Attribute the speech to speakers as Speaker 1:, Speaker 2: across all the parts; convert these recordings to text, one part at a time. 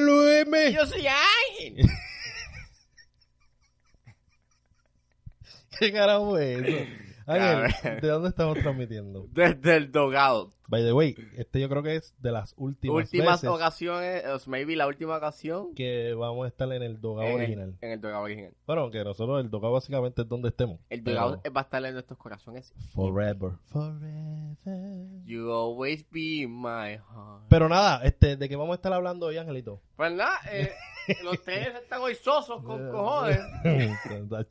Speaker 1: qué?
Speaker 2: Yo soy ángel.
Speaker 1: ¿Qué carajo fue eso? Ángel,
Speaker 2: Cabrón.
Speaker 1: ¿de dónde estamos transmitiendo?
Speaker 2: Desde el dogado.
Speaker 1: By the way, este yo creo que es de las últimas,
Speaker 2: Últimas
Speaker 1: veces
Speaker 2: ocasiones, eh, maybe la última ocasión.
Speaker 1: que vamos a estar en el dogado
Speaker 2: en,
Speaker 1: original.
Speaker 2: El, en el dogado original.
Speaker 1: Bueno, aunque nosotros el dogado básicamente es donde estemos.
Speaker 2: El
Speaker 1: pero
Speaker 2: dogado va a estar en nuestros corazones.
Speaker 1: Forever. Forever.
Speaker 2: You always be my heart.
Speaker 1: Pero nada, este, ¿de qué vamos a estar hablando hoy, Angelito?
Speaker 2: Pues nada, eh, los tres están hoy sosos con cojones.
Speaker 1: Tach,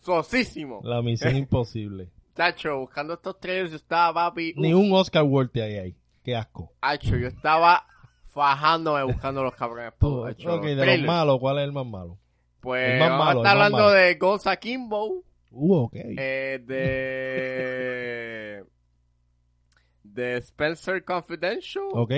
Speaker 2: Sosísimo.
Speaker 1: La misión imposible.
Speaker 2: Tacho, buscando estos tres, yo estaba, papi.
Speaker 1: Ni
Speaker 2: uf,
Speaker 1: un Oscar worthy ahí, ahí. Qué asco.
Speaker 2: Tacho, yo estaba fajándome buscando los cabrones.
Speaker 1: Tú,
Speaker 2: po, tacho,
Speaker 1: ok, de
Speaker 2: Oh, trailers.
Speaker 1: los malos, ¿cuál es el más malo?
Speaker 2: Pues
Speaker 1: El más
Speaker 2: vamos
Speaker 1: malo,
Speaker 2: a
Speaker 1: el más
Speaker 2: estar hablando
Speaker 1: malo.
Speaker 2: de Gonza Kimbo,
Speaker 1: Uh, ok.
Speaker 2: eh, de de Spencer Confidential,
Speaker 1: ok,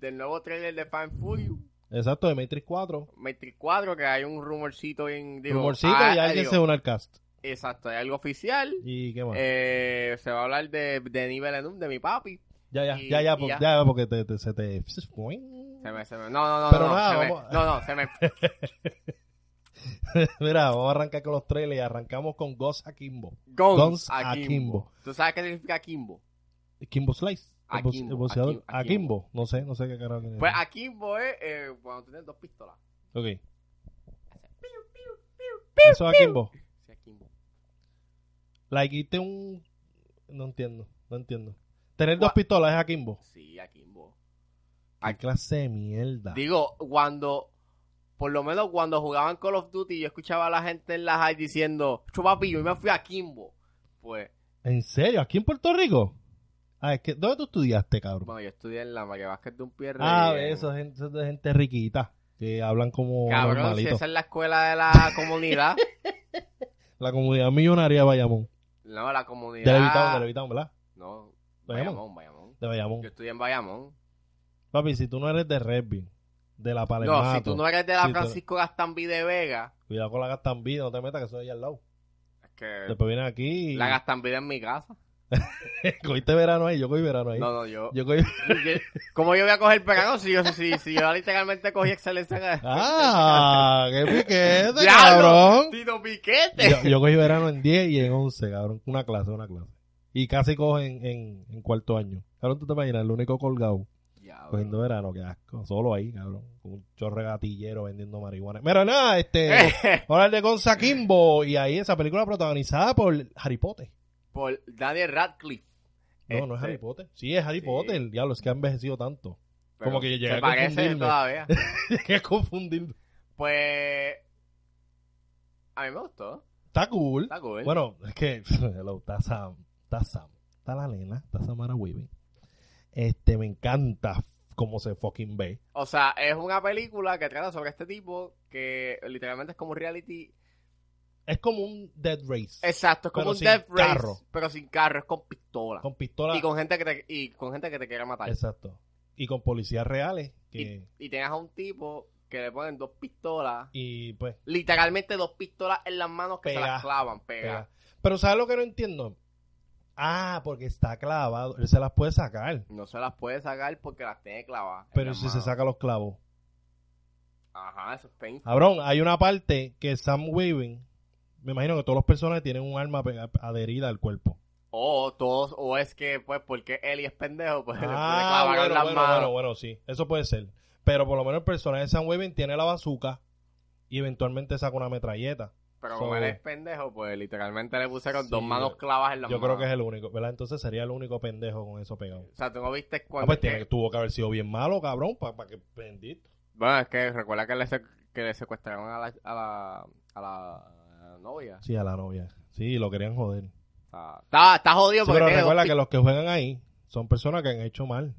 Speaker 2: del nuevo trailer de Fan Furious,
Speaker 1: exacto, de Matrix 4.
Speaker 2: Matrix 4, que hay un rumorcito en digo,
Speaker 1: Rumorcito
Speaker 2: ah,
Speaker 1: y alguien
Speaker 2: digo,
Speaker 1: se une al cast.
Speaker 2: Exacto, hay algo oficial.
Speaker 1: ¿Y qué más?
Speaker 2: Eh, se va a hablar de Denis Villeneuve, de mi papi.
Speaker 1: ya, ya,
Speaker 2: y-
Speaker 1: ya, ya,
Speaker 2: y
Speaker 1: por-
Speaker 2: ya.
Speaker 1: ya, porque te, te- se te...
Speaker 2: Se me, se me, no, no, no,
Speaker 1: Pero
Speaker 2: no,
Speaker 1: nada,
Speaker 2: se me-
Speaker 1: vamos a-
Speaker 2: no, no, se me,
Speaker 1: Mira, vamos a arrancar con los trailers y arrancamos con Ghost Akimbo.
Speaker 2: Guns,
Speaker 1: Guns
Speaker 2: Akimbo.
Speaker 1: Akimbo.
Speaker 2: ¿Tú sabes qué significa Akimbo?
Speaker 1: Kimbo Slice. el boxe-
Speaker 2: Akimbo,
Speaker 1: el boxeador
Speaker 2: Akimbo,
Speaker 1: Akimbo,
Speaker 2: Akimbo.
Speaker 1: No sé, no sé qué carajo. es.
Speaker 2: Pues Akimbo es eh, cuando tienes dos pistolas.
Speaker 1: Ok. Eso es Akimbo.
Speaker 2: Sí, Akimbo.
Speaker 1: Like, hiciste un... No entiendo, no entiendo. Tener dos
Speaker 2: Gua-
Speaker 1: pistolas es Akimbo.
Speaker 2: Sí, Akimbo.
Speaker 1: ¿Qué clase de mierda?
Speaker 2: Digo, cuando, por lo menos cuando jugaban Call of Duty, yo escuchaba a la gente en la high diciendo, chupapi, yo me fui a Kimbo. Pues,
Speaker 1: ¿En serio? ¿Aquí en Puerto Rico? Ah, es que, ¿dónde tú estudiaste, cabrón?
Speaker 2: bueno, yo estudié en la María Vázquez de un pierre.
Speaker 1: ah,
Speaker 2: en-
Speaker 1: eso es gente, eso es de gente riquita, que hablan como
Speaker 2: Cabrón, si
Speaker 1: normalito.
Speaker 2: esa es la escuela de la comunidad.
Speaker 1: La comunidad millonaria de Bayamón.
Speaker 2: no, la
Speaker 1: De
Speaker 2: comunidad.
Speaker 1: Levittown, de Levittown, ¿verdad?
Speaker 2: No,
Speaker 1: Bayamón.
Speaker 2: Bayamón, Bayamón.
Speaker 1: De Bayamón.
Speaker 2: Yo estudié en Bayamón.
Speaker 1: Papi, si tú no eres de Redby, de la Palermato,
Speaker 2: No, si tú no eres de la
Speaker 1: Sí, tú-
Speaker 2: Francisco Gastambide de Vega,
Speaker 1: cuidado con la Gastambide, no te metas que soy allá al lado.
Speaker 2: es que
Speaker 1: Después vienes aquí y
Speaker 2: Eh, la Gastambide es mi casa.
Speaker 1: cogiste verano ahí, yo cogí verano ahí.
Speaker 2: No, no, yo.
Speaker 1: Yo cogí...
Speaker 2: yo- ¿Cómo yo voy a coger verano si yo, si, si yo literalmente cogí excelencia? en-
Speaker 1: ¡Ah! ¡Qué piquete,
Speaker 2: ¡Diablo!
Speaker 1: cabrón!
Speaker 2: Tito Piquete.
Speaker 1: Yo, yo cogí verano en 10 y en 11, cabrón. Una clase, una clase. Y casi cojo en, en, en cuarto año. Cabrón, tú te imaginas, el único colgado
Speaker 2: Diablo.
Speaker 1: cogiendo verano, qué asco. Solo ahí, cabrón. Con un chorre gatillero vendiendo marihuana. Mira, nada, este.
Speaker 2: Eh,
Speaker 1: Ahora el de Gonza Kimbo. Y ahí esa película protagonizada por Harry Potter.
Speaker 2: Por Daniel Radcliffe.
Speaker 1: No, no es
Speaker 2: Este,
Speaker 1: Harry Potter. Sí, es Harry
Speaker 2: sí.
Speaker 1: Potter. Diablo, es que ha envejecido tanto.
Speaker 2: pero
Speaker 1: Como que llegué
Speaker 2: se
Speaker 1: a
Speaker 2: parece
Speaker 1: confundirme.
Speaker 2: todavía.
Speaker 1: Qué confundido.
Speaker 2: Pues. A mí me gustó.
Speaker 1: Está cool.
Speaker 2: Está cool.
Speaker 1: Bueno, es que, hello, está Sam, está Sam, está la nena, está Samara Weaving. Este, me encanta cómo se fucking ve.
Speaker 2: O sea, es una película que trata sobre este tipo que literalmente es como un reality.
Speaker 1: Es como un Dead Race.
Speaker 2: Exacto, es como
Speaker 1: Pero
Speaker 2: un
Speaker 1: sin
Speaker 2: death race,
Speaker 1: carro.
Speaker 2: pero sin carro, es con pistola.
Speaker 1: Con pistola.
Speaker 2: Y con gente que te, y con gente que te quiera matar.
Speaker 1: Exacto. Y con policías reales.
Speaker 2: Y,
Speaker 1: Que,
Speaker 2: y tengas a un tipo que le ponen dos pistolas,
Speaker 1: y, pues,
Speaker 2: literalmente dos pistolas en las manos que se
Speaker 1: Pega.
Speaker 2: las clavan, pega.
Speaker 1: pega. Pero ¿sabes lo que no entiendo? Ah, porque está clavado. Él se las puede sacar.
Speaker 2: No se las puede sacar porque las tiene clavadas. en
Speaker 1: Pero
Speaker 2: las
Speaker 1: si se
Speaker 2: manos.
Speaker 1: saca los clavos.
Speaker 2: Ajá, eso es painful.
Speaker 1: Cabrón, hay una parte que Sam Weaving. Me imagino que todos los personajes tienen un arma pega- adherida al cuerpo.
Speaker 2: O todos, o es que, pues, porque Eli es pendejo, pues le puede
Speaker 1: Ah,
Speaker 2: clavar en
Speaker 1: bueno,
Speaker 2: las
Speaker 1: bueno,
Speaker 2: manos.
Speaker 1: bueno, bueno, sí, eso puede ser. Pero por lo menos el personaje de Sam Weaving tiene la bazooka y eventualmente saca una metralleta.
Speaker 2: Pero
Speaker 1: So-
Speaker 2: como él es pendejo, pues literalmente le pusieron
Speaker 1: Sí,
Speaker 2: dos manos
Speaker 1: yo-
Speaker 2: clavas en las
Speaker 1: Yo
Speaker 2: manos.
Speaker 1: creo que es el único, ¿verdad? Entonces sería el único pendejo con eso pegado.
Speaker 2: O sea, tú no viste
Speaker 1: Ah,
Speaker 2: cuando.
Speaker 1: pues
Speaker 2: es que-
Speaker 1: tiene- tuvo que haber sido bien malo, cabrón, para que bendito.
Speaker 2: Bueno, es que recuerda que le, sec- que le secuestraron a la, a la, a la, a la novia.
Speaker 1: Sí, a la novia. Sí, lo querían joder. Sí,
Speaker 2: O sea, está, está jodido porque
Speaker 1: pero
Speaker 2: tiene dos
Speaker 1: recuerda
Speaker 2: pi-
Speaker 1: que los que juegan ahí son personas que han hecho mal.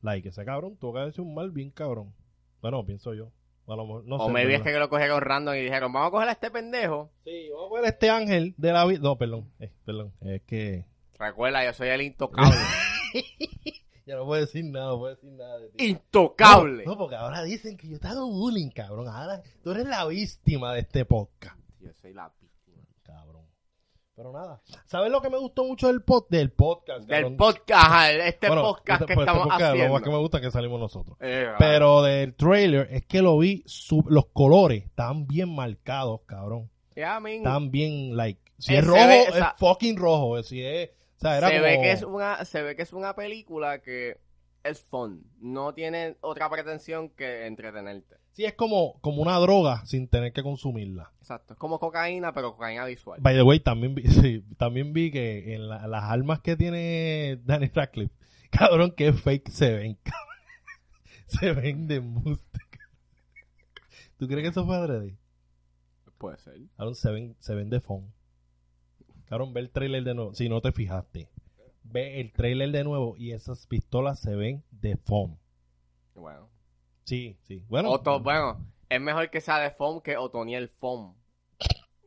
Speaker 1: Like, ese cabrón tuvo que haber sido un mal bien cabrón. Bueno, pienso yo. A lo mejor- no
Speaker 2: O
Speaker 1: sé,
Speaker 2: me es
Speaker 1: ¿verdad?
Speaker 2: que lo cogieron random y dijeron, vamos a coger a este pendejo.
Speaker 1: Sí, vamos a ver este ángel de la vida. No, perdón, eh, perdón. Es que
Speaker 2: Recuerda, yo soy el intocable.
Speaker 1: Ya no puedo decir nada, no puedo decir nada de ti.
Speaker 2: intocable.
Speaker 1: No, no, porque ahora dicen que yo te hago bullying, cabrón. Ahora tú eres la víctima de este podcast.
Speaker 2: Yo soy la víctima.
Speaker 1: Cabrón. Pero nada. ¿Sabes lo que me gustó mucho del, pod, del podcast?
Speaker 2: Del
Speaker 1: Pues, cabrón?
Speaker 2: podcast, ajá, este
Speaker 1: Bueno,
Speaker 2: podcast
Speaker 1: este- pues,
Speaker 2: que
Speaker 1: este
Speaker 2: estamos
Speaker 1: podcast, Lo
Speaker 2: haciendo.
Speaker 1: más que me gusta es que salimos nosotros.
Speaker 2: Eh,
Speaker 1: Pero del trailer es que lo vi, su- los colores están bien marcados, cabrón.
Speaker 2: ah. ya, I mean,
Speaker 1: Están bien, like, si
Speaker 2: Eh,
Speaker 1: es
Speaker 2: se
Speaker 1: rojo,
Speaker 2: ve, o
Speaker 1: es
Speaker 2: sea,
Speaker 1: fucking rojo. eh, Si es, o sea, era
Speaker 2: se
Speaker 1: como-
Speaker 2: ve que es una se ve que es una película que es fun no tiene otra pretensión que entretenerte
Speaker 1: sí, es como, como una droga sin tener que consumirla.
Speaker 2: exacto es como cocaína pero cocaína visual
Speaker 1: By the way, también vi, sí, también vi que en la- las armas que tiene Danny Radcliffe, cabrón, que es fake, se ven, cabrón. Se ven de embuste. ¿Tú crees que eso fue adrede?
Speaker 2: puede ser
Speaker 1: Cabrón, se ven, se ven de fondo. Cabrón, ve el trailer de nuevo. Si no te fijaste, ve el trailer de nuevo y esas pistolas se ven de fondo.
Speaker 2: bueno
Speaker 1: Sí, sí. Bueno, pues,
Speaker 2: Otto, bueno es mejor que sea de foam que Otoniel foam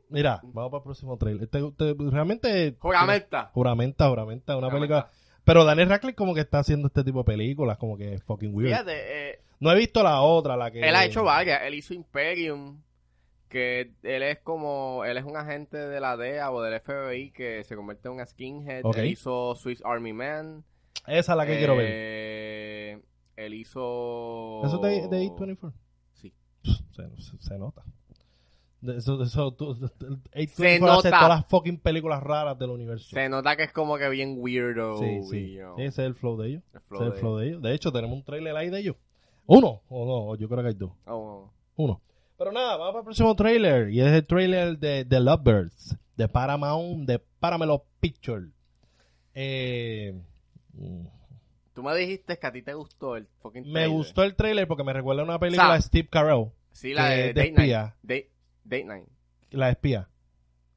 Speaker 1: mira, vamos para el próximo trailer. Te- te- realmente.
Speaker 2: juramenta
Speaker 1: Juramenta, juramenta, una
Speaker 2: Juramenta.
Speaker 1: película. Pero Daniel Radcliffe como que está haciendo este tipo de películas, como que es fucking weird. Eh.
Speaker 2: fíjate eh,
Speaker 1: No he visto la otra, la que.
Speaker 2: él ha hecho varias él hizo Imperium que él es como él es un agente de la DEA o del FBI que se convierte en un skinhead
Speaker 1: Ok.
Speaker 2: él hizo Swiss Army Man
Speaker 1: Esa es la que quiero ver.
Speaker 2: Eh, Él hizo.
Speaker 1: Eso es de, de A24.
Speaker 2: Sí.
Speaker 1: Se, se- se nota. De- Eso, eso, tú- A24
Speaker 2: Se
Speaker 1: hace
Speaker 2: nota.
Speaker 1: todas las fucking películas raras del universo.
Speaker 2: Se nota que es como que bien weirdo.
Speaker 1: sí, sí.
Speaker 2: y, um,
Speaker 1: Ese es el flow de ellos.
Speaker 2: el flow
Speaker 1: Ese es el
Speaker 2: de-
Speaker 1: flow de ellos. De hecho, tenemos un trailer ahí de ellos. Uno, o no, yo creo que hay dos.
Speaker 2: Oh,
Speaker 1: Uno. Pero nada, vamos para el próximo trailer. Y es el trailer de The Lovebirds. De Paramount, de Paramelo Picture. Eh, mm,
Speaker 2: Tú me dijiste que a ti te gustó el fucking
Speaker 1: me
Speaker 2: trailer.
Speaker 1: gustó el trailer porque me recuerda a una película
Speaker 2: Sam.
Speaker 1: de Steve Carell.
Speaker 2: Sí, la
Speaker 1: que
Speaker 2: de
Speaker 1: es
Speaker 2: Date Night.
Speaker 1: espía.
Speaker 2: Date, Date Night.
Speaker 1: La de espía.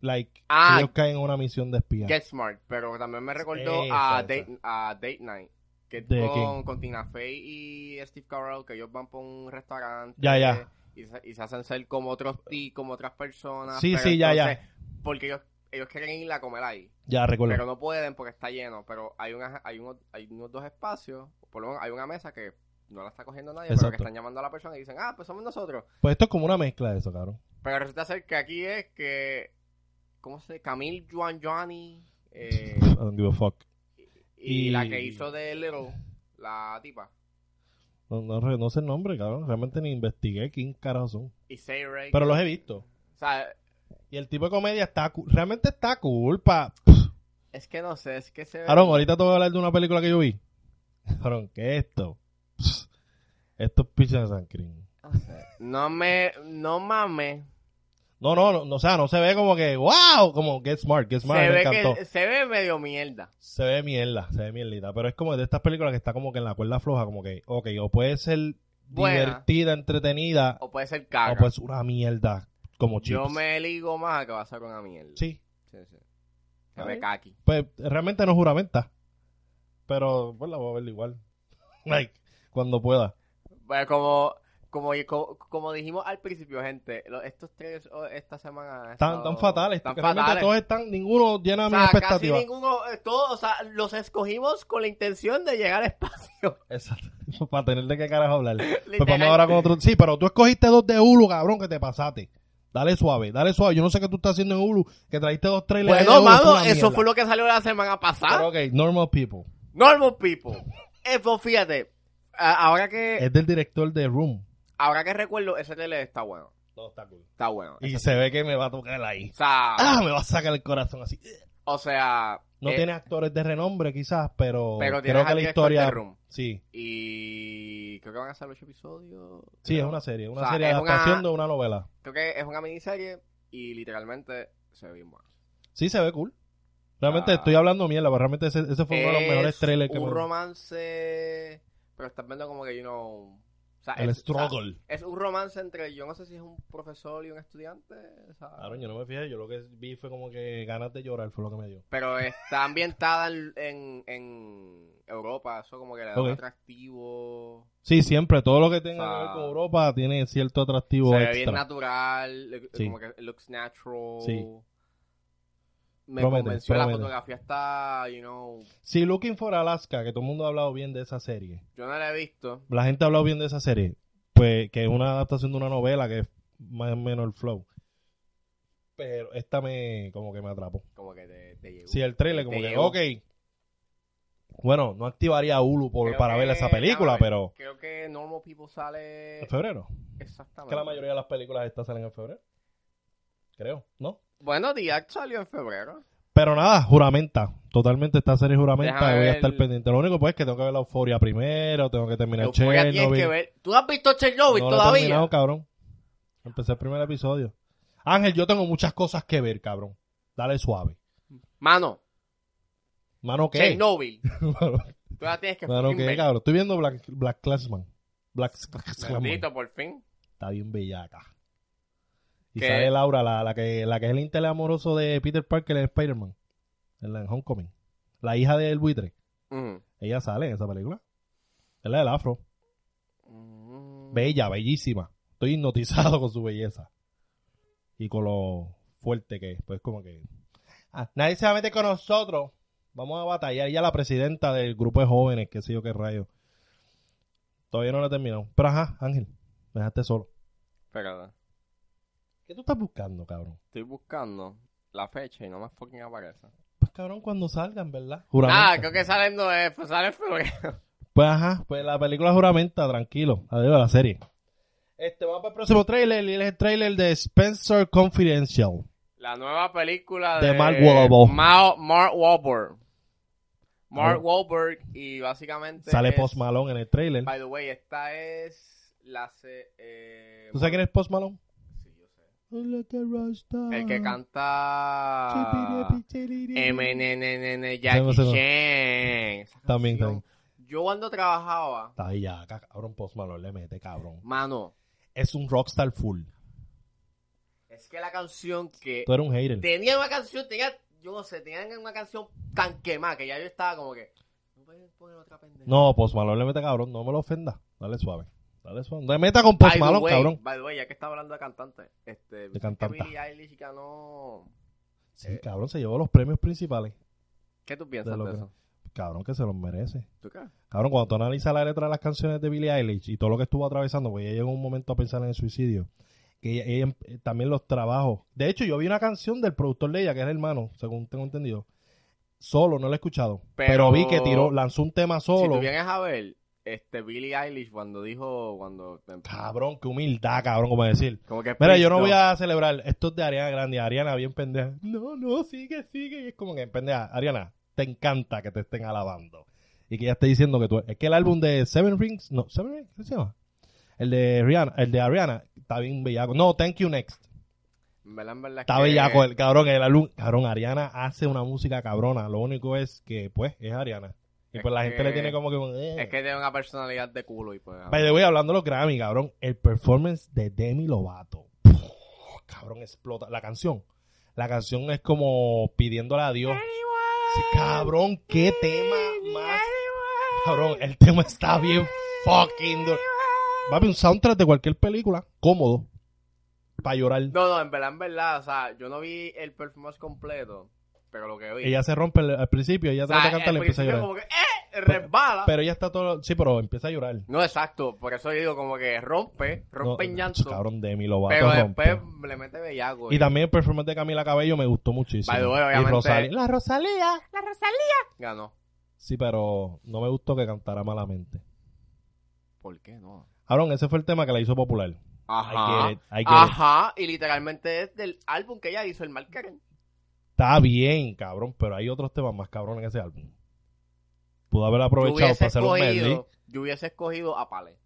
Speaker 1: Like,
Speaker 2: Ah.
Speaker 1: ellos caen en una misión de espía.
Speaker 2: Get Smart. Pero también me recordó
Speaker 1: Esa,
Speaker 2: a,
Speaker 1: esa.
Speaker 2: Date, a Date Night. Que es
Speaker 1: ¿De
Speaker 2: con,
Speaker 1: quién?
Speaker 2: con Tina Fey y Steve Carell, que ellos van por un restaurante.
Speaker 1: Ya, ya.
Speaker 2: Y se, y se hacen ser como otros ti, como otras personas.
Speaker 1: Sí,
Speaker 2: pero
Speaker 1: sí, ya, ya.
Speaker 2: entonces- Porque ellos, ellos quieren ir a comer ahí.
Speaker 1: Ya recuerdo.
Speaker 2: Pero no pueden porque está lleno. Pero hay una, hay unos, hay unos dos espacios, por lo menos hay una mesa que no la está cogiendo nadie, pero que
Speaker 1: Exacto.
Speaker 2: están llamando a la persona y dicen, ah, pues somos nosotros.
Speaker 1: Pues esto es como una mezcla de eso, cabrón.
Speaker 2: Pero resulta ser que aquí es que, ¿cómo se Camille Juan Joanny eh,
Speaker 1: I don't give a fuck.
Speaker 2: y,
Speaker 1: Y-
Speaker 2: la que hizo de Little, la tipa,
Speaker 1: No, no, re- no sé el nombre, cabrón. Realmente ni investigué quién carajo son.
Speaker 2: y Say Ray.
Speaker 1: Pero los he visto.
Speaker 2: O sea,
Speaker 1: Y el tipo de comedia está cu- realmente está cool pa-
Speaker 2: es que no sé, es que se ve...
Speaker 1: Aaron, ahorita te voy a hablar de una película que yo vi. Aaron, ¿qué es esto? Pss, Esto es Pichas de San Crin.
Speaker 2: no sé. No me, no mames.
Speaker 1: No, no, no, no, o sea, no se ve como que, wow, como Get Smart, Get Smart,
Speaker 2: Se
Speaker 1: me
Speaker 2: ve,
Speaker 1: encantó.
Speaker 2: que, se ve medio mierda.
Speaker 1: Se ve mierda, se ve mierdita, pero es como de estas películas que está como que en la cuerda floja, como que, ok, o puede ser
Speaker 2: Buena.
Speaker 1: divertida, entretenida,
Speaker 2: O puede ser
Speaker 1: o
Speaker 2: caga.
Speaker 1: puede ser una mierda como chips.
Speaker 2: Yo me ligo más a que va a ser una mierda.
Speaker 1: Sí,
Speaker 2: Sí, sí. Se
Speaker 1: Está
Speaker 2: ve
Speaker 1: bien.
Speaker 2: caqui.
Speaker 1: pues realmente no juramenta, pero pues la voy a ver igual, like, cuando pueda.
Speaker 2: Pero Pues como, como, como, como dijimos al principio, gente, lo- estos tres o- esta semana.
Speaker 1: Están
Speaker 2: han estado-
Speaker 1: tan fatales,
Speaker 2: Tan
Speaker 1: porque realmente
Speaker 2: fatales.
Speaker 1: todos están, ninguno llena
Speaker 2: O
Speaker 1: mi
Speaker 2: sea, casi
Speaker 1: expectativa.
Speaker 2: ninguno, eh, todos, o sea, los escogimos con la intención de llegar al espacio.
Speaker 1: Exacto. Para tener de qué carajo hablar. Pues
Speaker 2: Literal.
Speaker 1: vamos ahora con otro. Sí, pero tú escogiste dos de Hulu, cabrón, que te pasaste. Dale suave, dale suave. Yo no sé qué tú estás haciendo en Hulu, que trajiste dos trailers.
Speaker 2: Bueno, Pues mano, eso fue lo que salió la semana pasada.
Speaker 1: Pero ok, Normal People.
Speaker 2: Normal people. Eso, fíjate, a- ahora que,
Speaker 1: Es del director de Room.
Speaker 2: ahora que recuerdo, ese tele está bueno.
Speaker 1: No, está cool.
Speaker 2: Está bueno.
Speaker 1: Y
Speaker 2: Ese-
Speaker 1: se ve que me va a tocar ahí.
Speaker 2: o sea,
Speaker 1: Ah, me va a sacar el corazón así.
Speaker 2: o sea,
Speaker 1: No
Speaker 2: eh,
Speaker 1: tiene actores de renombre, quizás, pero,
Speaker 2: pero tienes
Speaker 1: creo que
Speaker 2: al
Speaker 1: la
Speaker 2: director de
Speaker 1: historia.
Speaker 2: Room.
Speaker 1: Sí,
Speaker 2: Y creo que van a ser ocho episodios.
Speaker 1: sí,
Speaker 2: creo.
Speaker 1: es una serie. Una
Speaker 2: O sea,
Speaker 1: serie de
Speaker 2: es una-
Speaker 1: adaptación de una novela.
Speaker 2: Creo que es una miniserie y literalmente se ve bien bueno.
Speaker 1: Sí, se ve cool. Realmente
Speaker 2: Ah.
Speaker 1: estoy hablando mierda, pero realmente ese, ese fue uno de los
Speaker 2: Es
Speaker 1: mejores trailers que
Speaker 2: un
Speaker 1: me
Speaker 2: romance, pero estás viendo como que, you know... o sea,
Speaker 1: El
Speaker 2: es, ah, o
Speaker 1: struggle.
Speaker 2: sea, es un romance entre, yo no sé si es un profesor y un estudiante, o sea,
Speaker 1: Claro, yo Ah, no me fijé, yo lo que vi fue como que ganas de llorar, fue lo que me dio.
Speaker 2: pero está ambientada en, en, en Europa, eso como que le da un
Speaker 1: Ok.
Speaker 2: atractivo,
Speaker 1: Sí, siempre, todo lo que tenga que
Speaker 2: Ah.
Speaker 1: ver con Europa tiene cierto atractivo
Speaker 2: se ve bien
Speaker 1: extra.
Speaker 2: natural, le-
Speaker 1: Sí.
Speaker 2: como que looks natural.
Speaker 1: Sí.
Speaker 2: Me
Speaker 1: Promete,
Speaker 2: convenció la
Speaker 1: promete.
Speaker 2: fotografía, está, you know,
Speaker 1: Sí, Looking for Alaska, que todo el mundo ha hablado bien de esa serie.
Speaker 2: yo no la he visto.
Speaker 1: La gente ha hablado bien de esa serie, pues que es una adaptación de una novela que es más o menos el flow. Pero esta me, como que me atrapó.
Speaker 2: Como que te, te llegó.
Speaker 1: Sí, el trailer, como
Speaker 2: Te
Speaker 1: que,
Speaker 2: llegó.
Speaker 1: ok. Bueno, no activaría Hulu por-
Speaker 2: Creo
Speaker 1: para
Speaker 2: que-
Speaker 1: ver esa película,
Speaker 2: déjame ver.
Speaker 1: pero.
Speaker 2: Creo que Normal People sale.
Speaker 1: ¿En febrero? Es
Speaker 2: Exactamente.
Speaker 1: que la mayoría de las películas estas salen en febrero. Creo, ¿no?
Speaker 2: Bueno, The Act salió en febrero.
Speaker 1: Pero nada, juramenta. Totalmente esta serie juramenta.
Speaker 2: Déjame
Speaker 1: voy a
Speaker 2: ver.
Speaker 1: estar pendiente. Lo único pues es que tengo que ver la euforia primero. Tengo que terminar
Speaker 2: Euphoria
Speaker 1: Chernobyl.
Speaker 2: tienes que ver. ¿Tú no has visto Chernobyl
Speaker 1: no lo he
Speaker 2: todavía?
Speaker 1: terminado, cabrón. Empecé el primer episodio. Ángel, yo tengo muchas cosas que ver, cabrón. Dale suave.
Speaker 2: Mano,
Speaker 1: Mano, ¿qué?
Speaker 2: Chernobyl.
Speaker 1: Mano,
Speaker 2: Tú la tienes que
Speaker 1: Mano,
Speaker 2: fucking
Speaker 1: ¿qué,
Speaker 2: ver.
Speaker 1: cabrón? Estoy viendo Black, Black Clansman. Black Clansman.
Speaker 2: Bendito, por fin.
Speaker 1: Está bien bellaca. Y
Speaker 2: ¿Qué?
Speaker 1: sale Laura, la, la que, la que es el interés amoroso de Peter Parker en Spider-Man. En la en Homecoming. La hija del buitre.
Speaker 2: Mm.
Speaker 1: Ella sale en esa película. Es la del afro.
Speaker 2: Mm.
Speaker 1: Bella, bellísima. Estoy hipnotizado con su belleza. Y con lo fuerte que es. Pues como que... Ah, nadie se va a meter con nosotros. Vamos a batallar. Ella es la presidenta del grupo de jóvenes, qué sé yo qué rayo. Todavía no la he terminado. Pero ajá, Ángel, me dejaste solo.
Speaker 2: Espera,
Speaker 1: ¿Qué tú estás buscando, cabrón?
Speaker 2: estoy buscando la fecha y no me fucking aparece.
Speaker 1: Pues cabrón, cuando salgan, ¿verdad?
Speaker 2: Ah,
Speaker 1: Juramenta.
Speaker 2: creo que sale en, nove- pues sale en febrero.
Speaker 1: Pues ajá, pues la película juramenta, tranquilo. Adiós a la serie. Este, vamos para el próximo trailer. Y es el trailer de Spencer Confidential.
Speaker 2: La nueva película de,
Speaker 1: De Mark Wahlberg.
Speaker 2: Mao- Mark Wahlberg. Mark
Speaker 1: Ah.
Speaker 2: Wahlberg y básicamente...
Speaker 1: Sale
Speaker 2: es-
Speaker 1: Post Malone en el trailer.
Speaker 2: By the way, esta es la... se- eh,
Speaker 1: ¿Tú sabes quién es Post Malone?
Speaker 2: sí, yo sé. El que canta... MNNN
Speaker 1: Segundo,
Speaker 2: Jackie
Speaker 1: segundo.
Speaker 2: Chan. Esa
Speaker 1: También,
Speaker 2: canción.
Speaker 1: también.
Speaker 2: Yo cuando trabajaba...
Speaker 1: Está ahí ya, ca- cabrón, Post Malone le mete, cabrón.
Speaker 2: Mano,
Speaker 1: Es un rockstar full.
Speaker 2: es que la canción que...
Speaker 1: Tú eres un hater.
Speaker 2: Tenía una canción, tenía, yo no sé, tenían una canción tan quemada que ya yo estaba como que. No pueden poner otra pendeja.
Speaker 1: No, Post Malone le mete, cabrón. No me lo ofenda. Dale suave. Dale suave. No te meta con Post
Speaker 2: the
Speaker 1: Malone,
Speaker 2: way,
Speaker 1: pues cabrón.
Speaker 2: By the way, ya que estaba hablando de cantante, este. ¿viste que
Speaker 1: cantanta.
Speaker 2: Billie Eilish ganó.
Speaker 1: Sí, cabrón, se llevó los premios principales.
Speaker 2: ¿Qué tú piensas
Speaker 1: De
Speaker 2: de,
Speaker 1: lo que-
Speaker 2: eso?
Speaker 1: Cabrón, que se los merece.
Speaker 2: ¿Tú qué?
Speaker 1: Cabrón, cuando tú analizas la letra de las canciones de Billie Eilish y todo lo que estuvo atravesando, pues ella llegó un momento a pensar en el suicidio. Que ella- ella, eh, también los trabajos. De hecho, yo vi una canción del productor de ella, que era hermano, según tengo entendido. Solo, no la he escuchado. Pero,
Speaker 2: Pero-
Speaker 1: vi que tiró, lanzó un tema
Speaker 2: Si
Speaker 1: solo.
Speaker 2: tú vienes a ver, este, Billie Eilish cuando dijo. cuando em-,
Speaker 1: Cabrón, qué humildad, cabrón, como decir.
Speaker 2: Como que.
Speaker 1: Mira,
Speaker 2: please,
Speaker 1: yo no voy a celebrar. Esto es de Ariana Grande. Ariana, bien pendeja. No, no, sigue, sigue. Y es como que, pendeja, Ariana, te encanta que te estén alabando. Y que ella esté diciendo que tú... Es que el álbum de Seven Rings... No, Seven Rings, ¿qué se llama? El de Rihanna, el de Ariana, está bien bellaco. No, Thank You Next.
Speaker 2: En verdad, en verdad.
Speaker 1: Está
Speaker 2: que-
Speaker 1: bellaco el cabrón, el álbum. Cabrón, Ariana hace una música cabrona. Lo único es que, pues, es Ariana. Y
Speaker 2: Es
Speaker 1: pues la gente le
Speaker 2: que-
Speaker 1: tiene como que... un, eh.
Speaker 2: Es que tiene una personalidad de culo y pues.
Speaker 1: By the way, hablando de los Grammy, cabrón, el performance de Demi Lovato. Puf, cabrón, explota. La canción. La canción es como pidiéndole a Dios. Sí, cabrón, qué tema más. Cabrón, el tema está bien fucking. duro. Papi, un soundtrack de cualquier película. Cómodo. Para llorar.
Speaker 2: No, no, en verdad, en verdad. O sea, yo no vi el performance completo, pero lo que vi.
Speaker 1: Ella se rompe al al principio, ella
Speaker 2: O sea,
Speaker 1: trata de cantar y
Speaker 2: al
Speaker 1: empieza a
Speaker 2: principio
Speaker 1: llorar.
Speaker 2: como que, ¡eh! Resbala.
Speaker 1: Pero ella está todo. Sí, pero empieza a llorar.
Speaker 2: no, exacto. Por eso yo digo como que rompe,
Speaker 1: No,
Speaker 2: rompe en llanto.
Speaker 1: Cabrón, Demi Lovato.
Speaker 2: pero
Speaker 1: rompe.
Speaker 2: después le mete bellaco.
Speaker 1: Y también el performance de Camila Cabello me gustó muchísimo.
Speaker 2: Pues- By the way,
Speaker 1: y
Speaker 2: obviamente-
Speaker 1: Rosalía. La Rosalía.
Speaker 2: Ganó.
Speaker 1: Sí, pero no me gustó que cantara malamente.
Speaker 2: ¿Por qué no?
Speaker 1: Cabrón, ese fue el tema que la hizo popular. I
Speaker 2: Ajá.
Speaker 1: get it, I get it.
Speaker 2: Ajá. Y literalmente es del álbum que ella hizo, el Mark Karen.
Speaker 1: Está bien, cabrón, pero hay otros temas más cabrón en ese álbum. Pudo haber
Speaker 2: Yo
Speaker 1: aprovechado
Speaker 2: hubiese
Speaker 1: para hacer un medley.
Speaker 2: escogido, yo hubiese escogido a Pale.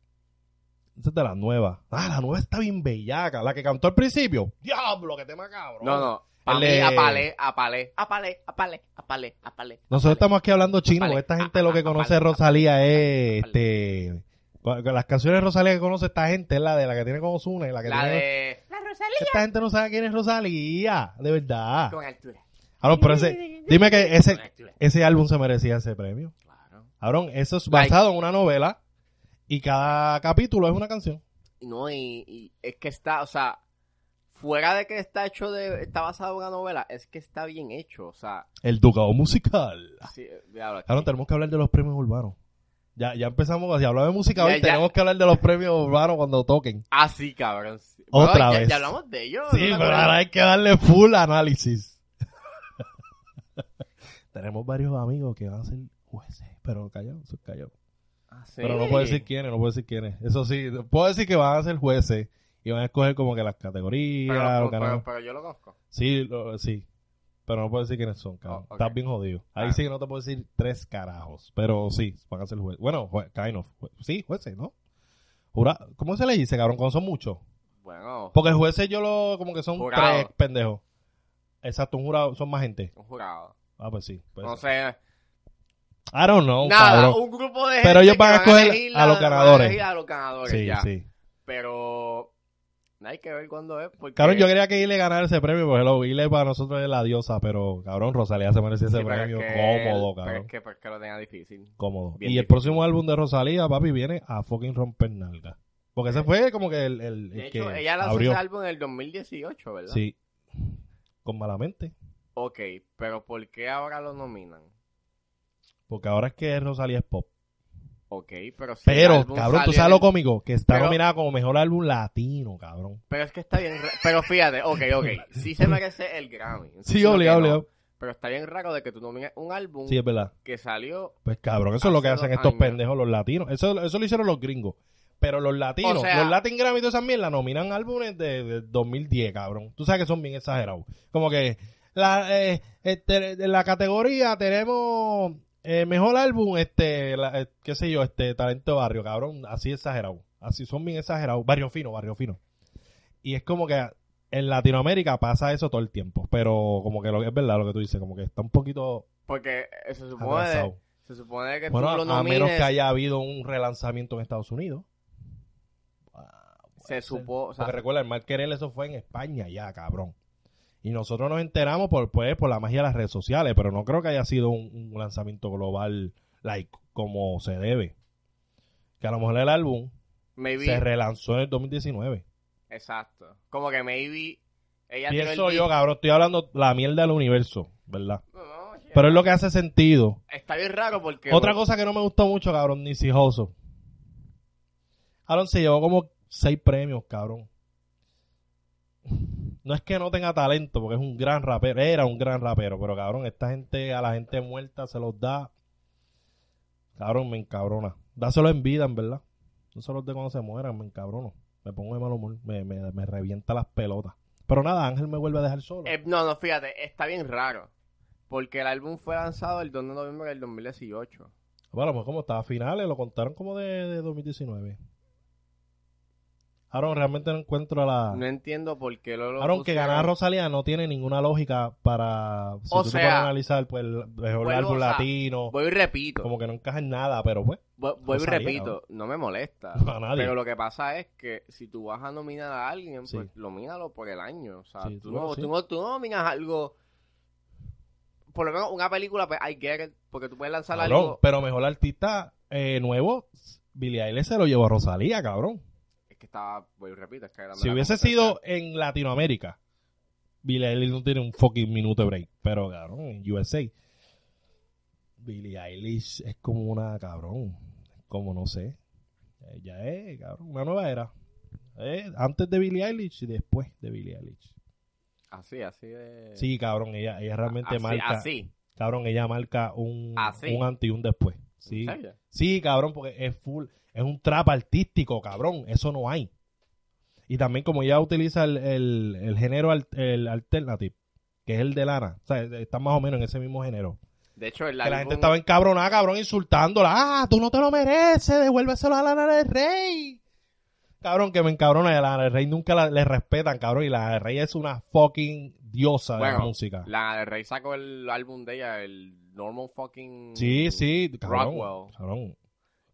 Speaker 1: Esa es de la nueva. Ah, la nueva está bien bellaca. La que cantó al principio. Diablo, qué tema cabrón.
Speaker 2: No, no. A
Speaker 1: El
Speaker 2: mí,
Speaker 1: de-
Speaker 2: a Palé, a Palé, a Palé, a Palé, a Palé, a Palé.
Speaker 1: Nosotros estamos aquí hablando chino.
Speaker 2: Vale. Ah,
Speaker 1: Esta gente lo que conoce de Rosalía es este. Las canciones de Rosalía que conoce esta gente es la de la que tiene con Ozuna y la que
Speaker 2: La
Speaker 1: tiene.
Speaker 2: de...
Speaker 1: Esta gente no sabe quién es Rosalía, de verdad.
Speaker 2: Con altura.
Speaker 1: Cabrón, pero ese, dime que ese,
Speaker 2: Con altura.
Speaker 1: ese álbum se merecía ese premio.
Speaker 2: Claro.
Speaker 1: Cabrón, eso es
Speaker 2: Like-
Speaker 1: basado en una novela y cada capítulo es una canción.
Speaker 2: Y No, y, y es que está, o sea, fuera de que está hecho de, está basado en una novela, es que está bien hecho, o sea,
Speaker 1: El Ducado Musical.
Speaker 2: sí, eh, diablo, aquí.
Speaker 1: Cabrón, tenemos que hablar de los premios urbanos. Ya, ya empezamos, si hablamos de música
Speaker 2: Ya,
Speaker 1: hoy,
Speaker 2: ya.
Speaker 1: tenemos que hablar de los premios urbanos cuando toquen.
Speaker 2: Ah, sí, cabrón, sí. Bueno,
Speaker 1: Otra
Speaker 2: ya,
Speaker 1: vez.
Speaker 2: ya hablamos de ellos.
Speaker 1: Sí,
Speaker 2: ¿no te
Speaker 1: pero
Speaker 2: acuerdas?
Speaker 1: ahora hay que darle full análisis. Tenemos varios amigos que van a ser jueces, pero callados, son callados.
Speaker 2: Ah, sí.
Speaker 1: Pero no puedo decir quiénes, no puedo decir quiénes. Eso sí, puedo decir que van a ser jueces y van a escoger como que las categorías.
Speaker 2: Pero,
Speaker 1: los
Speaker 2: pero-
Speaker 1: canales.
Speaker 2: pero- pero yo lo conozco.
Speaker 1: Sí, lo- sí. Pero no puedo decir quiénes son, cabrón.
Speaker 2: Oh, ok.
Speaker 1: Estás bien jodido. Ahí
Speaker 2: Ah.
Speaker 1: sí que no te puedo decir tres carajos. Pero sí, van a ser jueces. Bueno, jue- kind of. Jue- Sí, jueces, ¿no? Jura- ¿Cómo se le dice, cabrón? Cuando son muchos.
Speaker 2: Bueno,
Speaker 1: Porque jueces yo lo... Como que son
Speaker 2: Jurado.
Speaker 1: tres pendejos. Exacto, un jurado. Son más gente.
Speaker 2: un jurado.
Speaker 1: Ah, pues sí. pues
Speaker 2: No
Speaker 1: sí.
Speaker 2: sé.
Speaker 1: I don't know,
Speaker 2: nada,
Speaker 1: cabrón.
Speaker 2: un grupo de
Speaker 1: Pero
Speaker 2: gente
Speaker 1: ellos
Speaker 2: que
Speaker 1: van a escoger
Speaker 2: elegir
Speaker 1: a los
Speaker 2: van
Speaker 1: ganadores.
Speaker 2: elegir a los ganadores,
Speaker 1: Sí,
Speaker 2: ya.
Speaker 1: sí.
Speaker 2: Pero no hay que ver cuándo es. Porque...
Speaker 1: Cabrón, yo quería que Ile ganara ese premio, porque lo Ile para nosotros es la diosa, pero cabrón, Rosalía se merece
Speaker 2: Sí,
Speaker 1: ese
Speaker 2: pero es
Speaker 1: premio
Speaker 2: que-
Speaker 1: cómodo,
Speaker 2: pero
Speaker 1: cabrón.
Speaker 2: es que, pero es que lo tenga difícil.
Speaker 1: cómodo.
Speaker 2: Bien
Speaker 1: y el
Speaker 2: difícil.
Speaker 1: próximo álbum de Rosalía, papi, viene a fucking romper nalga. Porque ese fue como que el, el- el
Speaker 2: Eh. De
Speaker 1: que
Speaker 2: hecho, ella lanzó
Speaker 1: abrió.
Speaker 2: ese álbum en el 2018, ¿verdad?
Speaker 1: Sí. Con malamente.
Speaker 2: Ok, pero ¿por qué ahora lo nominan?
Speaker 1: Porque ahora es que Rosalía es pop.
Speaker 2: Ok, pero si el
Speaker 1: Pero,
Speaker 2: álbum
Speaker 1: cabrón, tú
Speaker 2: sale
Speaker 1: sabes lo
Speaker 2: en-
Speaker 1: cómico, que está
Speaker 2: Pero-
Speaker 1: nominada como mejor álbum latino, cabrón.
Speaker 2: Pero es que está bien... ra- Pero fíjate, ok, ok. Sí se merece el Grammy.
Speaker 1: Sí,
Speaker 2: entiendo
Speaker 1: obligado,
Speaker 2: que no,
Speaker 1: obligado.
Speaker 2: Pero está bien raro de que tú nomines un álbum
Speaker 1: Sí, es verdad.
Speaker 2: que salió...
Speaker 1: Pues cabrón, eso es lo que
Speaker 2: Hace
Speaker 1: hacen
Speaker 2: dos
Speaker 1: estos
Speaker 2: años.
Speaker 1: pendejos los latinos. Eso, eso lo hicieron los gringos. Pero los latinos,
Speaker 2: O sea-
Speaker 1: los Latin Grammy y todas esas mierdas nominan álbumes de, de 2010, cabrón. Tú sabes que son bien exagerados. Como que la, eh, este, de la categoría tenemos eh, mejor álbum, este, la- eh, qué sé yo, este, talento de barrio, cabrón. Así exagerado. Así son bien exagerados. Barrio fino, barrio fino. Y es como que en Latinoamérica pasa eso todo el tiempo. Pero como que lo, es verdad lo que tú dices, como que está un poquito
Speaker 2: Porque eh, se supone,
Speaker 1: atrasado.
Speaker 2: se supone que tú lo
Speaker 1: Bueno, a
Speaker 2: nomines...
Speaker 1: menos que haya habido un relanzamiento en Estados Unidos.
Speaker 2: Se supo... O sea,
Speaker 1: Porque recuerda, el Mal Querel eso fue en España ya, cabrón. Y nosotros nos enteramos por, pues, por la magia de las redes sociales, pero no creo que haya sido un, un lanzamiento global like como se debe. Que a lo mejor el álbum
Speaker 2: maybe...
Speaker 1: se relanzó en el 2019.
Speaker 2: Exacto. Como que maybe... Ella tiró el
Speaker 1: Pienso yo,
Speaker 2: disco-
Speaker 1: cabrón, estoy hablando la mierda del universo, ¿verdad?
Speaker 2: No, no,
Speaker 1: Pero es lo que hace sentido.
Speaker 2: Está bien raro porque...
Speaker 1: Otra cosa que no me gustó mucho, cabrón, Nisi Hoso. Aaron se llevó como seis premios, cabrón. No es que no tenga talento, porque es un gran rapero. Era un gran rapero, pero cabrón, esta gente, a la gente muerta se los da. Cabrón, me encabrona. Dáselo en vida, en verdad. No se los de cuando se mueran, me encabrono. Me pongo de mal humor, me, me- me revienta las pelotas. Pero nada, Ángel me vuelve a dejar solo.
Speaker 2: Eh, no, no, fíjate, está bien raro. Porque el álbum fue lanzado el 2 de noviembre del 2018.
Speaker 1: Bueno, pues como estaba a finales, lo contaron como de, de 2019. Aaron, realmente no encuentro la...
Speaker 2: No entiendo por qué lo, lo
Speaker 1: Aaron, Ah. que
Speaker 2: pusieron.
Speaker 1: ganar Rosalía no tiene ninguna lógica para... Si
Speaker 2: O
Speaker 1: tú te
Speaker 2: sea,
Speaker 1: pones a analizar, pues, el mejor
Speaker 2: vuelvo,
Speaker 1: álbum
Speaker 2: o sea,
Speaker 1: latino,
Speaker 2: Vuelvo y repito.
Speaker 1: como que no encaja en nada, pero pues,
Speaker 2: vu- Vuelvo y
Speaker 1: Rosalía,
Speaker 2: repito. No me molesta.
Speaker 1: a nadie.
Speaker 2: Pero lo que pasa es que si tú vas a nominar a alguien,
Speaker 1: Sí.
Speaker 2: pues nomínalo por el año. O sea,
Speaker 1: Sí,
Speaker 2: tú,
Speaker 1: bueno,
Speaker 2: no,
Speaker 1: sí.
Speaker 2: tú no- tú no nominas algo... Por lo menos una película, pues I get it, porque tú puedes lanzar
Speaker 1: Cabrón,
Speaker 2: algo...
Speaker 1: pero mejor artista eh, nuevo, Billie Eilish se lo llevó a Rosalía, cabrón.
Speaker 2: Es que estaba... Vuelvo y repito, es que era
Speaker 1: Si
Speaker 2: mera
Speaker 1: hubiese
Speaker 2: competencia.
Speaker 1: sido en Latinoamérica, Billie Eilish no tiene un fucking minuto de break. Pero, cabrón, en USA, Billie Eilish es como una cabrón. Como no sé. Ella es, cabrón, una nueva era. Eh, antes de Billie Eilish y después de Billie Eilish.
Speaker 2: Así, así de...
Speaker 1: Sí, cabrón, ella, ella realmente
Speaker 2: Eh, así,
Speaker 1: marca.
Speaker 2: Así,
Speaker 1: Cabrón, ella marca un,
Speaker 2: Así.
Speaker 1: un antes y un después. Sí.
Speaker 2: ¿En serio?
Speaker 1: Sí, cabrón, porque es full, es un trap artístico, cabrón, eso no hay. Y también como ella utiliza el, el- el género al- el alternative, que es el de Lana, o sea, está más o menos en ese mismo género.
Speaker 2: De hecho, el
Speaker 1: que la
Speaker 2: álbum-
Speaker 1: gente estaba encabronada, cabrón, insultándola, ah, tú no te lo mereces, devuélveselo a Lana del Rey. Cabrón, que me encabrona, y a Lana del Rey nunca la- le respetan, cabrón, y Lana del Rey es una fucking diosa de la
Speaker 2: Bueno,
Speaker 1: música.
Speaker 2: La de Rey sacó el álbum de ella, el Normal Fucking.
Speaker 1: Sí, sí, cabrón,
Speaker 2: Rockwell.
Speaker 1: cabrón,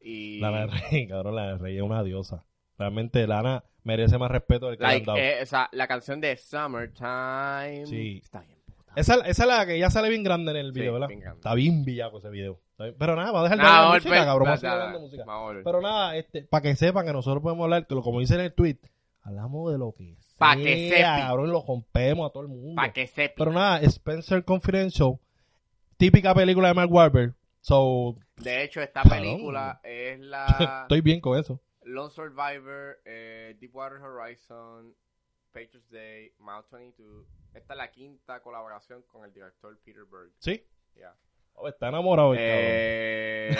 Speaker 2: Y.
Speaker 1: Lana del Rey, cabrón, Lana del Rey es una diosa. Realmente Lana merece más respeto del que le
Speaker 2: like,
Speaker 1: han dado.
Speaker 2: eh, o sea, la canción de Summertime.
Speaker 1: Sí.
Speaker 2: Está bien, puta.
Speaker 1: Esa, esa es la que ya sale bien grande en el
Speaker 2: Sí,
Speaker 1: video, ¿verdad?
Speaker 2: bien grande.
Speaker 1: Está bien villaco ese video. Está bien- Pero nada, va a dejar de
Speaker 2: Nah,
Speaker 1: hablar
Speaker 2: vamos
Speaker 1: de
Speaker 2: a
Speaker 1: música,
Speaker 2: volver-
Speaker 1: cabrón. Vamos a seguir
Speaker 2: nah, nah,
Speaker 1: hablando de
Speaker 2: nah,
Speaker 1: música.
Speaker 2: vamos a volver.
Speaker 1: Pero nada, este, para que sepan que nosotros podemos hablar, que lo- como dice en el tweet, hablamos de lo que sea.
Speaker 2: Pa' que sepi.
Speaker 1: Cabrón, lo rompemos a todo el mundo.
Speaker 2: Pa' que sepa.
Speaker 1: Pero nada, Spencer Confidential, típica película de Mark Wahlberg. So,
Speaker 2: De hecho, esta
Speaker 1: Cabrón.
Speaker 2: película es la.
Speaker 1: estoy bien con eso.
Speaker 2: Lone Survivor, eh, Deepwater Horizon, Patriots Day, Mount 22. Esta es la quinta colaboración con el director Peter Berg.
Speaker 1: Sí.
Speaker 2: Ya.
Speaker 1: Oh, está enamorado el
Speaker 2: Eh,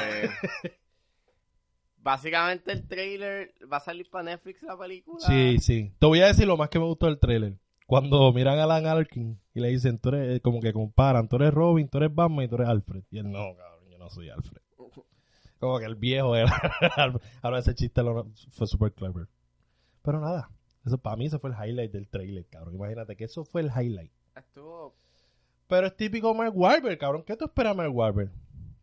Speaker 2: básicamente el trailer va a salir para Netflix la película.
Speaker 1: cabrón. Sí, sí. Te voy a decir lo más que me gustó del trailer. Cuando miran a Alan Alkin y le dicen, tú eres, eh, como que comparan, tú eres Robin, tú eres Batman y tú eres Alfred. Y él, no, cabrón, yo no soy Alfred. Como que el viejo era Alfred. Ahora ese chiste lo- fue super clever. Pero nada, eso para mí eso fue el highlight del trailer, cabrón. Imagínate que eso fue el highlight.
Speaker 2: Estuvo
Speaker 1: Pero es típico Mark Wahlberg, cabrón. ¿Qué tú esperas, Mark Wahlberg?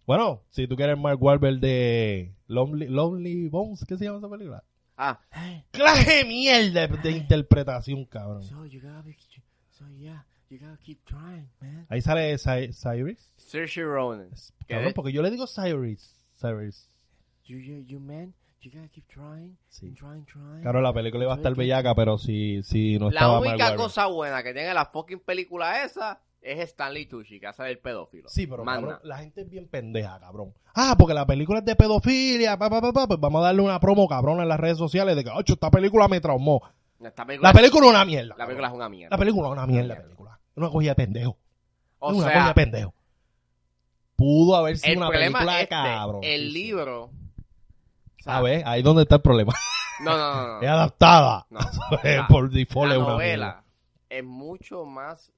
Speaker 1: Bueno, si tú quieres Mark Wahlberg de Lonely, Lonely Bones, ¿qué se llama esa película?
Speaker 2: Ah.
Speaker 1: ¡Clase de mierda de, de interpretación, cabrón!
Speaker 2: So you gotta be, so yeah, you gotta keep trying, man.
Speaker 1: Ahí sale Cy- Cyrus.
Speaker 2: Saoirse Ronan. ¿Qué?
Speaker 1: Cabrón, porque yo le digo Cyrus. Cyrus.
Speaker 2: You, you, you man, you gotta keep trying,
Speaker 1: Sí.
Speaker 2: and trying, trying.
Speaker 1: Claro, la película iba a estar bellaca, pero si, si no
Speaker 2: la
Speaker 1: estaba Mark
Speaker 2: única
Speaker 1: Wahlberg.
Speaker 2: cosa buena que tiene la fucking película esa es Stanley Tucci, que hace el pedófilo.
Speaker 1: Sí, pero
Speaker 2: Más
Speaker 1: cabrón,
Speaker 2: nada.
Speaker 1: la gente es bien pendeja, cabrón. Ah, porque la película es de pedofilia, pa, pa, pa, pa, pues vamos a darle una promo, cabrón, en las redes sociales de que, ocho, esta película me traumó.
Speaker 2: Esta película,
Speaker 1: La película es una mierda.
Speaker 2: la
Speaker 1: cabrón.
Speaker 2: película es una mierda.
Speaker 1: La película es una mierda, la película. Una cogida de pendejo.
Speaker 2: o
Speaker 1: es una cogida
Speaker 2: sea,
Speaker 1: de pendejo. Pudo haber sido
Speaker 2: el
Speaker 1: una
Speaker 2: problema
Speaker 1: película
Speaker 2: es
Speaker 1: de
Speaker 2: este,
Speaker 1: cabrón. Sí,
Speaker 2: el
Speaker 1: sí.
Speaker 2: libro. o sea,
Speaker 1: A ver, ahí donde está el problema.
Speaker 2: No, no, no.
Speaker 1: Es
Speaker 2: no,
Speaker 1: adaptada.
Speaker 2: no.
Speaker 1: Eh,
Speaker 2: La-
Speaker 1: Por default
Speaker 2: la
Speaker 1: es una mierda.
Speaker 2: novela es mucho más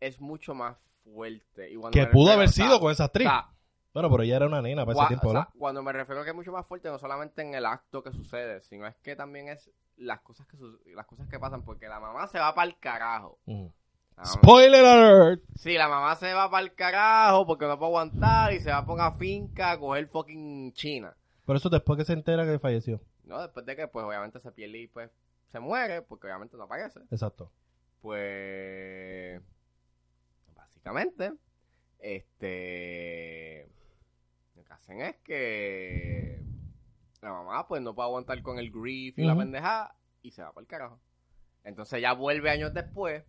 Speaker 2: es mucho más fuerte y cuando
Speaker 1: Que
Speaker 2: me
Speaker 1: pudo
Speaker 2: refiero,
Speaker 1: haber
Speaker 2: o sea,
Speaker 1: sido con esa actriz.
Speaker 2: o sea,
Speaker 1: Bueno, pero ella era una nena para
Speaker 2: cua-
Speaker 1: ese tiempo,
Speaker 2: o sea,
Speaker 1: ¿verdad?
Speaker 2: cuando me refiero que es mucho más fuerte no solamente en el acto que sucede sino es que también es las cosas que su- las cosas que pasan porque la mamá se va para el carajo
Speaker 1: Mm.
Speaker 2: La mamá-
Speaker 1: Spoiler alert.
Speaker 2: sí la mamá se va para el carajo porque no puede aguantar y se va a poner finca a coger fucking China
Speaker 1: Pero eso después que se entera que falleció.
Speaker 2: no después de que pues obviamente se pierde y pues se muere porque obviamente no aparece
Speaker 1: Exacto.
Speaker 2: Pues básicamente, este lo que hacen es que la mamá pues no puede aguantar con el grief y la
Speaker 1: Ujú.
Speaker 2: pendejada y se va para el carajo. Entonces ya vuelve años después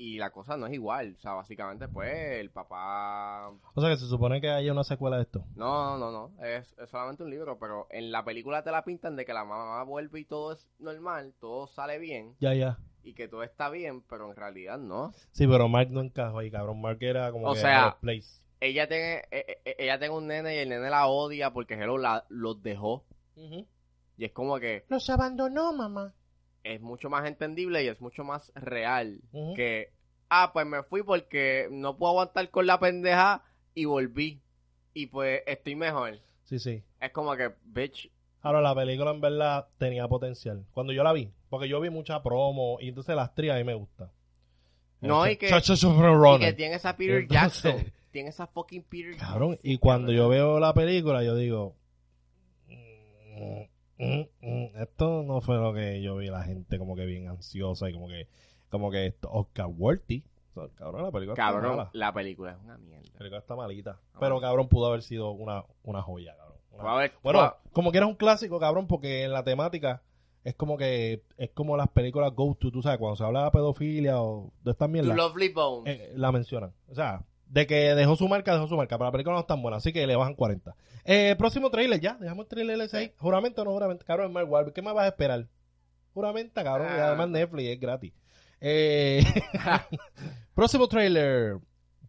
Speaker 2: y la cosa no es igual. O sea, básicamente pues el papá...
Speaker 1: O sea que se supone que haya una secuela de esto.
Speaker 2: No, no, no, es, es solamente un libro, pero en la película te la pintan de que la mamá vuelve y todo es normal, todo sale bien
Speaker 1: Ya, ya.
Speaker 2: y que todo está bien, pero en realidad no.
Speaker 1: Sí, pero Mark no encajó ahí, cabrón. Mark era como
Speaker 2: O
Speaker 1: que
Speaker 2: sea,
Speaker 1: out of place.
Speaker 2: ella tiene, eh, eh, ella tiene un nene y el nene la odia porque Hello la, los dejó. Y es como que
Speaker 1: Los abandonó, mamá.
Speaker 2: es mucho más entendible y es mucho más real que, ah, pues me fui porque no puedo aguantar con la pendeja y volví. Y pues estoy mejor.
Speaker 1: Sí, sí.
Speaker 2: Es como que, bitch,
Speaker 1: Ahora, la película en verdad tenía potencial. Cuando yo la vi, porque yo vi mucha promo y entonces las trías a mí me gusta.
Speaker 2: No,
Speaker 1: Ch-
Speaker 2: y que-
Speaker 1: Chacho
Speaker 2: y
Speaker 1: Showrunner.
Speaker 2: que tiene esa Peter
Speaker 1: Entonces-
Speaker 2: Jackson. Tiene esa fucking Peter
Speaker 1: Cabrón,
Speaker 2: Jackson,
Speaker 1: y cuando
Speaker 2: cabrón.
Speaker 1: yo veo la película, yo digo. "Mm, mm, mm, esto no fue lo que yo vi la gente como que bien ansiosa y como que. Como que esto. Oscar Worthy. O sea, Cabrón, la película está
Speaker 2: Cabrón,
Speaker 1: mala.
Speaker 2: la película es una mierda.
Speaker 1: La película está malita.
Speaker 2: Ah,
Speaker 1: Pero
Speaker 2: bueno.
Speaker 1: cabrón, pudo haber sido una, una joya, cabrón. Una-
Speaker 2: A ver,
Speaker 1: Bueno,
Speaker 2: bueno,
Speaker 1: como que era un clásico, cabrón, porque en la temática es como que es como las películas Go To, tú sabes, cuando se habla de pedofilia o de estas
Speaker 2: To
Speaker 1: mierdas,
Speaker 2: Lovely Bones.
Speaker 1: eh, la mencionan. O sea, de que dejó su marca, dejó su marca, pero la película no es tan buena, así que le bajan 40. Eh, próximo trailer ya, dejamos el trailer ese ahí. Juramento o no juramento, cabrón, es Mark Wahlberg, ¿qué más vas a esperar? Juramenta, cabrón, y
Speaker 2: Ah.
Speaker 1: además Netflix es gratis. Eh, próximo trailer,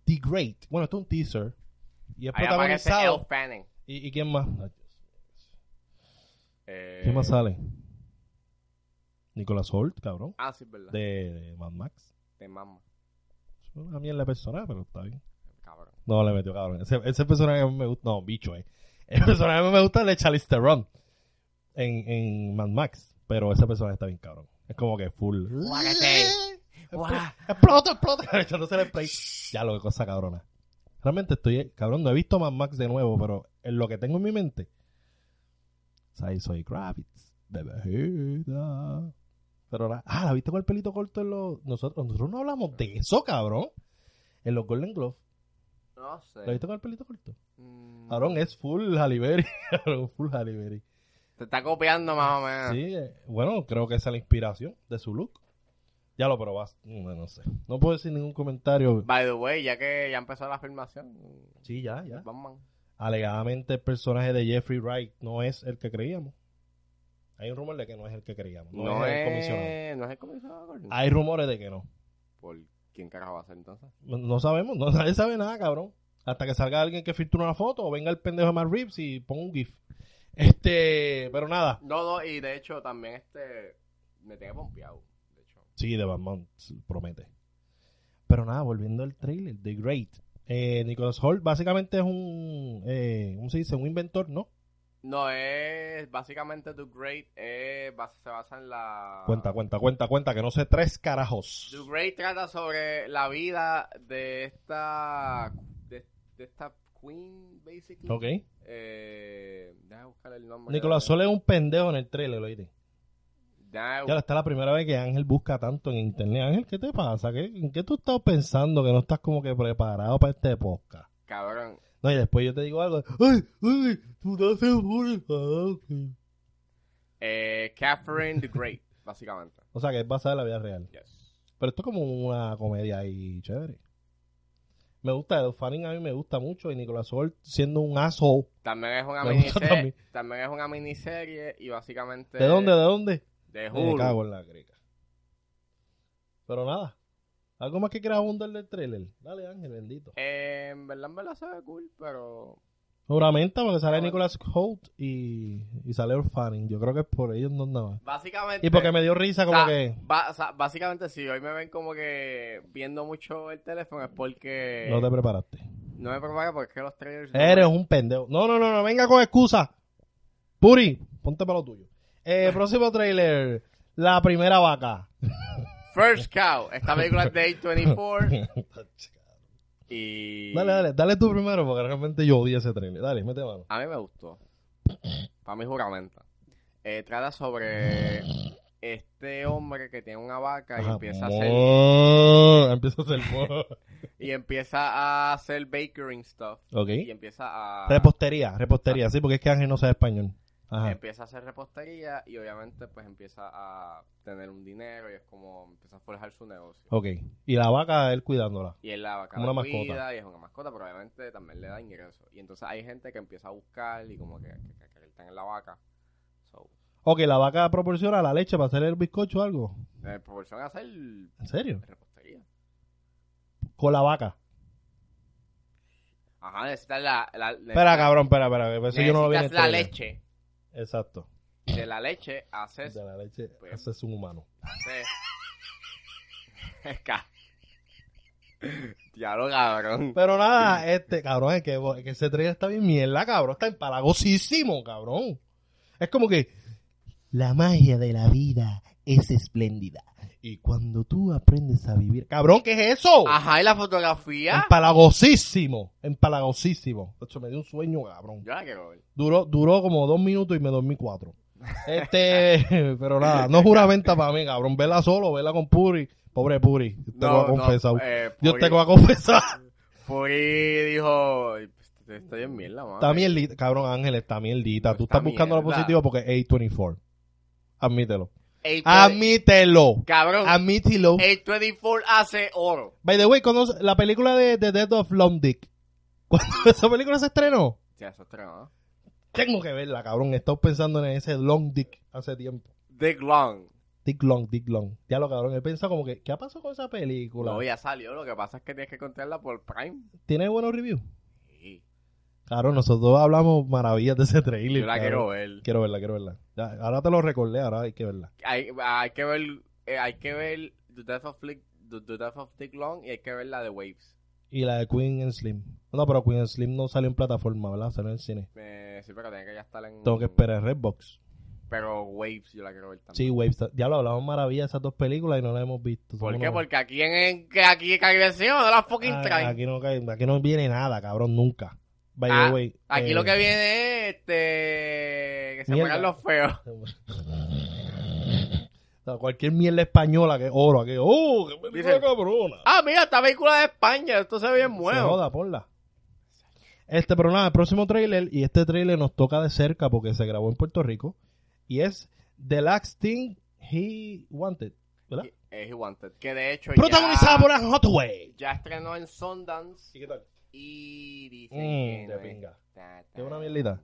Speaker 1: The Great. Bueno, esto es un teaser y es
Speaker 2: Ahí aparece
Speaker 1: protagonizado.
Speaker 2: Elle Fanning.
Speaker 1: ¿Y, y quién más?
Speaker 2: Eh,
Speaker 1: ¿Qué más sale? Nicolas Holt, cabrón,
Speaker 2: Ah, sí, es verdad.
Speaker 1: de, de Mad Max.
Speaker 2: Te mama,
Speaker 1: Es una mierda de personaje, pero está bien.
Speaker 2: cabrón.
Speaker 1: No, le metió cabrón. Ese, ese personaje a mí me gusta. No, bicho, eh. El personaje que me gusta es el de Charlize Theron en, en Mad Max. Pero ese personaje está bien cabrón. Es como que full.
Speaker 2: Guácate. Guá.
Speaker 1: Explota, explota. Echándose el spray. Ya lo que cosa cabrona. Realmente estoy. Cabrón, no he visto Mad Max de nuevo, pero en lo que tengo en mi mente. Soy, soy Kravitz. De Vegeta. Pero la, ah, la viste con el pelito corto en los. Nosotros, nosotros no hablamos de eso, cabrón. En los Golden Glove.
Speaker 2: No sé.
Speaker 1: ¿La viste con el pelito corto?
Speaker 2: Mm,
Speaker 1: Cabrón, es full Haliberi. Cabrón, full Haliberi.
Speaker 2: Te está copiando más o menos.
Speaker 1: Sí, eh, bueno, creo que esa es la inspiración de su look. Ya lo probas. No, no sé. No puedo decir ningún comentario.
Speaker 2: By the way, ya que ya empezó la filmación.
Speaker 1: Sí, ya, ya.
Speaker 2: Batman.
Speaker 1: alegadamente el personaje de Jeffrey Wright no es el que creíamos. Hay un rumor de que no es el que creíamos. No, es, el comisionado. Ah.
Speaker 2: no es el comisionado.
Speaker 1: Hay rumores de que no.
Speaker 2: ¿Por quién carajo va a ser entonces?
Speaker 1: No, no sabemos, no, nadie sabe nada, cabrón. Hasta que salga alguien que filtre una foto o venga el pendejo de Matt Reeves y ponga un GIF. Este, pero nada.
Speaker 2: No, no, y de hecho también este me tiene pompeado. De hecho.
Speaker 1: Sí, de Batman, promete. Pero nada, volviendo al trailer, The Great. Eh, Nicholas Holt básicamente es un, eh, ¿cómo se dice? Un inventor, ¿no?
Speaker 2: No, es básicamente The Great es, bas- se basa en la...
Speaker 1: Cuenta, cuenta, cuenta, cuenta, que no sé tres carajos.
Speaker 2: The Great trata sobre la vida de esta... de, de esta queen, basically.
Speaker 1: Ok.
Speaker 2: Eh, déjame buscar el nombre.
Speaker 1: Nicolas
Speaker 2: de-
Speaker 1: Sol es un pendejo en el trailer, lo oíste.
Speaker 2: Déjame
Speaker 1: Ya está la primera vez que Ángel busca tanto en internet. Ángel, ¿qué te pasa? ¿Qué, ¿En qué tú estás pensando que no estás como que preparado para este podcast?
Speaker 2: bu- Cabrón.
Speaker 1: No, y después yo te digo algo. ¡Ay, ay! ¡Tú no haces bullying, Ah, cabrón".
Speaker 2: Eh, Catherine the Great, básicamente.
Speaker 1: O sea, que es basada en la vida real.
Speaker 2: Yes.
Speaker 1: Pero esto es como una comedia ahí chévere. Me gusta, el Fanning a mí me gusta mucho. Y Nicolas Sol siendo un asshole.
Speaker 2: También es una
Speaker 1: Me gusta
Speaker 2: miniserie.
Speaker 1: también.
Speaker 2: También. es una miniserie y básicamente.
Speaker 1: ¿De dónde? ¿De dónde?
Speaker 2: De
Speaker 1: Me
Speaker 2: Hulu.
Speaker 1: cago en la greca. Pero nada. ¿Algo más que quieras abundar del trailer? Dale, Ángel, bendito.
Speaker 2: Eh, en verdad, en verdad se ve cool, pero.
Speaker 1: Juramenta porque sale
Speaker 2: Ah, bueno.
Speaker 1: Nicolas Holt y, y sale Earl Fanning. Yo creo que es por ellos dos nada más.
Speaker 2: Básicamente.
Speaker 1: Y porque me dio risa como
Speaker 2: o sea,
Speaker 1: que...
Speaker 2: ba- o sea, básicamente, si hoy me ven como que viendo mucho el teléfono, es porque.
Speaker 1: No te preparaste.
Speaker 2: no me preparé porque es que los trailers. no
Speaker 1: Eres
Speaker 2: me-
Speaker 1: un pendejo. No, no, no, no, venga con excusa. Puri, ponte para lo tuyo. Eh, próximo trailer. La primera vaca.
Speaker 2: First Cow. Esta película es de A24. Y.
Speaker 1: dale, dale, dale tú primero porque realmente yo odio ese trailer. Dale, mete mano.
Speaker 2: A mí me gustó. Para mi juramenta. Eh, trata sobre este hombre que tiene una vaca y
Speaker 1: Ajá.
Speaker 2: empieza a hacer
Speaker 1: Mo- Empieza a hacer... mo-
Speaker 2: y empieza a hacer bakering stuff
Speaker 1: ok.
Speaker 2: y empieza a
Speaker 1: Repostería,
Speaker 2: Ah.
Speaker 1: repostería, sí, porque es que Ángel no sabe español. Ajá.
Speaker 2: empieza a hacer repostería y obviamente pues empieza a tener un dinero y es como empieza a forjar su negocio.
Speaker 1: Ok. Y la vaca, él cuidándola.
Speaker 2: Y él la vaca
Speaker 1: Como
Speaker 2: la
Speaker 1: una
Speaker 2: cuida
Speaker 1: mascota.
Speaker 2: y es una mascota, pero obviamente también le da ingresos. Y entonces hay gente que empieza a buscar y como que, que, que- que están en la vaca. So,
Speaker 1: Ok, la vaca proporciona la leche para hacer el bizcocho o algo.
Speaker 2: eh, proporciona hacer
Speaker 1: ¿En serio?
Speaker 2: repostería.
Speaker 1: Con la vaca.
Speaker 2: Ajá, necesitas la, la
Speaker 1: Espera,
Speaker 2: necesitas-
Speaker 1: cabrón, espera, espera. que Eso yo no lo vi en el
Speaker 2: necesitas la
Speaker 1: trailer.
Speaker 2: leche.
Speaker 1: Exacto.
Speaker 2: Y De la leche haces,
Speaker 1: De la leche,
Speaker 2: Pues-
Speaker 1: ese es un humano.
Speaker 2: haces... Ca- Diablo, cabrón.
Speaker 1: Pero nada, este, cabrón, es que, es que ese trailer está bien mierda, cabrón. Está empalagosísimo, cabrón. Es como que la magia de la vida es espléndida. Y cuando tú aprendes a vivir... Cabrón, ¿qué es eso?
Speaker 2: Ajá, y la fotografía.
Speaker 1: Empalagosísimo, empalagosísimo. De hecho, me dio un sueño, cabrón.
Speaker 2: Yo la quiero ver.
Speaker 1: Duró, duró como dos minutos y me dormí cuatro. Este, pero nada, no juramenta para mí, cabrón. Vela solo, vela con Puri. Pobre Puri, yo te voy a confesar.
Speaker 2: eh,
Speaker 1: yo
Speaker 2: Puri-
Speaker 1: te voy a confesar.
Speaker 2: Puri dijo. pues, Estoy en mierda, mano.
Speaker 1: Está mierdita, cabrón Ángel, está mierdita. Tú
Speaker 2: Pues Está
Speaker 1: estás buscando lo
Speaker 2: mierda.
Speaker 1: positivo porque es A24. Admítelo.
Speaker 2: Ey, pues, pero-
Speaker 1: Admítelo.
Speaker 2: Cabrón. Eh.
Speaker 1: Admítelo.
Speaker 2: El 24 hace oro.
Speaker 1: By the way, cuando la película de The Death of Long Dick, cuando esa película se estrenó,
Speaker 2: Ya, eso es ¿no?
Speaker 1: Tengo que verla, cabrón. He estado pensando en ese long dick hace tiempo.
Speaker 2: Dick Long.
Speaker 1: Dick long, dick long. Ya lo cabrón. He pensado como que, ¿qué ha pasado con esa película?
Speaker 2: No, ya salió. Lo que pasa es que tienes que contarla por Prime.
Speaker 1: ¿Tiene buenos reviews?
Speaker 2: Sí.
Speaker 1: Claro, nosotros hablamos maravillas de ese trailer.
Speaker 2: Yo la
Speaker 1: cabrón.
Speaker 2: quiero ver.
Speaker 1: Quiero verla, quiero verla. Ya, ahora te lo recordé, ahora hay que verla.
Speaker 2: hay, hay que ver eh, hay que ver The Death of Flick, The, The Death of Dick Long y hay que ver la de Waves.
Speaker 1: Y la de Queen and Slim. No, pero Queen and Slim no salió en plataforma, ¿verdad? Salió en cine.
Speaker 2: Eh, sí, pero tiene que ya estar en
Speaker 1: Tengo que esperar en Redbox.
Speaker 2: Pero Waves yo la quiero ver también.
Speaker 1: Sí, Waves. Ya lo hablamos maravillas de esas dos películas y no las hemos visto.
Speaker 2: ¿Por
Speaker 1: Somos
Speaker 2: qué?
Speaker 1: unos-
Speaker 2: Porque aquí en, en que aquí en Caribecio no la fucking
Speaker 1: Ah,
Speaker 2: traen. Aquí,
Speaker 1: aquí, no, cae- aquí no viene nada, cabrón, nunca. By the
Speaker 2: Ah,
Speaker 1: way, eh,
Speaker 2: lo que viene es este que se
Speaker 1: Mierda.
Speaker 2: mueran los feos.
Speaker 1: O sea, cualquier mierda española que oro, que ¡oh! ¡Qué película
Speaker 2: Dice-
Speaker 1: cabrona!
Speaker 2: Ah, mira, esta película de España, esto se ve bien
Speaker 1: Se
Speaker 2: nuevo.
Speaker 1: joda, ponla. Este, pero nada, el próximo trailer, y este trailer nos toca de cerca porque se grabó en Puerto Rico, y es The Last Thing He Wanted, ¿verdad?
Speaker 2: Es He Wanted, que de hecho
Speaker 1: Protagonizada
Speaker 2: ya,
Speaker 1: por Anne Hathaway.
Speaker 2: ya estrenó en Sundance
Speaker 1: ¿Y qué tal?
Speaker 2: y dice
Speaker 1: Mm,
Speaker 2: que
Speaker 1: de
Speaker 2: no es
Speaker 1: pinga. Es una mierdita.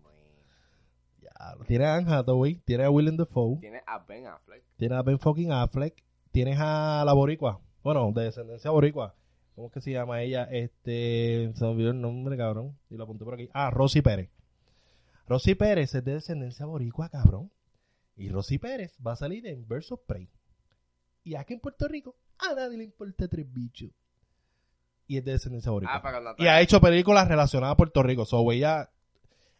Speaker 1: Ya, Tiene a Anne Hathaway, tiene a Willem Dafoe,
Speaker 2: Tiene a Ben Affleck.
Speaker 1: tiene a Ben fucking Affleck, tienes a la boricua, bueno, de descendencia boricua. ¿Cómo es que se llama ella? Este, se me olvidó el nombre, cabrón, y lo apunté por aquí. Ah, Rosy Pérez. Rosy Pérez es de descendencia boricua, cabrón. Y Rosy Pérez va a salir en Versus Prey. Y aquí en Puerto Rico, a nadie le importa tres bichos. Y es de descendencia boricua.
Speaker 2: Ah, para cuando
Speaker 1: Y ha hecho películas relacionadas a Puerto Rico. So, ella,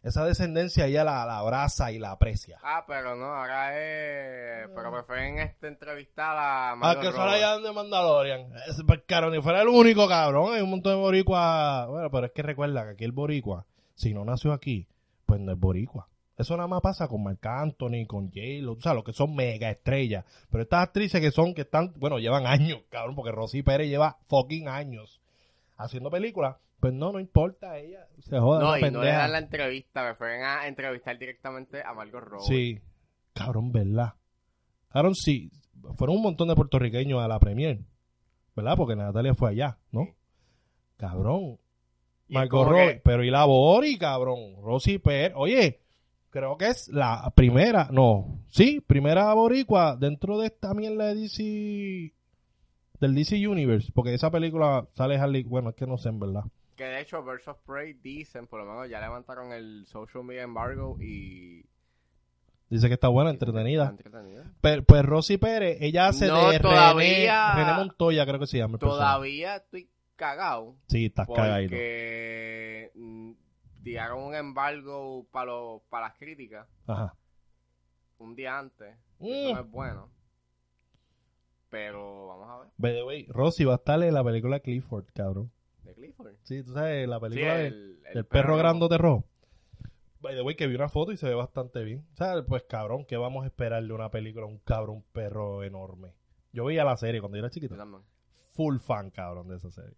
Speaker 1: esa descendencia ella la, la abraza y la aprecia.
Speaker 2: Ah, pero no, ahora es. Pero prefieren este, entrevistar a
Speaker 1: A
Speaker 2: Margot
Speaker 1: Ah, que solo
Speaker 2: Robbie.
Speaker 1: allá donde Mandalorian. Es, pues, claro, ni fuera el único, cabrón. Hay un montón de boricua. Bueno, pero es que recuerda que aquí el boricua, si no nació aquí, pues no es boricua. Eso nada más pasa con Marc Anthony, con J-Lo, o sea, los que son mega estrellas. Pero estas actrices que son, que están, bueno, llevan años, cabrón, porque Rosy Pérez lleva fucking años haciendo películas. Pues no, no importa, ella se joda.
Speaker 2: No,
Speaker 1: una
Speaker 2: y no le
Speaker 1: pendeja.
Speaker 2: dan la entrevista, prefieren a entrevistar directamente a Margot Robbie.
Speaker 1: Sí. Cabrón, ¿verdad? Cabrón, sí. Fueron un montón de puertorriqueños a la Premier. ¿Verdad? Porque Natalia fue allá, ¿no?
Speaker 2: Sí.
Speaker 1: Cabrón.
Speaker 2: Y es
Speaker 1: Marco
Speaker 2: como
Speaker 1: Robbie.
Speaker 2: que-
Speaker 1: Pero y la Bori, cabrón. Rosy Per. Oye, creo que es la primera. No. Sí, primera boricua dentro de esta mierda de DC. Del DC Universe. Porque esa película sale Harley. Bueno, es que no sé, en verdad.
Speaker 2: Que de hecho, Birds of Prey dicen, por lo menos ya levantaron el social media embargo y.
Speaker 1: Dice que está buena, entretenida.
Speaker 2: Está entretenida.
Speaker 1: Pero, pues Rosy Pérez, ella hace
Speaker 2: No,
Speaker 1: de
Speaker 2: todavía-
Speaker 1: René, René Montoya, creo que se llama. el personaje.
Speaker 2: Todavía estoy cagado.
Speaker 1: Sí, estás cagadito.
Speaker 2: Porque. mm, Tiraron un embargo para para las críticas
Speaker 1: Ajá.
Speaker 2: un día antes. Eso
Speaker 1: Mm.
Speaker 2: no es bueno. Pero vamos a ver.
Speaker 1: By the way, Rosy va a estar en la película Clifford, cabrón.
Speaker 2: De Clifford.
Speaker 1: Sí, tú sabes, la
Speaker 2: Sí,
Speaker 1: película de-
Speaker 2: el
Speaker 1: del perro
Speaker 2: loco.
Speaker 1: grande de rojo. By the way, que vi una foto y se ve bastante bien. O sea, pues cabrón, ¿qué vamos a esperar de una película? Un cabrón perro enorme. Yo veía la serie cuando yo era
Speaker 2: Yo
Speaker 1: chiquito.
Speaker 2: también.
Speaker 1: Full fan, cabrón, de esa serie.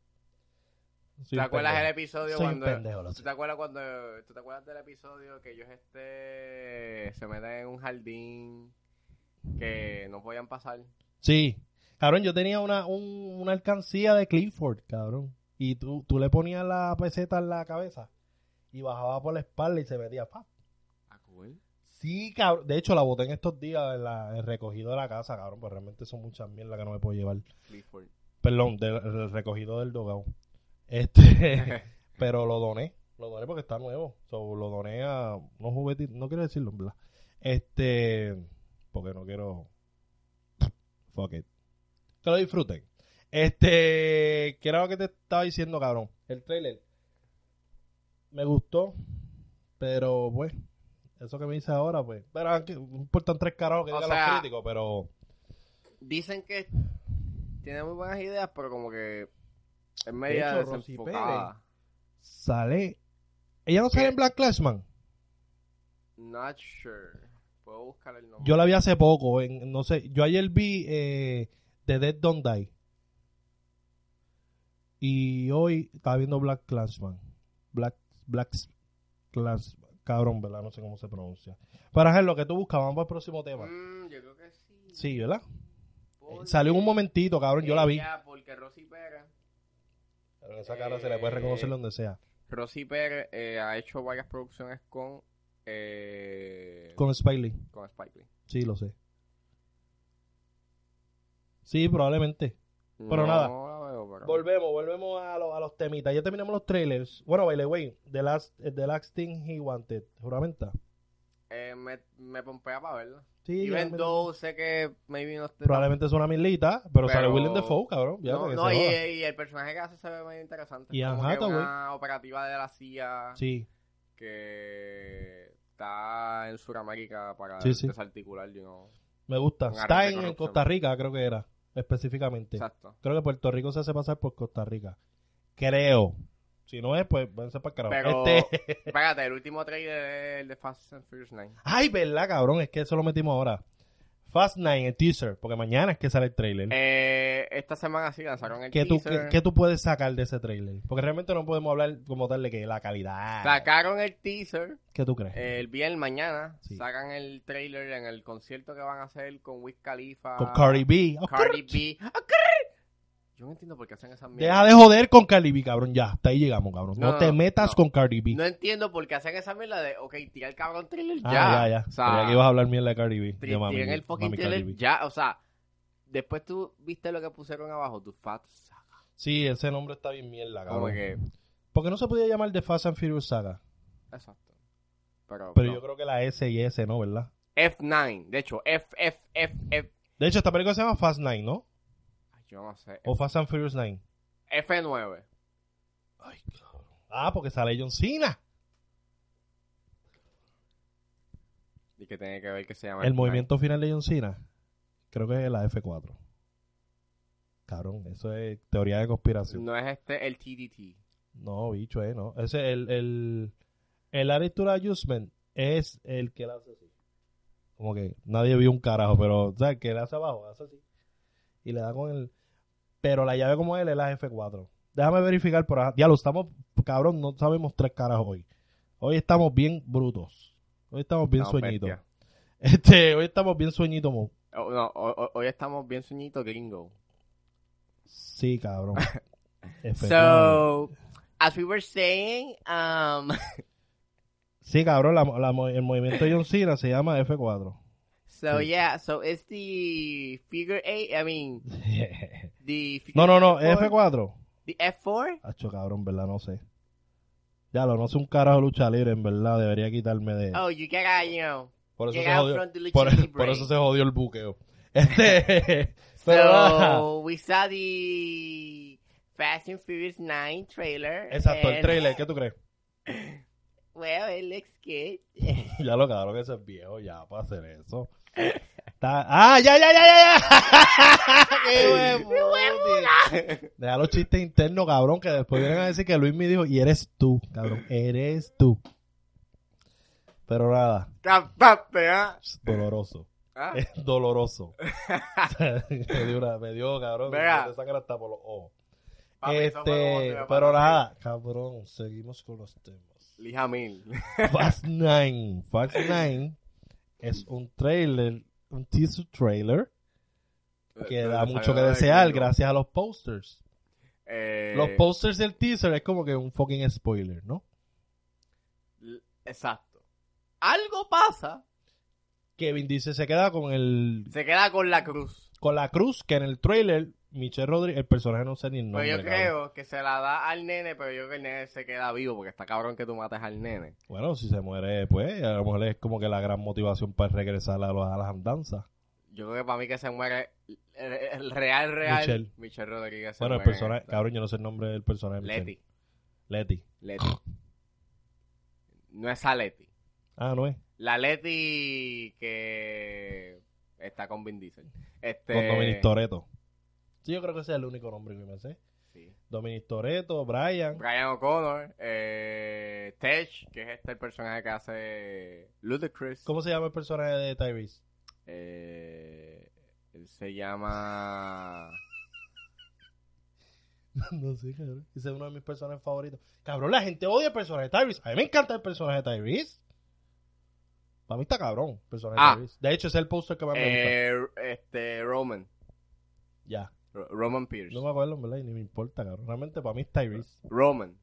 Speaker 1: Soy
Speaker 2: ¿Te
Speaker 1: un
Speaker 2: acuerdas del
Speaker 1: pendejo.
Speaker 2: episodio
Speaker 1: Soy un
Speaker 2: cuando.?
Speaker 1: pendejo, lo
Speaker 2: ¿Tú
Speaker 1: sé.
Speaker 2: te acuerdas cuando tú te acuerdas del episodio que ellos este se meten en un jardín que no podían pasar?
Speaker 1: Sí. Cabrón, yo tenía una, un- una alcancía de Clifford, cabrón. Y tú, tú le ponías la peseta en la cabeza y bajaba por la espalda y se metía. ¡pap! Sí, cabrón. De hecho, la boté en estos días en la, el recogido de la casa, cabrón. Pues realmente son muchas mierdas que no me puedo llevar.
Speaker 2: Clifford.
Speaker 1: Perdón, del del recogido del dogao. Este, pero lo doné. Lo doné porque está nuevo. So, lo doné a unos juguetitos. No quiero decirlo, en ¿verdad? Este, porque no quiero. Fuck it. Que lo disfruten. Este, que era lo que te estaba diciendo, cabrón. El trailer me gustó, pero pues, eso que me dice ahora, pues. Pero aunque- no importan tres carajos que
Speaker 2: O
Speaker 1: digan
Speaker 2: sea,
Speaker 1: los críticos, pero.
Speaker 2: Dicen que tiene muy buenas ideas, pero como que es
Speaker 1: hecho,
Speaker 2: media
Speaker 1: Rosy
Speaker 2: desenfocada.
Speaker 1: Sale. Ella no sale
Speaker 2: ¿Qué?
Speaker 1: en Black Clashman.
Speaker 2: Not sure. Puedo buscar el nombre.
Speaker 1: Yo la vi hace poco, en, no sé, yo ayer vi eh, The Dead Don't Die. Y hoy estaba viendo Black Clansman. Black, Black Clansman. Cabrón, ¿verdad? No sé cómo se pronuncia. Para Ángel, lo que tú buscas, vamos al próximo tema.
Speaker 2: Mm, yo creo que sí.
Speaker 1: Sí, ¿verdad? Eh,
Speaker 2: Porque
Speaker 1: Salió en un momentito, cabrón, yo la vi.
Speaker 2: ella, porque Rosy Pérez.
Speaker 1: Pero esa cara se le puede reconocer donde sea.
Speaker 2: Rosy Pérez eh, ha hecho varias producciones con eh,
Speaker 1: Con Spike Lee.
Speaker 2: con Spike Lee.
Speaker 1: Sí, lo sé. Sí, probablemente. Pero
Speaker 2: No
Speaker 1: nada.
Speaker 2: la veo, pero-
Speaker 1: Volvemos, volvemos a, lo- a los temitas. Ya terminamos los trailers. Bueno, by the way, The Last, eh, the last Thing He Wanted, juramenta.
Speaker 2: Eh, me, me pompea para verla.
Speaker 1: Sí,
Speaker 2: Y
Speaker 1: ya,
Speaker 2: Even
Speaker 1: mira.
Speaker 2: though sé que maybe no esté.
Speaker 1: probablemente es una milita, pero,
Speaker 2: Pero-
Speaker 1: sale Willem Dafoe, cabrón. Ya,
Speaker 2: no,
Speaker 1: que
Speaker 2: no,
Speaker 1: se
Speaker 2: y,
Speaker 1: joda.
Speaker 2: y el personaje que hace se ve muy interesante.
Speaker 1: Y
Speaker 2: Como
Speaker 1: Anne
Speaker 2: que
Speaker 1: Hathaway.
Speaker 2: una operativa de la CIA
Speaker 1: Sí,
Speaker 2: que está en Sudamérica para
Speaker 1: Sí, sí.
Speaker 2: desarticular, you know.
Speaker 1: me gusta.
Speaker 2: Un
Speaker 1: Está
Speaker 2: arranque
Speaker 1: en,
Speaker 2: corrupción.
Speaker 1: Costa Rica, creo que era, específicamente.
Speaker 2: Exacto.
Speaker 1: Creo que Puerto Rico se hace pasar por Costa Rica. Creo. Si no es, pues van a ser para carajo.
Speaker 2: Pero,
Speaker 1: Este-
Speaker 2: espérate, el último trailer es el de Fast and Furious 9.
Speaker 1: Ay, ¿verdad, cabrón? Es que eso lo metimos ahora. Fast Nine, el teaser, porque mañana es que sale el trailer.
Speaker 2: Eh, esta semana sí lanzaron el
Speaker 1: Mm. ¿Qué tú, qué,
Speaker 2: teaser.
Speaker 1: qué tú puedes sacar de ese trailer? Porque realmente no podemos hablar como tal de que la calidad.
Speaker 2: Sacaron el teaser.
Speaker 1: ¿Qué tú crees?
Speaker 2: El viernes mañana
Speaker 1: Sí.
Speaker 2: sacan el trailer en el concierto que van a hacer con Wiz Khalifa.
Speaker 1: Con Cardi B.
Speaker 2: Cardi B. Yo no entiendo por qué hacen esas mierdas.
Speaker 1: Deja de joder con Cardi B, cabrón. Ya, hasta ahí llegamos, cabrón. No,
Speaker 2: No,
Speaker 1: te
Speaker 2: no,
Speaker 1: metas
Speaker 2: no.
Speaker 1: con Cardi B.
Speaker 2: No entiendo por qué hacen esa mierda de, ok, tira el cabrón thriller ya.
Speaker 1: ah, ya, ya.
Speaker 2: O sea,
Speaker 1: Creía que ibas a hablar mierda de Cardi B.
Speaker 2: Tri-
Speaker 1: Yo, mami,
Speaker 2: tiren el fucking
Speaker 1: mami,
Speaker 2: trailer
Speaker 1: Cardi B.
Speaker 2: ya, o sea, después tú viste lo que pusieron abajo, tu fat sack,
Speaker 1: Sí, ese nombre está bien mierda,
Speaker 2: como
Speaker 1: Ah, cabrón.
Speaker 2: que,
Speaker 1: Porque no se podía llamar The Fast and Furious Saga.
Speaker 2: exacto. Pero,
Speaker 1: Pero
Speaker 2: no.
Speaker 1: yo creo que la S y S, ¿no? ¿Verdad?
Speaker 2: F9, de hecho, F, F, F, F,
Speaker 1: De hecho, esta película se llama Fast 9, ¿no?
Speaker 2: ay, yo no sé,
Speaker 1: O Fast and Furious 9.
Speaker 2: F9.
Speaker 1: Ay, cabrón. Ah, porque sale John Cena.
Speaker 2: Y que tiene que ver que se llama
Speaker 1: El
Speaker 2: F9.
Speaker 1: movimiento final de John Cena. Creo que es la F4. Cabrón, eso es teoría de conspiración.
Speaker 2: No es este, el TDT.
Speaker 1: No, bicho, eh, no. Ese, el, el, el Attitude Adjustment es el que la hace así. Como que nadie vio un carajo, pero, ¿sabes? Que le hace abajo, hace así. Y le da con el... Pero la llave como él es la F4. Déjame verificar por acá. Ya lo estamos, cabrón, no sabemos tres caras hoy. Hoy estamos bien brutos. Hoy estamos bien
Speaker 2: No,
Speaker 1: sueñitos.
Speaker 2: bestia.
Speaker 1: Este, hoy estamos bien sueñitos, mo.
Speaker 2: Oh, no, ho- ho- hoy estamos bien sueñitos gringo.
Speaker 1: Sí, cabrón. F4.
Speaker 2: So, as we were saying, um,
Speaker 1: Sí, cabrón, la- la mo- el movimiento de John Cena se llama F4.
Speaker 2: so
Speaker 1: Sí.
Speaker 2: yeah, so it's the figure eight, I mean, the figure
Speaker 1: No, no, no,
Speaker 2: F4.
Speaker 1: F4.
Speaker 2: The F4?
Speaker 1: Hacho, cabrón, ¿verdad? No sé. Ya lo, no sé un carajo de lucha libre, en verdad. Debería quitarme de.
Speaker 2: Oh, you gotta, you know,
Speaker 1: por, eso
Speaker 2: get
Speaker 1: se
Speaker 2: out
Speaker 1: jodió,
Speaker 2: from the
Speaker 1: por-
Speaker 2: Lucha
Speaker 1: por
Speaker 2: Libre.
Speaker 1: eso se jodió el buqueo. Este. pero ah, nada.
Speaker 2: So, we saw the Fast and Furious 9 trailer.
Speaker 1: Exacto, el
Speaker 2: and-
Speaker 1: trailer, ¿qué tú crees?
Speaker 2: Well, it looks good.
Speaker 1: Ya lo cabrón, ese es viejo ya para hacer eso. Está- ¡Ah, ya, ya, ya, ya! ya! ¡Qué huevo! Deja los chistes internos, cabrón, que después vienen a decir que Luis me dijo, y eres tú, cabrón, eres tú. Pero nada,
Speaker 2: Campaste, ¿ah?
Speaker 1: es doloroso.
Speaker 2: ¿Ah?
Speaker 1: es doloroso. O sea, me, dio una- me dio, cabrón.
Speaker 2: Verá.
Speaker 1: Me sacan hasta por los ojos.
Speaker 2: Papi, eso fue lo
Speaker 1: este,
Speaker 2: último,
Speaker 1: pero
Speaker 2: papi.
Speaker 1: nada, cabrón, seguimos con los temas.
Speaker 2: Lija mil.
Speaker 1: Fast 9. Fast 9 es un trailer, un teaser trailer que da mucho que desear gracias a los posters.
Speaker 2: Eh,
Speaker 1: Los posters del teaser es como que un fucking spoiler, ¿no?
Speaker 2: Exacto. Algo pasa.
Speaker 1: Kevin dice se queda con el
Speaker 2: Se queda con la cruz.
Speaker 1: con la cruz que en el trailer Michelle Rodríguez, el personaje no sé ni el nombre.
Speaker 2: pero Pues yo
Speaker 1: cabrón.
Speaker 2: creo que se la da al nene, pero yo creo que el nene se queda vivo porque está cabrón que tú mates al nene.
Speaker 1: Bueno, si se muere, pues a lo mejor es como que la gran motivación para regresar a, los- a las andanzas.
Speaker 2: Yo creo que para mí que se muere el- el real, real.
Speaker 1: Michelle.
Speaker 2: Rodríguez. se
Speaker 1: bueno, el
Speaker 2: muere en
Speaker 1: personaje,
Speaker 2: esta.
Speaker 1: cabrón, yo no sé el nombre del personaje. Michelle.
Speaker 2: Leti.
Speaker 1: Leti.
Speaker 2: Leti. No es a Leti.
Speaker 1: Ah, no es.
Speaker 2: La Leti que está con Vin Diesel. Este...
Speaker 1: Con Dominic Toreto. Sí, yo creo que ese es el único nombre que me sé.
Speaker 2: sí.
Speaker 1: Dominic Toreto, Brian.
Speaker 2: Brian O'Connor. Eh... Tej, que es este el personaje que hace Ludacris.
Speaker 1: ¿Cómo se llama el personaje de Tyrese?
Speaker 2: Eh, Él se llama...
Speaker 1: no sé, cabrón. Ese es uno de mis personajes favoritos. Cabrón, la gente odia el personaje de Tyrese. A mí me encanta el personaje de Tyrese. Para mí está cabrón el personaje
Speaker 2: Ah.
Speaker 1: de Tyrese. De hecho, ese es el póster que más me gusta.
Speaker 2: Eh, este, Roman.
Speaker 1: Ya.
Speaker 2: Ro- Roman Pierce.
Speaker 1: No me acuerdo, en verdad, y ni me importa, cabrón. Realmente para mí es Tyrese.
Speaker 2: Roman.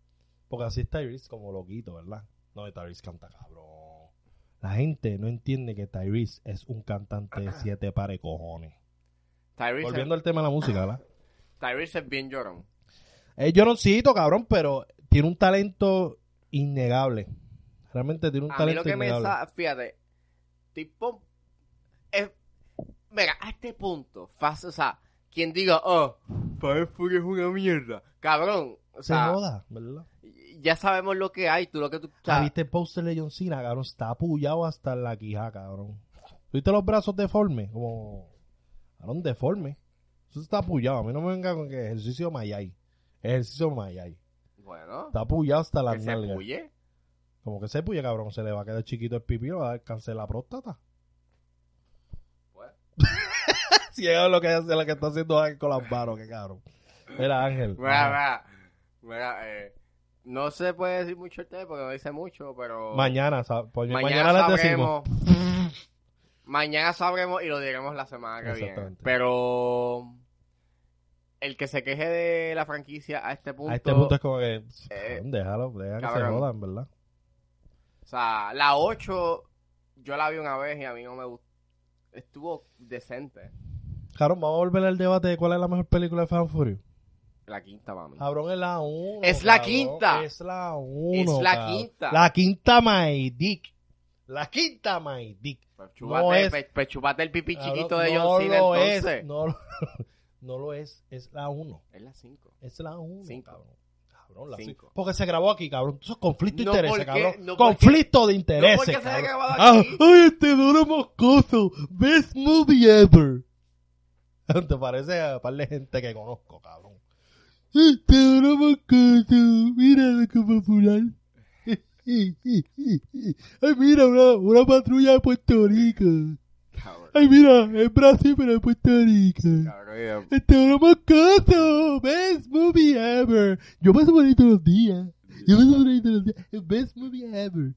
Speaker 1: Porque así es Tyrese como loquito, ¿verdad? No, y Tyrese canta cabrón. La gente no entiende que Tyrese es un cantante de siete pares cojones.
Speaker 2: Tyrese,
Speaker 1: Volviendo al tema de la música, ¿verdad?
Speaker 2: Tyrese es bien llorón.
Speaker 1: Eh, yo no cito, cabrón, pero tiene un talento innegable. Realmente tiene un
Speaker 2: A mí
Speaker 1: talento
Speaker 2: lo que me
Speaker 1: innegable.
Speaker 2: sa- fíjate, tipo, es, mira, a este punto, fácil, o sea, quien diga, oh, Fast Food es una mierda, cabrón, o
Speaker 1: Se
Speaker 2: sea,
Speaker 1: joda, ¿verdad?
Speaker 2: ya sabemos lo que hay, tú lo que tú, o sea,
Speaker 1: Ah, ¿Viste el póster de John Cena, cabrón? Está apoyado hasta la quija, cabrón. ¿Viste los brazos deformes? Como... Cabrón, deforme. Eso está apoyado. A mí no me venga con que ejercicio mayay. Ejercicio mayay.
Speaker 2: bueno,
Speaker 1: Está apoyado hasta
Speaker 2: que
Speaker 1: las
Speaker 2: se
Speaker 1: nalgas.
Speaker 2: puye,
Speaker 1: Como que se puye, cabrón. Se le va a quedar chiquito el pipí, le va a dar cáncer de la próstata.
Speaker 2: Bueno.
Speaker 1: si es lo que, hace, lo que está haciendo Ángel con las manos, que cabrón. Era Ángel.
Speaker 2: mira,
Speaker 1: Ajá.
Speaker 2: mira, mira, eh, no se puede decir mucho el tema porque no dice mucho, pero
Speaker 1: Mañana, sa- pues,
Speaker 2: mañana,
Speaker 1: mañana, les decimos.
Speaker 2: sabremos, mañana sabremos y lo diremos la semana que viene,
Speaker 1: Exactamente.
Speaker 2: pero... el que se queje de la franquicia a este punto.
Speaker 1: A este punto es como que. pff,
Speaker 2: Eh,
Speaker 1: déjalo, déjalo que se
Speaker 2: cabrón.
Speaker 1: jodan, ¿verdad?
Speaker 2: O sea, la 8 yo la vi una vez y a mí no me gustó. Estuvo decente.
Speaker 1: Cabrón, vamos a volver al debate de cuál es la mejor película de Fast and Furious.
Speaker 2: La quinta, mami.
Speaker 1: Cabrón, es la 1.
Speaker 2: Es la quinta.
Speaker 1: Es la 1.
Speaker 2: Es la quinta.
Speaker 1: La quinta, my dick. La quinta, my dick.
Speaker 2: Pues chúpate,
Speaker 1: no es-
Speaker 2: pe- pues chúpate el pipí chiquito
Speaker 1: Cabrón,
Speaker 2: de
Speaker 1: no
Speaker 2: John Cena
Speaker 1: lo
Speaker 2: entonces.
Speaker 1: Es, no, lo, no lo es, es la 1.
Speaker 2: Es la 5.
Speaker 1: Es la 1.
Speaker 2: Cinco.
Speaker 1: Cabrón. Cabrón, la
Speaker 2: Cinco.
Speaker 1: cinco. Porque se grabó aquí, cabrón. Eso es conflicto de
Speaker 2: No
Speaker 1: intereses,
Speaker 2: porque-
Speaker 1: cabrón.
Speaker 2: no porque-
Speaker 1: conflicto de intereses.
Speaker 2: no porque se haya
Speaker 1: cabrón.
Speaker 2: grabado
Speaker 1: Ah,
Speaker 2: aquí.
Speaker 1: ¡Ay, este duro moscoso! ¡Best movie ever! Te parece a par de gente que conozco, cabrón. Este duro moscoso. Míralo como fulano. Ay, mira, una, una patrulla de Puerto Rico.
Speaker 2: Cabrón.
Speaker 1: Ay, mira, es Brasil pero es Puerto Rico.
Speaker 2: Cabrón,
Speaker 1: Este duro moscoso. Best movie ever. Yo paso por ahí todos los días.
Speaker 2: eh,
Speaker 1: Yo paso por ahí todos los días. Best movie ever.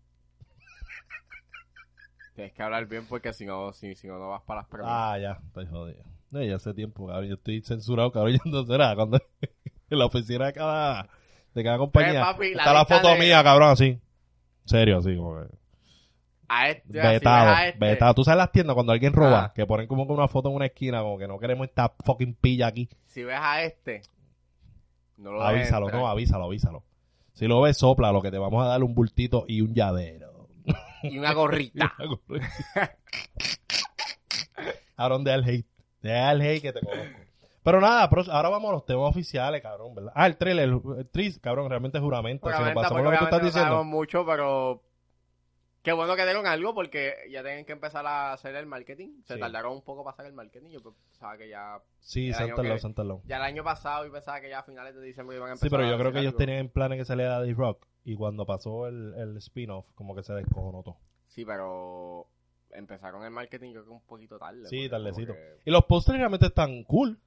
Speaker 2: Tienes que hablar bien porque si no, si, si no, no vas para las preguntas.
Speaker 1: Ah, ya, estoy jodido. No, ya hace tiempo, cabrón. Yo estoy censurado, cabrón. Yo no sé nada. Cuando en la oficina de cada, de cada compañía
Speaker 2: Eh, papi, la
Speaker 1: pues está la
Speaker 2: lista
Speaker 1: foto
Speaker 2: de-
Speaker 1: mía, cabrón, así. Serio, así como que.
Speaker 2: a este, si
Speaker 1: vetado,
Speaker 2: ves a este,
Speaker 1: vetado. Tú sabes las tiendas cuando alguien roba,
Speaker 2: Ah.
Speaker 1: que ponen como que una foto en una esquina, como que no queremos esta fucking pilla aquí.
Speaker 2: Si ves a este, no lo dejes
Speaker 1: avísalo,
Speaker 2: entrar.
Speaker 1: no, avísalo, avísalo. Si lo ves, sopla, lo que te vamos a dar un bultito y un llavero.
Speaker 2: Y una gorrita.
Speaker 1: Cabrón, deja el hate. Deja el hate que te conozco. Pero nada, pro- ahora vamos a los temas oficiales, cabrón, ¿verdad? Ah, el trailer, el, el tris, cabrón, realmente juramento.
Speaker 2: Porque
Speaker 1: si nos
Speaker 2: lamenta,
Speaker 1: pasamos
Speaker 2: porque
Speaker 1: lo que tú
Speaker 2: obviamente
Speaker 1: estás
Speaker 2: no sabemos
Speaker 1: diciendo.
Speaker 2: mucho, pero qué bueno que dieron algo porque ya tienen que empezar a hacer el marketing. Se
Speaker 1: Sí.
Speaker 2: tardaron un poco para hacer el marketing. Yo pensaba que ya,
Speaker 1: Sí,
Speaker 2: el año
Speaker 1: Santa Claus,
Speaker 2: que-
Speaker 1: Santa Claus.
Speaker 2: ya el año pasado y pensaba que ya a finales de diciembre iban a empezar.
Speaker 1: Sí, pero
Speaker 2: a
Speaker 1: yo creo
Speaker 2: hacer
Speaker 1: que ellos
Speaker 2: algo.
Speaker 1: tenían planes que saliera de Rock. Y cuando pasó el, el spin-off, como que se descojonó todo.
Speaker 2: Sí, pero empezaron el marketing yo creo que un poquito tarde.
Speaker 1: Sí,
Speaker 2: porque como
Speaker 1: tardecito.
Speaker 2: que-
Speaker 1: Y los posters realmente están cool.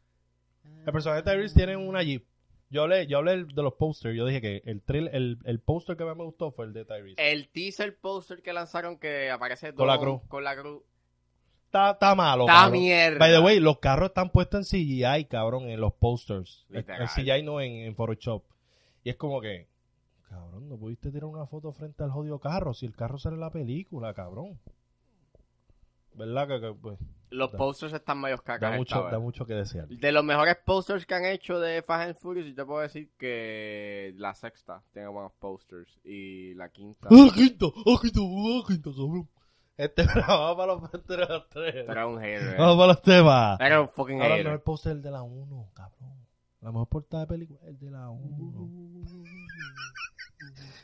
Speaker 1: El personaje de Tyrese tiene una Jeep. Yo hablé, yo hablé de los posters. Yo dije que el, trail, el, el póster que más me gustó fue el de Tyrese.
Speaker 2: El teaser poster que lanzaron que aparece
Speaker 1: Con la
Speaker 2: Don-
Speaker 1: cruz.
Speaker 2: Con la cruz.
Speaker 1: Está, está malo.
Speaker 2: ¡Ta
Speaker 1: cabrón.
Speaker 2: mierda!
Speaker 1: By the way, los carros están puestos en CGI, cabrón, en los posters. En
Speaker 2: Literal.
Speaker 1: en CGI no en, en Photoshop. Y es como que, cabrón, no pudiste tirar una foto frente al jodido carro si el carro sale en la película, cabrón. ¿Verdad que, que, pues,
Speaker 2: Los
Speaker 1: Da-
Speaker 2: posters están medios cacas
Speaker 1: da,
Speaker 2: esta
Speaker 1: mucho,
Speaker 2: vez.
Speaker 1: da mucho que desear?
Speaker 2: De los mejores posters que han hecho de Fast and Furious, yo te puedo decir que la sexta tiene buenos posters y la quinta.
Speaker 1: Uh. ¡Ojito! ¡Ojito! ¡Ojito, cabrón! Este, vamos para los, para los tres.
Speaker 2: Era un hater. eh.
Speaker 1: Vamos para los temas.
Speaker 2: Era un fucking
Speaker 1: Oh, Ahora el
Speaker 2: hater.
Speaker 1: mejor póster es el de la 1, cabrón. La mejor portada de película es el de la 1.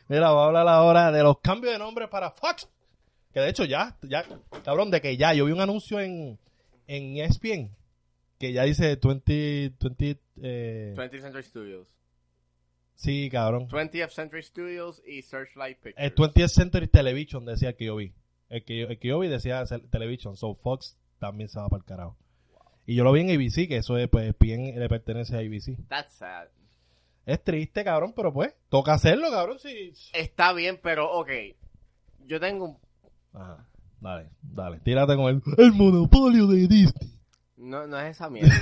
Speaker 1: Mira, vamos a hablar ahora de los cambios de nombre para Fox. Que de hecho ya, ya, cabrón, de que ya, yo vi un anuncio en, en E ESPN que ya dice 20, 20, eh,
Speaker 2: 20th Century Studios.
Speaker 1: sí, cabrón.
Speaker 2: 20th Century Studios y Searchlight Pictures.
Speaker 1: El 20th Century Television decía el que yo vi. El que yo, el que yo vi decía cel- Television, so Fox también se va para el carajo. Y yo lo vi en ABC, que eso es, pues, ESPN le pertenece a ABC.
Speaker 2: That's sad.
Speaker 1: Es triste, cabrón, pero pues, toca hacerlo, cabrón, si...
Speaker 2: Está bien, pero ok. Yo tengo un.
Speaker 1: Ajá, dale, dale, tírate con el, el monopolio de Disney.
Speaker 2: No, no es esa mierda.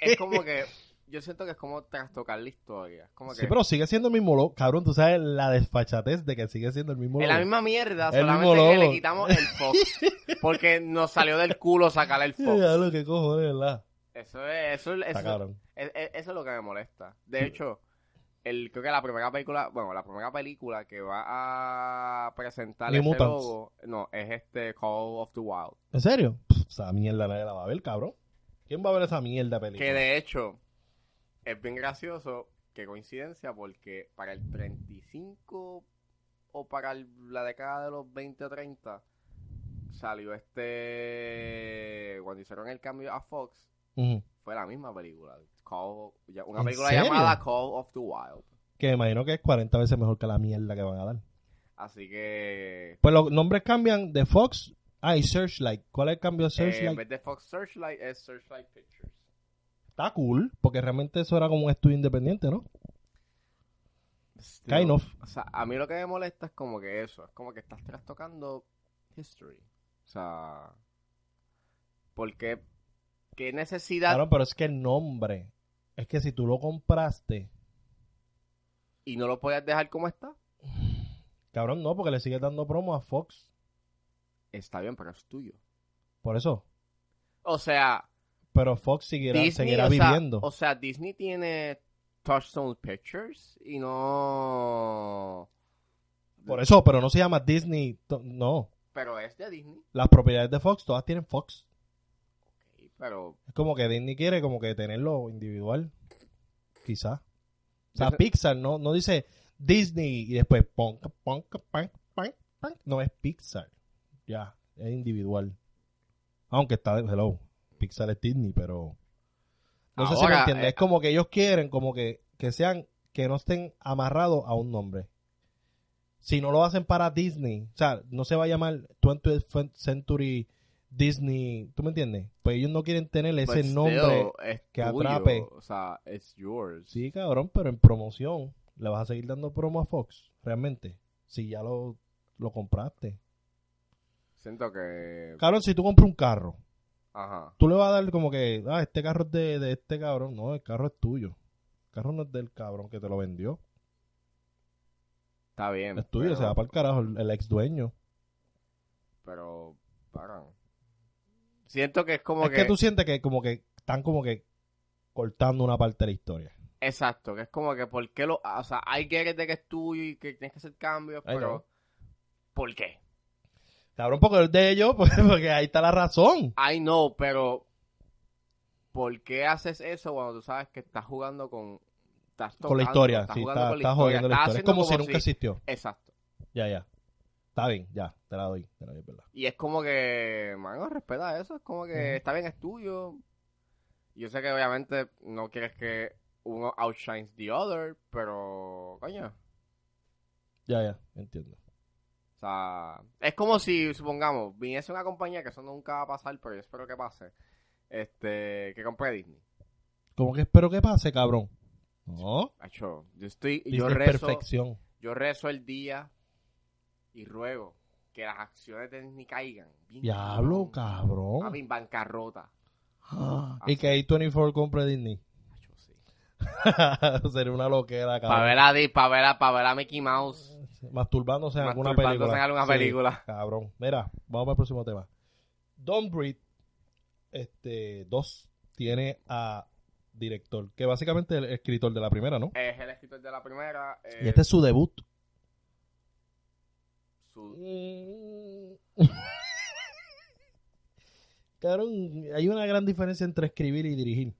Speaker 2: es como que. Yo siento que es como trastocar la historia. Es como que.
Speaker 1: Sí, pero sigue siendo el mismo logo. Cabrón, tú sabes la desfachatez de que sigue siendo el mismo
Speaker 2: Es
Speaker 1: logo.
Speaker 2: la misma mierda,
Speaker 1: El mismo
Speaker 2: solamente que
Speaker 1: logo.
Speaker 2: le quitamos el Fox. Porque nos salió del culo sacar el
Speaker 1: Eh,
Speaker 2: Fox.
Speaker 1: diablo, qué cojones, ¿verdad?
Speaker 2: Eso es, eso, es-
Speaker 1: Está
Speaker 2: eso,
Speaker 1: cabrón.
Speaker 2: es- es- eso es lo que me molesta. De hecho, el, creo que la primera película, bueno, la primera película que va a presentar
Speaker 1: New
Speaker 2: ese
Speaker 1: Mutants.
Speaker 2: logo, no, es este Call of the Wild.
Speaker 1: ¿En serio? Pff, esa mierda nadie la va a ver, cabrón. ¿Quién va a ver esa mierda película?
Speaker 2: Que de hecho, es bien gracioso, qué coincidencia, porque para el 35 o para el- la década de los 20 o 30 salió este... Cuando hicieron el cambio a Fox,
Speaker 1: Ujú.
Speaker 2: fue la misma película. Call- ya- una
Speaker 1: ¿En
Speaker 2: película
Speaker 1: serio?
Speaker 2: llamada Call of the Wild.
Speaker 1: Que me imagino que es 40 veces mejor que la mierda que van a dar.
Speaker 2: Así que... eh,
Speaker 1: Pues los nombres cambian de Fox a Searchlight. ¿Cuál es el cambio de
Speaker 2: eh, en
Speaker 1: Searchlight?
Speaker 2: vez de Fox Searchlight es Searchlight Pictures.
Speaker 1: Está cool, porque realmente eso era como un estudio independiente, ¿no? Kind
Speaker 2: Still,
Speaker 1: of.
Speaker 2: O sea, a mí lo que me molesta es como que eso, es como que estás trastocando history. O sea, porque qué necesidad
Speaker 1: Claro, pero es que el nombre Es que si tú lo compraste,
Speaker 2: ¿Y no lo podías dejar como está?
Speaker 1: cabrón, no, porque le sigues dando promo a Fox.
Speaker 2: Está bien, pero es tuyo.
Speaker 1: Por eso.
Speaker 2: O sea,
Speaker 1: Pero Fox seguirá,
Speaker 2: Disney,
Speaker 1: seguirá
Speaker 2: o sea,
Speaker 1: viviendo.
Speaker 2: o sea, Disney tiene Touchstone Pictures y no...
Speaker 1: Por eso, pero no se llama Disney. to- No.
Speaker 2: Pero es de Disney.
Speaker 1: Las propiedades de Fox, todas tienen Fox.
Speaker 2: Ok, Pero
Speaker 1: Es como que Disney quiere como que tenerlo individual. Quizás. O sea,
Speaker 2: Ese-
Speaker 1: Pixar no, no dice Disney y después punk, punk, punk, punk, punk. No es Pixar. Ya, es individual. Aunque está de hello. Pixar es Disney, pero. No sé si me
Speaker 2: Ahora,
Speaker 1: entiendes.
Speaker 2: eh,
Speaker 1: es como que ellos quieren, como que, que sean, que no estén amarrados a un nombre. Si no lo hacen para Disney, o sea, no se va a llamar 20th Century Disney, ¿tú me entiendes? Pues ellos no quieren tener ese
Speaker 2: but pues, still,
Speaker 1: nombre.
Speaker 2: es
Speaker 1: que
Speaker 2: tuyo,
Speaker 1: atrape.
Speaker 2: O sea, it's yours.
Speaker 1: Sí, cabrón, pero en promoción, ¿le vas a seguir dando promo a Fox? Realmente, si ya lo, lo compraste.
Speaker 2: Siento que...
Speaker 1: Cabrón, si tú compras un carro,
Speaker 2: Ajá.
Speaker 1: tú le vas a dar como que, ah, este carro es de, de este cabrón. No, el carro es tuyo. El carro no es del cabrón que te lo vendió.
Speaker 2: Está bien.
Speaker 1: Es tuyo,
Speaker 2: pero-
Speaker 1: se va para el carajo el, el ex dueño.
Speaker 2: Pero, para. Siento que es como
Speaker 1: es que... tú sientes que como que están como que cortando una parte de la historia.
Speaker 2: Exacto, que es como que por qué lo... ah, O sea, hay que de que es tuyo y que tienes que hacer cambios,
Speaker 1: Ay,
Speaker 2: pero...
Speaker 1: no.
Speaker 2: ¿Por qué?
Speaker 1: Cabrón, porque es de ellos, pues, porque ahí está la razón.
Speaker 2: I know, pero... ¿Por qué haces eso cuando tú sabes que estás jugando con... Estás
Speaker 1: con la
Speaker 2: tocando,
Speaker 1: historia,
Speaker 2: estás
Speaker 1: sí,
Speaker 2: jugando
Speaker 1: está,
Speaker 2: con la
Speaker 1: está
Speaker 2: historia,
Speaker 1: jodiendo la
Speaker 2: estás
Speaker 1: historia. Es
Speaker 2: haciendo
Speaker 1: como, si nunca existió.
Speaker 2: Exacto.
Speaker 1: Ya, ya. Está bien, ya, te la doy. Te la doy, es verdad.
Speaker 2: Y es como que... Mano, respeta eso, es como que...
Speaker 1: Ujú.
Speaker 2: Está bien, es tuyo. Yo sé que obviamente no quieres que uno outshines the other, pero... Coño.
Speaker 1: Ya, ya, entiendo.
Speaker 2: O sea, es como si, supongamos, viniese una compañía, que eso nunca va a pasar, pero yo espero que pase, este, que compre Disney.
Speaker 1: Como que espero que pase, cabrón. No,
Speaker 2: Acho, yo estoy,
Speaker 1: Disney
Speaker 2: yo
Speaker 1: es
Speaker 2: rezo,
Speaker 1: perfección.
Speaker 2: yo rezo el día y ruego que las acciones de Disney caigan. Bien,
Speaker 1: Diablo,
Speaker 2: Papi,
Speaker 1: cabrón.
Speaker 2: en bancarrota.
Speaker 1: Ah, Y que A24 compre Disney.
Speaker 2: Acho, sí.
Speaker 1: Sería una loquera,
Speaker 2: Para
Speaker 1: cabrón.
Speaker 2: ver a Di- pa' ver a- pa' ver a Mickey Mouse
Speaker 1: Masturbándose en alguna película.
Speaker 2: masturbándose en alguna
Speaker 1: Sí.
Speaker 2: película.
Speaker 1: Cabrón. Mira, vamos para el próximo tema. Don't Breathe, este, 2, tiene a director, que básicamente es el escritor de la primera, ¿no?
Speaker 2: Es el escritor de la primera. eh,
Speaker 1: Y este es su debut.
Speaker 2: su-
Speaker 1: Mm. Cabrón, hay una gran diferencia entre escribir y dirigir.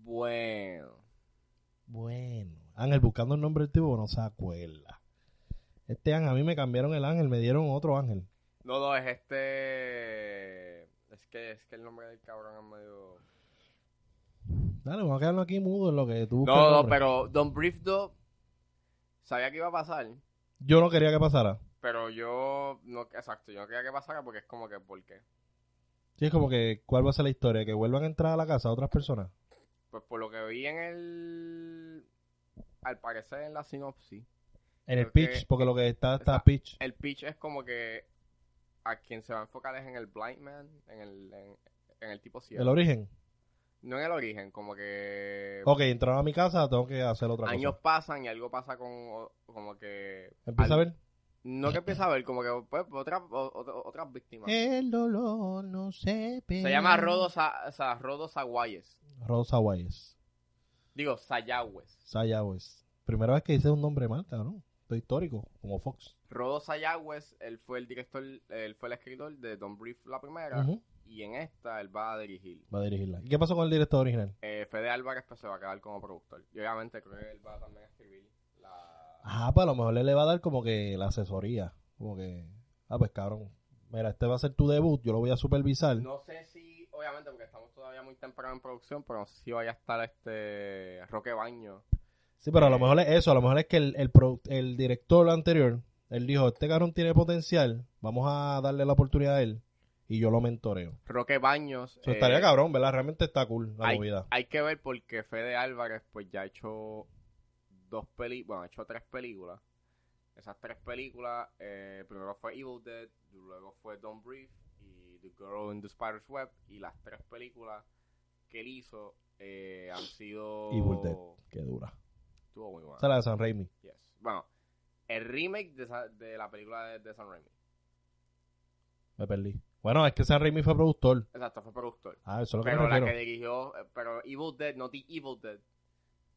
Speaker 2: Bueno.
Speaker 1: Bueno, Ángel, buscando el nombre del tipo, no se acuerda. Este Ángel, a mí me cambiaron el Ángel, me dieron otro Ángel.
Speaker 2: No, no, es este. Es que, es que el nombre del cabrón es medio.
Speaker 1: Dale, vamos a quedarnos aquí mudos en lo que tú buscas. el
Speaker 2: No, no,
Speaker 1: nombre.
Speaker 2: pero Don Brief 2 sabía que iba a pasar,
Speaker 1: Yo no quería que pasara.
Speaker 2: pero yo. no Exacto, yo no quería que pasara porque es como que, ¿por qué?
Speaker 1: Sí, es como que, ¿cuál va a ser la historia? ¿Que vuelvan a entrar a la casa otras personas?
Speaker 2: Pues por lo que vi en el. Al parecer en la sinopsis,
Speaker 1: En el
Speaker 2: Porque-
Speaker 1: pitch, porque lo que está está
Speaker 2: Está-
Speaker 1: pitch.
Speaker 2: el pitch es como que. A quien se va a enfocar es en el Blind Man, en el, en, en el tipo
Speaker 1: El
Speaker 2: ciego.
Speaker 1: origen.
Speaker 2: No en el origen, como que.
Speaker 1: Ok, entraron a mi casa, tengo que hacer otra
Speaker 2: años
Speaker 1: cosa.
Speaker 2: pasan y algo pasa con. o- Como que.
Speaker 1: Empieza
Speaker 2: al-
Speaker 1: a ver.
Speaker 2: No que empieza a ver, como que pues, otra- o- o- otras víctimas.
Speaker 1: El dolor no se ve.
Speaker 2: Se llama Rodo, Sa- Sa- Rodo Saguayes.
Speaker 1: Rosa Guayes.
Speaker 2: Digo, Sayagües.
Speaker 1: Sayagüez. Primera vez que dice un nombre mal, cabrón. Estoy histórico, como Fox.
Speaker 2: Rodo Sayagües, él fue el director, él fue el escritor de Don Brief la primera.
Speaker 1: Ujú.
Speaker 2: Y en esta él va a dirigir.
Speaker 1: Va a dirigirla. ¿Y qué pasó con el director original?
Speaker 2: Eh, Fede Álvarez pues, se va a quedar como productor. Y obviamente creo que él va también a escribir la...
Speaker 1: Ah, pues a lo mejor él le va a dar como que la asesoría. Como que, ah, pues cabrón. Mira, este va a ser tu debut, yo lo voy a supervisar.
Speaker 2: No sé si, obviamente, porque estamos todavía muy temprano en producción, pero no sé si vaya a estar este Roque Baño.
Speaker 1: Sí, pero a lo mejor es eso, a lo mejor es que el, el, produ- el director anterior, él dijo, este cabrón tiene potencial, vamos a darle la oportunidad a él y yo lo mentoreo.
Speaker 2: Roque Baños.
Speaker 1: Eso
Speaker 2: eh,
Speaker 1: estaría cabrón, ¿verdad? Realmente está cool la
Speaker 2: hay,
Speaker 1: movida.
Speaker 2: hay que ver porque Fede Álvarez pues ya ha hecho dos películas, bueno, ha hecho tres películas. Esas tres películas, eh, primero fue Evil Dead, luego fue Don't Breathe y The Girl in the Spider's Web y las tres películas que él hizo eh, han sido.
Speaker 1: Evil Dead. Qué dura.
Speaker 2: Estuvo muy buena.
Speaker 1: Esa es la de San Raimi.
Speaker 2: Yes. Bueno, el remake de, esa- de la película de, de San Raimi.
Speaker 1: Me perdí. Bueno, es que San Raimi fue productor.
Speaker 2: Exacto, fue productor.
Speaker 1: Ah, eso es lo que
Speaker 2: Pero
Speaker 1: me
Speaker 2: la
Speaker 1: refiero.
Speaker 2: que dirigió, eh, pero Evil Dead, no The Evil Dead,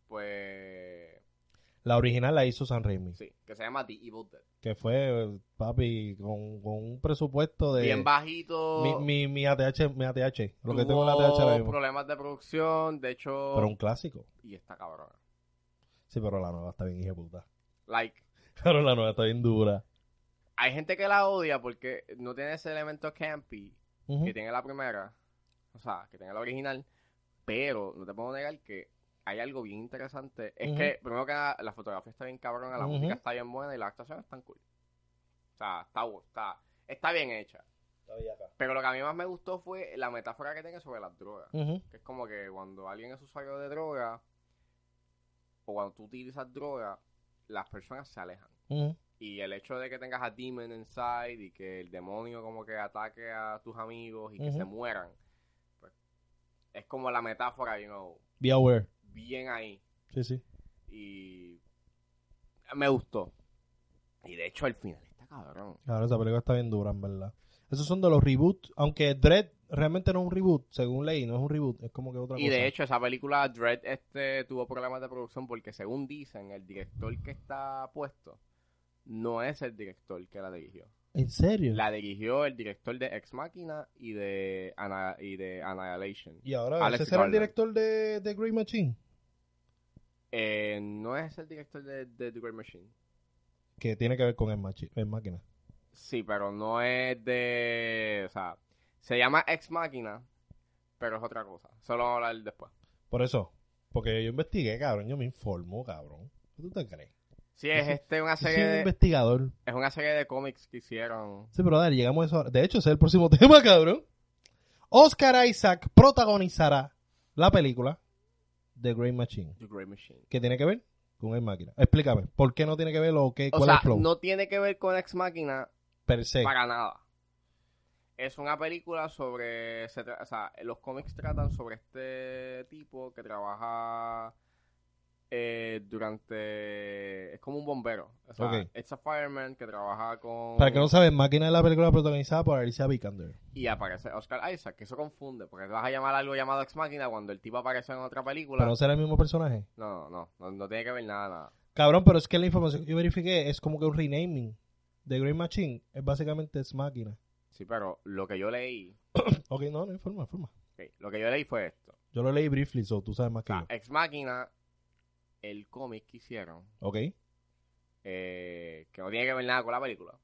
Speaker 2: pues
Speaker 1: La original la hizo San Raimi.
Speaker 2: sí, que se llama The Evil Dead.
Speaker 1: Que fue, eh, papi, con, con un presupuesto de...
Speaker 2: Bien bajito,
Speaker 1: Eh, mi, mi, mi ATH, mi ATH. Lo que
Speaker 2: tuvo
Speaker 1: tengo en la ATH ahora mismo.
Speaker 2: problemas de producción, de hecho,
Speaker 1: Pero un clásico.
Speaker 2: y está cabrón.
Speaker 1: Sí, pero la nueva está bien hija de puta.
Speaker 2: Like,
Speaker 1: Pero la nueva está bien dura.
Speaker 2: hay gente que la odia porque no tiene ese elemento campy
Speaker 1: Ujú.
Speaker 2: que tiene la primera, o sea, que tiene la original, pero no te puedo negar que hay algo bien interesante. Es
Speaker 1: Ujú.
Speaker 2: que, primero que nada, la fotografía está bien cabrona, la
Speaker 1: Ujú.
Speaker 2: música está bien buena y las actuaciones están cool. O sea, está, bu- está, está bien hecha. Pero lo que a mí más me gustó fue la metáfora que tiene sobre las drogas.
Speaker 1: Ujú.
Speaker 2: Que es como que cuando alguien es usuario de droga, o cuando tú utilizas droga, las personas se alejan.
Speaker 1: Ujú.
Speaker 2: Y el hecho de que tengas a Demon Inside y que el demonio como que ataque a tus amigos y que
Speaker 1: Ujú.
Speaker 2: se mueran, pues, es como la metáfora, you know,
Speaker 1: Be aware.
Speaker 2: bien ahí.
Speaker 1: Sí, sí.
Speaker 2: Y me gustó. Y de hecho, al final está cabrón.
Speaker 1: Claro, esa película está bien dura, en verdad. Esos son de los reboots. Aunque Dread realmente no es un reboot, según leí, no es un reboot. Es como que otra
Speaker 2: Y
Speaker 1: cosa.
Speaker 2: de hecho, esa película Dread este, tuvo problemas de producción porque, según dicen, el director que está puesto no es el director que la dirigió.
Speaker 1: ¿En serio?
Speaker 2: La dirigió el director de Ex Machina y de, Ana- y de Annihilation.
Speaker 1: Y ahora,
Speaker 2: Alex
Speaker 1: ¿ese será el
Speaker 2: Garland.
Speaker 1: director de, de Grey Machine?
Speaker 2: Eh, no es el director de, de The Great Machine.
Speaker 1: Que tiene que ver con el, machi- el máquina.
Speaker 2: Sí, pero no es de. O sea, se llama Ex Machina, pero es otra cosa. Solo vamos a hablar después.
Speaker 1: Por eso. Porque yo investigué, cabrón. Yo me informo, cabrón. ¿Qué tú te crees?
Speaker 2: Sí, es
Speaker 1: Yo soy-
Speaker 2: este una
Speaker 1: Yo soy
Speaker 2: serie
Speaker 1: un
Speaker 2: de,
Speaker 1: investigador.
Speaker 2: es una serie de cómics que hicieron.
Speaker 1: Sí, pero dale, llegamos a eso. ahora. De hecho, ese es el próximo tema, cabrón. Oscar Isaac protagonizará la película The Great Machine.
Speaker 2: The Great Machine.
Speaker 1: ¿Qué tiene que ver con el máquina? Explícame, ¿por qué no tiene que ver o qué,
Speaker 2: O
Speaker 1: cuál es
Speaker 2: sea,
Speaker 1: el flow?
Speaker 2: no tiene que ver con Ex Machina
Speaker 1: per se.
Speaker 2: para nada. Es una película sobre. se tra- o sea, los cómics tratan sobre este tipo que trabaja eh, durante. Es como un bombero. O sea,
Speaker 1: Ok.
Speaker 2: it's a fireman que trabaja con.
Speaker 1: Para el que no sabes, Máquina es la película protagonizada por Alicia Vikander.
Speaker 2: Y aparece Oscar Isaac, que eso confunde, porque vas a llamar algo llamado Ex Machina cuando el tipo aparece en otra película.
Speaker 1: Pero no será el mismo personaje.
Speaker 2: No, no, no, no, no tiene que ver nada, nada.
Speaker 1: Cabrón, pero es que la información que yo verifiqué es como que un renaming. The Great Machine es básicamente es máquina.
Speaker 2: Sí, pero lo que yo leí,
Speaker 1: Ok, no, no informa, informa.
Speaker 2: ok, lo que yo leí fue esto.
Speaker 1: Yo lo leí briefly, so tú sabes más
Speaker 2: O
Speaker 1: que
Speaker 2: sea,
Speaker 1: yo.
Speaker 2: Ex Machina, el cómic que hicieron,
Speaker 1: Ok.
Speaker 2: eh, que no tiene que ver nada con la película,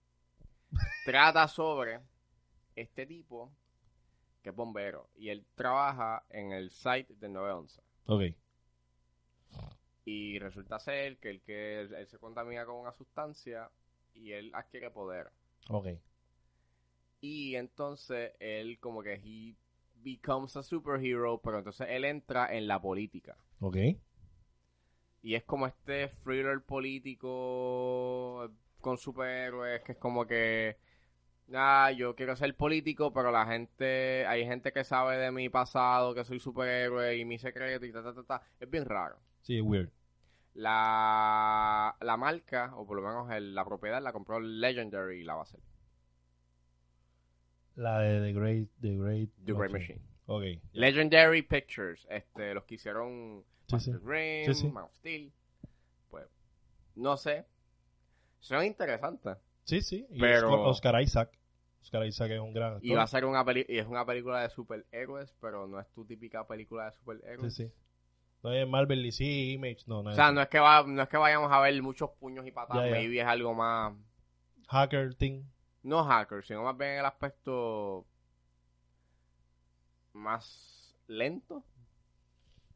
Speaker 2: trata sobre este tipo que es bombero y él trabaja en el site del 911.
Speaker 1: Ok.
Speaker 2: Y resulta ser que, el que él se contamina con una sustancia y él adquiere poder.
Speaker 1: Ok.
Speaker 2: Y entonces él como que he becomes a superhero, pero entonces él entra en la política.
Speaker 1: Ok.
Speaker 2: Y es como este thriller político con superhéroes que es como que ah, yo quiero ser político, pero la gente, hay gente que sabe de mi pasado, que soy superhéroe y mi secreto y ta ta ta ta. Es bien raro.
Speaker 1: Sí, weird.
Speaker 2: La, la marca, o por lo menos el- la propiedad, la compró Legendary y la va a hacer.
Speaker 1: La de The Great, The Great,
Speaker 2: The Great Machine.
Speaker 1: Ok.
Speaker 2: Legendary Pictures, este, los que hicieron
Speaker 1: Sí, sí.
Speaker 2: Pacific Rim,
Speaker 1: Sí, sí.
Speaker 2: Man of Steel. Pues, no sé. Son interesantes.
Speaker 1: Sí, sí. Y
Speaker 2: Pero-
Speaker 1: Oscar, Oscar Isaac. Oscar Isaac es un gran actor.
Speaker 2: Y va a ser una peli y es una película de superhéroes, pero no es tu típica película de
Speaker 1: Sí,
Speaker 2: superhéroes.
Speaker 1: sí. No es Marvel DC, Image, no, no
Speaker 2: O
Speaker 1: es
Speaker 2: sea, no es que va, no es que vayamos a ver muchos puños y patadas,
Speaker 1: Ya, ya.
Speaker 2: maybe es algo más
Speaker 1: Hacker Thing.
Speaker 2: no hacker, sino más bien el aspecto más lento,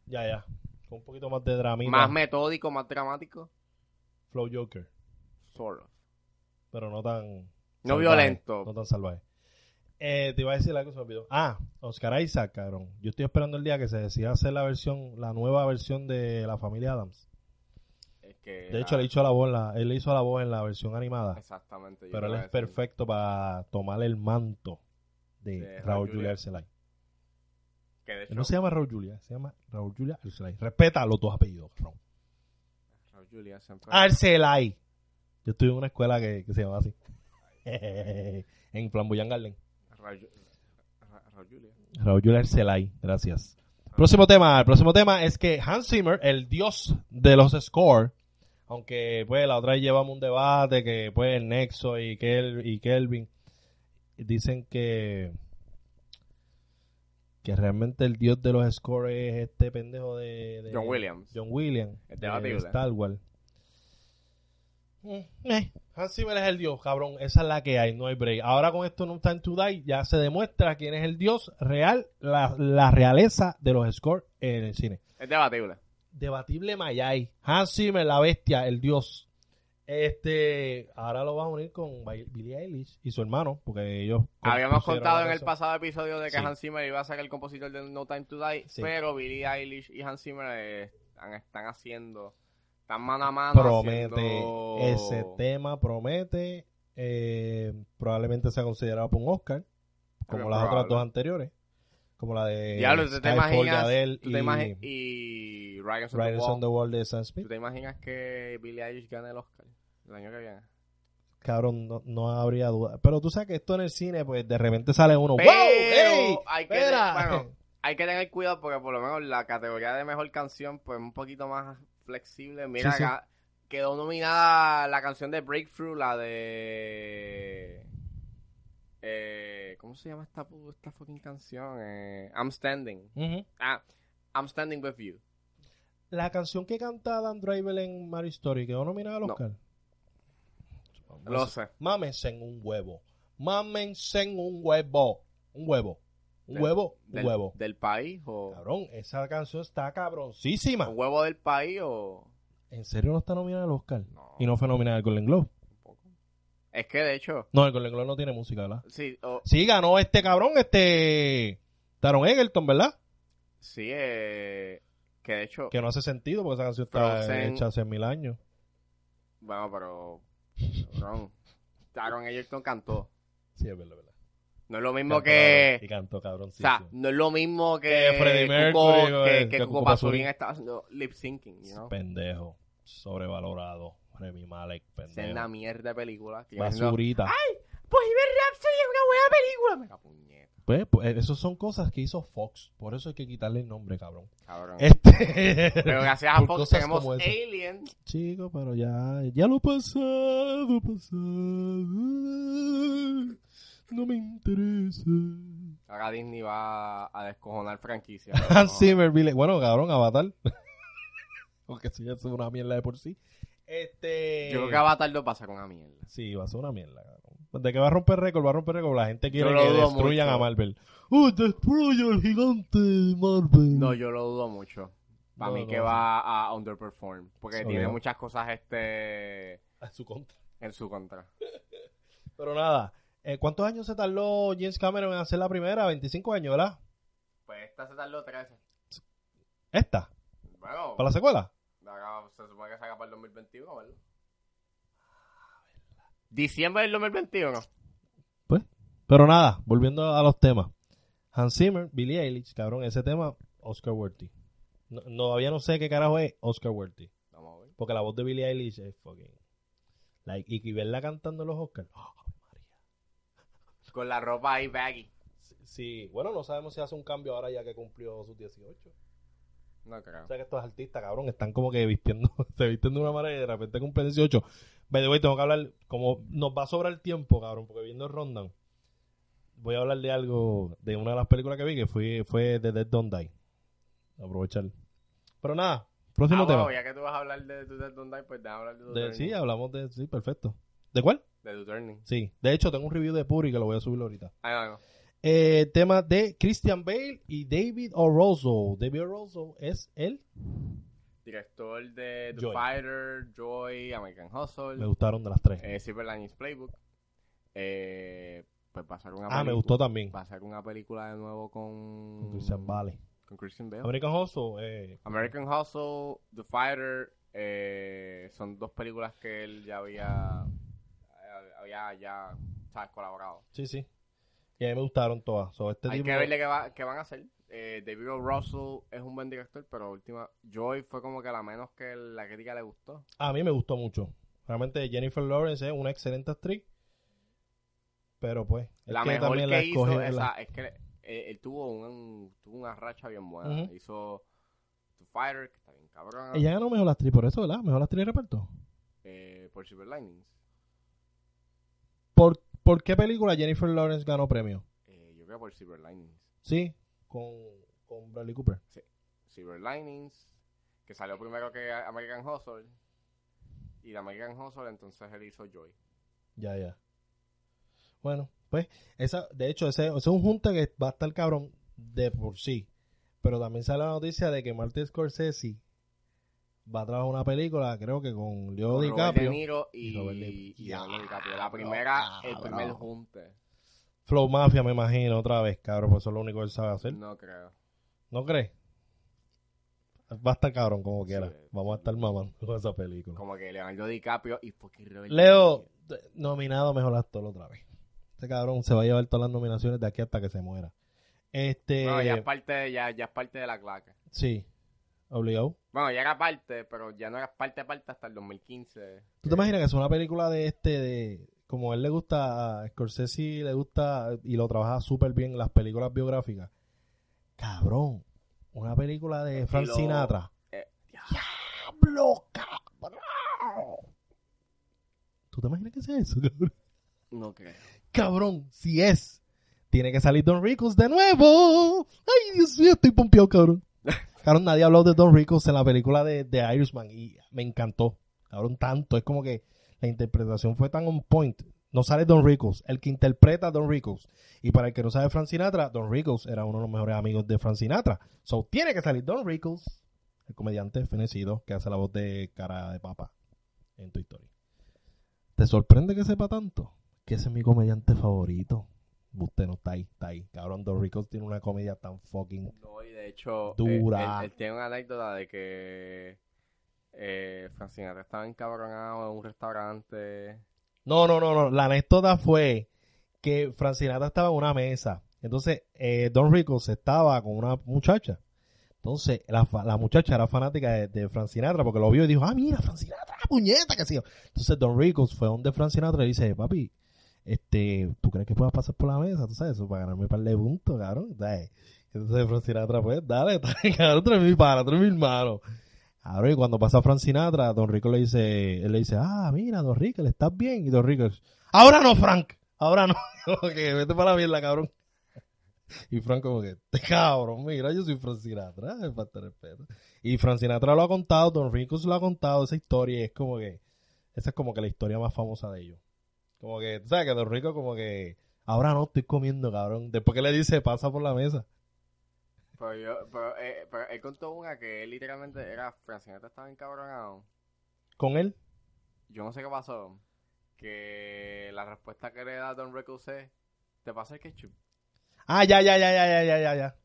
Speaker 1: Ya, ya. Con un poquito más de dramina.
Speaker 2: más metódico, más dramático,
Speaker 1: Flow Joker.
Speaker 2: sort of.
Speaker 1: Pero no tan.
Speaker 2: No
Speaker 1: salvaje,
Speaker 2: violento.
Speaker 1: No tan salvaje. Eh, te iba a decir algo, se me olvidó. Ah, Oscar Isaac, cabrón. Yo estoy esperando el día que se decida hacer la versión, la nueva versión de la familia Adams.
Speaker 2: Es que
Speaker 1: De hecho,
Speaker 2: ah,
Speaker 1: le hizo la voz, en la- él le hizo la voz en la versión animada.
Speaker 2: exactamente. yo
Speaker 1: Pero él
Speaker 2: iba a
Speaker 1: es
Speaker 2: decir.
Speaker 1: perfecto para tomar el manto de
Speaker 2: De
Speaker 1: Raúl
Speaker 2: Raúl
Speaker 1: Julián
Speaker 2: Juliá.
Speaker 1: Arcelay.
Speaker 2: Que de hecho,
Speaker 1: Él no se llama Raúl Julia, se llama Raúl Julia Arcelay. Respeta los dos apellidos, cabrón.
Speaker 2: Raúl Julia siempre-
Speaker 1: Ah, Arcelay. Yo estuve en una escuela que, que se llamaba así. en Flamboyant Garden.
Speaker 2: Raúl Ra- Raúl Julia.
Speaker 1: Raúl Julia Arcelay, gracias. Próximo tema, el próximo tema es que Hans Zimmer, el dios de los scores, aunque pues la otra vez llevamos un debate que pues el Nexo y, Kel- y Kelvin dicen que que realmente el dios de los scores es este pendejo de, de-
Speaker 2: John Williams.
Speaker 1: John Williams
Speaker 2: Es
Speaker 1: de
Speaker 2: debatible.
Speaker 1: Star Wars. Mm, eh, Hans Zimmer es el dios, cabrón. Esa es la que hay, no hay break. Ahora con esto No Time to Die ya se demuestra quién es el dios real, la, la realeza de los scores en el cine.
Speaker 2: Es debatible.
Speaker 1: Debatible Mayay. Hans Zimmer, la bestia, el dios. Este, ahora lo va a unir con Bi- Billie Eilish y su hermano, porque ellos...
Speaker 2: Habíamos
Speaker 1: compusieron
Speaker 2: contado
Speaker 1: la
Speaker 2: en el
Speaker 1: canción.
Speaker 2: pasado episodio de que
Speaker 1: Sí.
Speaker 2: Hans Zimmer iba a ser el compositor de No Time to Die,
Speaker 1: Sí.
Speaker 2: pero Billie Eilish y Hans Zimmer eh, están, están haciendo, están mano a mano.
Speaker 1: promete.
Speaker 2: haciendo-
Speaker 1: Ese tema promete. eh, probablemente sea considerado por un Oscar. Como
Speaker 2: Es
Speaker 1: las otras
Speaker 2: probable.
Speaker 1: dos anteriores. Como la de
Speaker 2: Diablo, ¿tú te
Speaker 1: Skyfall de
Speaker 2: imaginas?
Speaker 1: Adele
Speaker 2: ¿Tú
Speaker 1: y
Speaker 2: te imagi- y Riders on the
Speaker 1: Riders
Speaker 2: Wall.
Speaker 1: on the Wall de Sam Smith.
Speaker 2: ¿Tú te imaginas que Billie Eilish gane el Oscar el año que viene?
Speaker 1: Cabrón, no, no habría duda. Pero tú sabes que esto en el cine, pues de repente sale uno.
Speaker 2: Pero
Speaker 1: ¡Wow! ¡Ey!
Speaker 2: hay que-
Speaker 1: ¡Espera!
Speaker 2: bueno, Hay que tener cuidado porque por lo menos la categoría de mejor canción pues un poquito más flexible. Mira,
Speaker 1: Sí, sí.
Speaker 2: acá quedó nominada la canción de Breakthrough, la de... Eh, ¿Cómo se llama esta, pu- esta fucking canción? Eh, I'm Standing.
Speaker 1: Ujú.
Speaker 2: Ah, I'm Standing With You.
Speaker 1: La canción que canta Dan Driver en Mary Story quedó nominada al
Speaker 2: No.
Speaker 1: Oscar.
Speaker 2: Lo sé.
Speaker 1: Mámense en un huevo. Mámense en un huevo. Un huevo. Un
Speaker 2: Del-
Speaker 1: huevo. Un
Speaker 2: Del,
Speaker 1: huevo.
Speaker 2: ¿Del país o...?
Speaker 1: Cabrón, esa canción está cabroncísima.
Speaker 2: ¿Un huevo del país o...?
Speaker 1: ¿En serio no está nominada al Oscar?
Speaker 2: No,
Speaker 1: Y no fue nominada al Golden Globe.
Speaker 2: tampoco. Es que de hecho...
Speaker 1: No, el Golden Globe no tiene música, ¿verdad?
Speaker 2: Sí, o-
Speaker 1: Sí, ganó este cabrón, este. Taron Egerton, ¿verdad?
Speaker 2: sí eh, que de hecho...
Speaker 1: Que no hace sentido porque esa canción está
Speaker 2: Frozen.
Speaker 1: hecha hace mil años.
Speaker 2: Bueno, pero. Cabrón. Aaron Ellington cantó.
Speaker 1: Sí, es verdad, es verdad.
Speaker 2: No es lo mismo
Speaker 1: Cantó,
Speaker 2: que.
Speaker 1: cabrón. Y cantó cabrón.
Speaker 2: o sea, no es lo mismo que.
Speaker 1: Que Freddie
Speaker 2: Cuco-
Speaker 1: Mercury,
Speaker 2: que,
Speaker 1: güey,
Speaker 2: que
Speaker 1: que
Speaker 2: Cuco
Speaker 1: Cuco
Speaker 2: Pasolín
Speaker 1: Pasolín.
Speaker 2: estaba haciendo lip syncing, you know?
Speaker 1: Pendejo. Sobrevalorado. Remy Malek,
Speaker 2: Esa es una
Speaker 1: pendejo.
Speaker 2: mierda de película. que yo haciendo,
Speaker 1: Basurita.
Speaker 2: Bohemian Rhapsody es una buena película. Me cago en puñeta,
Speaker 1: Pues, pues, esas son cosas que hizo Fox. Por eso hay que quitarle el nombre, cabrón.
Speaker 2: cabrón.
Speaker 1: Este.
Speaker 2: Ah. Pero gracias a
Speaker 1: por
Speaker 2: Fox
Speaker 1: cosas
Speaker 2: tenemos
Speaker 1: como esa.
Speaker 2: Alien.
Speaker 1: Chico, pero ya, ya lo pasado, pasado. No me interesa.
Speaker 2: Ahora Disney va a descojonar franquicia.
Speaker 1: Hans Zimmer, Billy- Bueno, cabrón, Avatar. Aunque si ya es una mierda de por sí. Este.
Speaker 2: Yo creo que Avatar 2 va a ser una mierda.
Speaker 1: Sí, va a ser una mierda, cabrón. De que va a romper récord, va a romper récord. La gente quiere
Speaker 2: Yo lo
Speaker 1: que
Speaker 2: dudo
Speaker 1: destruyan
Speaker 2: mucho.
Speaker 1: a Marvel. ¡Uy, destruyo el gigante de Marvel!
Speaker 2: No, yo lo dudo mucho. Para
Speaker 1: No,
Speaker 2: mí
Speaker 1: no,
Speaker 2: que
Speaker 1: no.
Speaker 2: va a underperform. Porque
Speaker 1: Ok.
Speaker 2: tiene muchas cosas este
Speaker 1: A su contra.
Speaker 2: en su contra.
Speaker 1: Pero nada. eh, ¿Cuántos años se tardó James Cameron en hacer la primera? 25 años, ¿verdad?
Speaker 2: Pues esta se tardó 13.
Speaker 1: ¿Esta?
Speaker 2: Bueno,
Speaker 1: ¿Para la secuela?
Speaker 2: acá se supone que se haga para el 2021, ¿verdad? Diciembre del 2021.
Speaker 1: Pero nada, volviendo a los temas. Hans Zimmer, Billie Eilish, cabrón, ese tema, Oscar Worthy. No, no- todavía no sé qué carajo es Oscar Worthy.
Speaker 2: Vamos a ver.
Speaker 1: Porque la voz de Billie Eilish es fucking. Like, y, y verla cantando en los Oscars. ¡Oh, Ave María!
Speaker 2: Con la ropa ahí baggy.
Speaker 1: Sí, sí, bueno, no sabemos si hace un cambio ahora ya que cumplió sus 18.
Speaker 2: No creo.
Speaker 1: O sea que estos artistas, cabrón, están como que vistiendo, se visten de una manera y de repente cumplen 18. By the way, tengo que hablar, como nos va a sobrar el tiempo, cabrón, porque viendo Rondan, voy a hablar de algo, de una de las películas que vi, que fue, fue The Dead Don't Die. Aprovechar. Pero nada, próximo
Speaker 2: Ah,
Speaker 1: tema.
Speaker 2: bueno, ya que tú vas a hablar de tu Dead Don't Die, pues déjame hablar de tu
Speaker 1: De- sí, hablamos de, sí, perfecto. ¿De cuál?
Speaker 2: De tu turning.
Speaker 1: Sí, de hecho tengo un review de Puri que lo voy a subir ahorita.
Speaker 2: Ah, no, no.
Speaker 1: Eh, tema de Christian Bale y David O'Rosso. David O'Rosso es él.
Speaker 2: Director de The
Speaker 1: Joy.
Speaker 2: Fighter, Joy, American Hustle.
Speaker 1: Me gustaron de las tres.
Speaker 2: eh, Silver Linings Playbook. Eh, pues va a ser una
Speaker 1: ah, me
Speaker 2: pelicu-
Speaker 1: gustó también.
Speaker 2: Va a ser una película de nuevo con.
Speaker 1: Con Christian Bale.
Speaker 2: Con Christian Bale.
Speaker 1: American Hustle, eh,
Speaker 2: American Hustle, The Fighter. eh, son dos películas que él ya había. Había ya o sea, colaborado.
Speaker 1: sí, sí. Y a mí me gustaron todas. So, este
Speaker 2: Hay
Speaker 1: tipo-
Speaker 2: que verle qué, va- qué van a hacer. Eh, David O. Russell es un buen director, pero última Joy fue como que la menos que la crítica le gustó.
Speaker 1: A mí me gustó mucho. Realmente Jennifer Lawrence es una excelente actriz. Pero pues, es
Speaker 2: la
Speaker 1: que
Speaker 2: mejor
Speaker 1: también
Speaker 2: que,
Speaker 1: la escogió-
Speaker 2: hizo
Speaker 1: la-
Speaker 2: esa- es que eh, él tuvo, un, tuvo una racha bien buena.
Speaker 1: Ujú.
Speaker 2: Hizo The Fighter, que está bien cabrona.
Speaker 1: Ella ganó mejor actriz por eso, ¿verdad? Mejor actriz de reparto.
Speaker 2: eh, por Silver Linings.
Speaker 1: ¿Por, ¿Por qué película Jennifer Lawrence ganó premio?
Speaker 2: Eh, yo creo por Silver Linings.
Speaker 1: Sí, con, con Bradley Cooper.
Speaker 2: Silver Linings, que salió primero que American Hustle. Y de American Hustle, entonces él hizo Joy.
Speaker 1: Ya, ya. Bueno, pues, esa, de hecho, ese, ese es un junta que va a estar cabrón de por sí. Pero también sale la noticia de que Martin Scorsese va a trabajar una película, creo que con Leo
Speaker 2: Con Robert De
Speaker 1: DiCaprio.
Speaker 2: Niro
Speaker 1: y
Speaker 2: y,
Speaker 1: Robert De-
Speaker 2: y
Speaker 1: Ya,
Speaker 2: Leonardo DiCaprio. La primera, el
Speaker 1: cabrón.
Speaker 2: primer junte.
Speaker 1: Flow Mafia, me imagino, otra vez, cabrón, pues eso es lo único que él sabe hacer.
Speaker 2: No creo.
Speaker 1: ¿No crees? Va a estar cabrón como
Speaker 2: Sí,
Speaker 1: quiera.
Speaker 2: eh,
Speaker 1: Vamos a estar mamando con esa película.
Speaker 2: Como que Leonardo DiCaprio y fucking Robert De
Speaker 1: Leo,
Speaker 2: Niro.
Speaker 1: d- nominado mejor actor otra vez. Este cabrón se va a llevar todas las nominaciones de aquí hasta que se muera. Este,
Speaker 2: Bueno, ya es parte de, ya, ya es parte de la claca.
Speaker 1: sí, obligado.
Speaker 2: Bueno, ya era parte, pero ya no era parte parte hasta el 2015.
Speaker 1: ¿Tú te imaginas que es una película de este, de como a él le gusta, a Scorsese le gusta y lo trabaja súper bien las películas biográficas? Cabrón, una película de Frank
Speaker 2: lo-
Speaker 1: Sinatra.
Speaker 2: eh,
Speaker 1: ¡Diablo, cabrón! ¿Tú te imaginas que sea eso, cabrón?
Speaker 2: No creo.
Speaker 1: Cabrón, si es, tiene que salir Don Ricos de nuevo. Ay, Dios mío, estoy pompeado, cabrón. Cabrón, nadie habló de Don Ricos en la película de, de Irishman y me encantó. Cabrón, tanto. Es como que la interpretación fue tan on point. No sale Don Ricos, el que interpreta a Don Ricos. Y para el que no sabe Frank Sinatra, Don Ricos era uno de los mejores amigos de Frank Sinatra. So, tiene que salir Don Ricos, el comediante fenecido que hace la voz de cara de papa en tu historia. ¿Te sorprende que sepa tanto? que ese es mi comediante favorito. Usted no está ahí, está ahí. Cabrón, Don Ricos tiene una comedia tan fucking.
Speaker 2: No, y de hecho, eh,
Speaker 1: Dura.
Speaker 2: Él, él- él tiene una anécdota de que eh, Francina estaba encabronado en un restaurante.
Speaker 1: No, no, no, no. La anécdota fue que Francinata estaba en una mesa. Entonces, eh, Don Ricos estaba con una muchacha. Entonces, la, fa- la muchacha era fanática de, de Frank Sinatra porque lo vio y dijo, ah, mira, Francinatra, puñeta, que sí. Entonces, Don Ricos fue donde Francinatra y le dice, papi, este, ¿tú crees que puedas pasar por la mesa? ¿Tú sabes eso? Para ganarme un par de puntos, cabrón. Dale. Entonces, Francinatra, pues, dale, dale, cabrón, tú eres mi pana, tú eres mi hermano. Ahora, y cuando pasa Francinatra, Don Rico le dice, él le dice, ah, mira, Don Rico, le estás bien. Y Don Rico, ahora no, Frank, ahora no. Como que vete para la mierda, cabrón. Y Frank como que, te cabrón, mira, yo soy Frank Sinatra, eh, falta de respeto. Y Frank Sinatra lo ha contado, Don Rico lo ha contado, esa historia, y es como que, esa es como que la historia más famosa de ellos. Como que, tú sabes que Don Rico como que, ahora no estoy comiendo, cabrón. Después que le dice, pasa por la mesa.
Speaker 2: Pero, yo, pero, eh, pero él contó una que él literalmente era Francina estaba encabronado.
Speaker 1: Con él,
Speaker 2: Yo no sé qué pasó. Que la respuesta que le da Don Rickles es: ¿Te pasa el ketchup?
Speaker 1: Ah, ya, ya, ya, ya, ya, ya, ya, ya.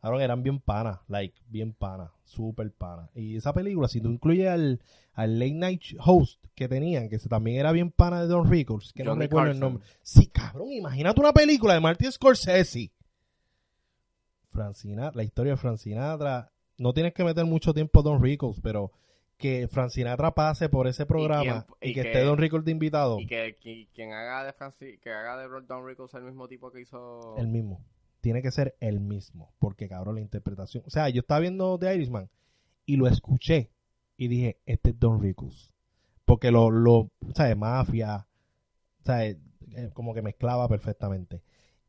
Speaker 1: Cabrón, eran bien panas, like, bien panas, super panas. Y esa película, si tú incluyes al, al late night host que tenían, que se- también era bien pana de Don Rickles, que no
Speaker 2: Johnny
Speaker 1: recuerdo el
Speaker 2: Carson.
Speaker 1: nombre. Sí, cabrón, imagínate una película de Martin Scorsese. Francina, la historia de Francinatra, no tienes que meter mucho tiempo a Don Rickles, pero que Francinatra pase por ese programa
Speaker 2: tiempo-
Speaker 1: y,
Speaker 2: y
Speaker 1: que,
Speaker 2: que-
Speaker 1: esté Don Rickles de invitado,
Speaker 2: Y que, que- quien haga de Franci- que haga de Don Rickles el mismo tipo que hizo.
Speaker 1: El mismo. Tiene que ser el mismo. Porque, cabrón, la interpretación. O sea, yo estaba viendo The Irishman y lo escuché y dije, este es Don Ricus. Porque lo, lo ¿sabes? Mafia, ¿sabes? Eh, Como que mezclaba perfectamente.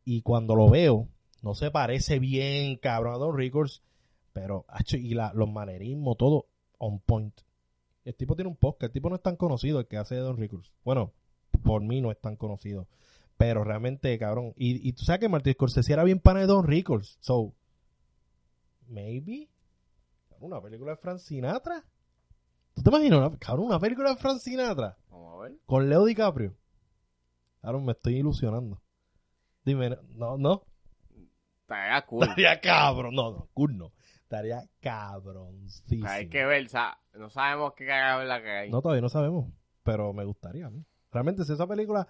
Speaker 1: Y cuando lo veo, no se parece bien, cabrón, a Don Ricus. Pero, hacho, y la- los manerismos, todo on point. El tipo tiene un podcast, el tipo no es tan conocido el que hace de Don Ricus. Bueno, por mí no es tan conocido. Pero realmente, cabrón. Y, y tú sabes que Martín Scorsese era bien pana de Don Rickles. So, maybe. Una película de Frank Sinatra. ¿Tú te imaginas, una- cabrón, una película de Frank Sinatra?
Speaker 2: Vamos a ver.
Speaker 1: Con Leo DiCaprio. Cabrón, me estoy ilusionando. Dime, no, no.
Speaker 2: Estaría cool.
Speaker 1: Estaría cabrón. No, no, cool no. Estaría cabroncísimo.
Speaker 2: Hay que ver, o sea, no sabemos qué cagada es la que hay.
Speaker 1: No, todavía no sabemos, pero me gustaría a mí. Realmente, si esa película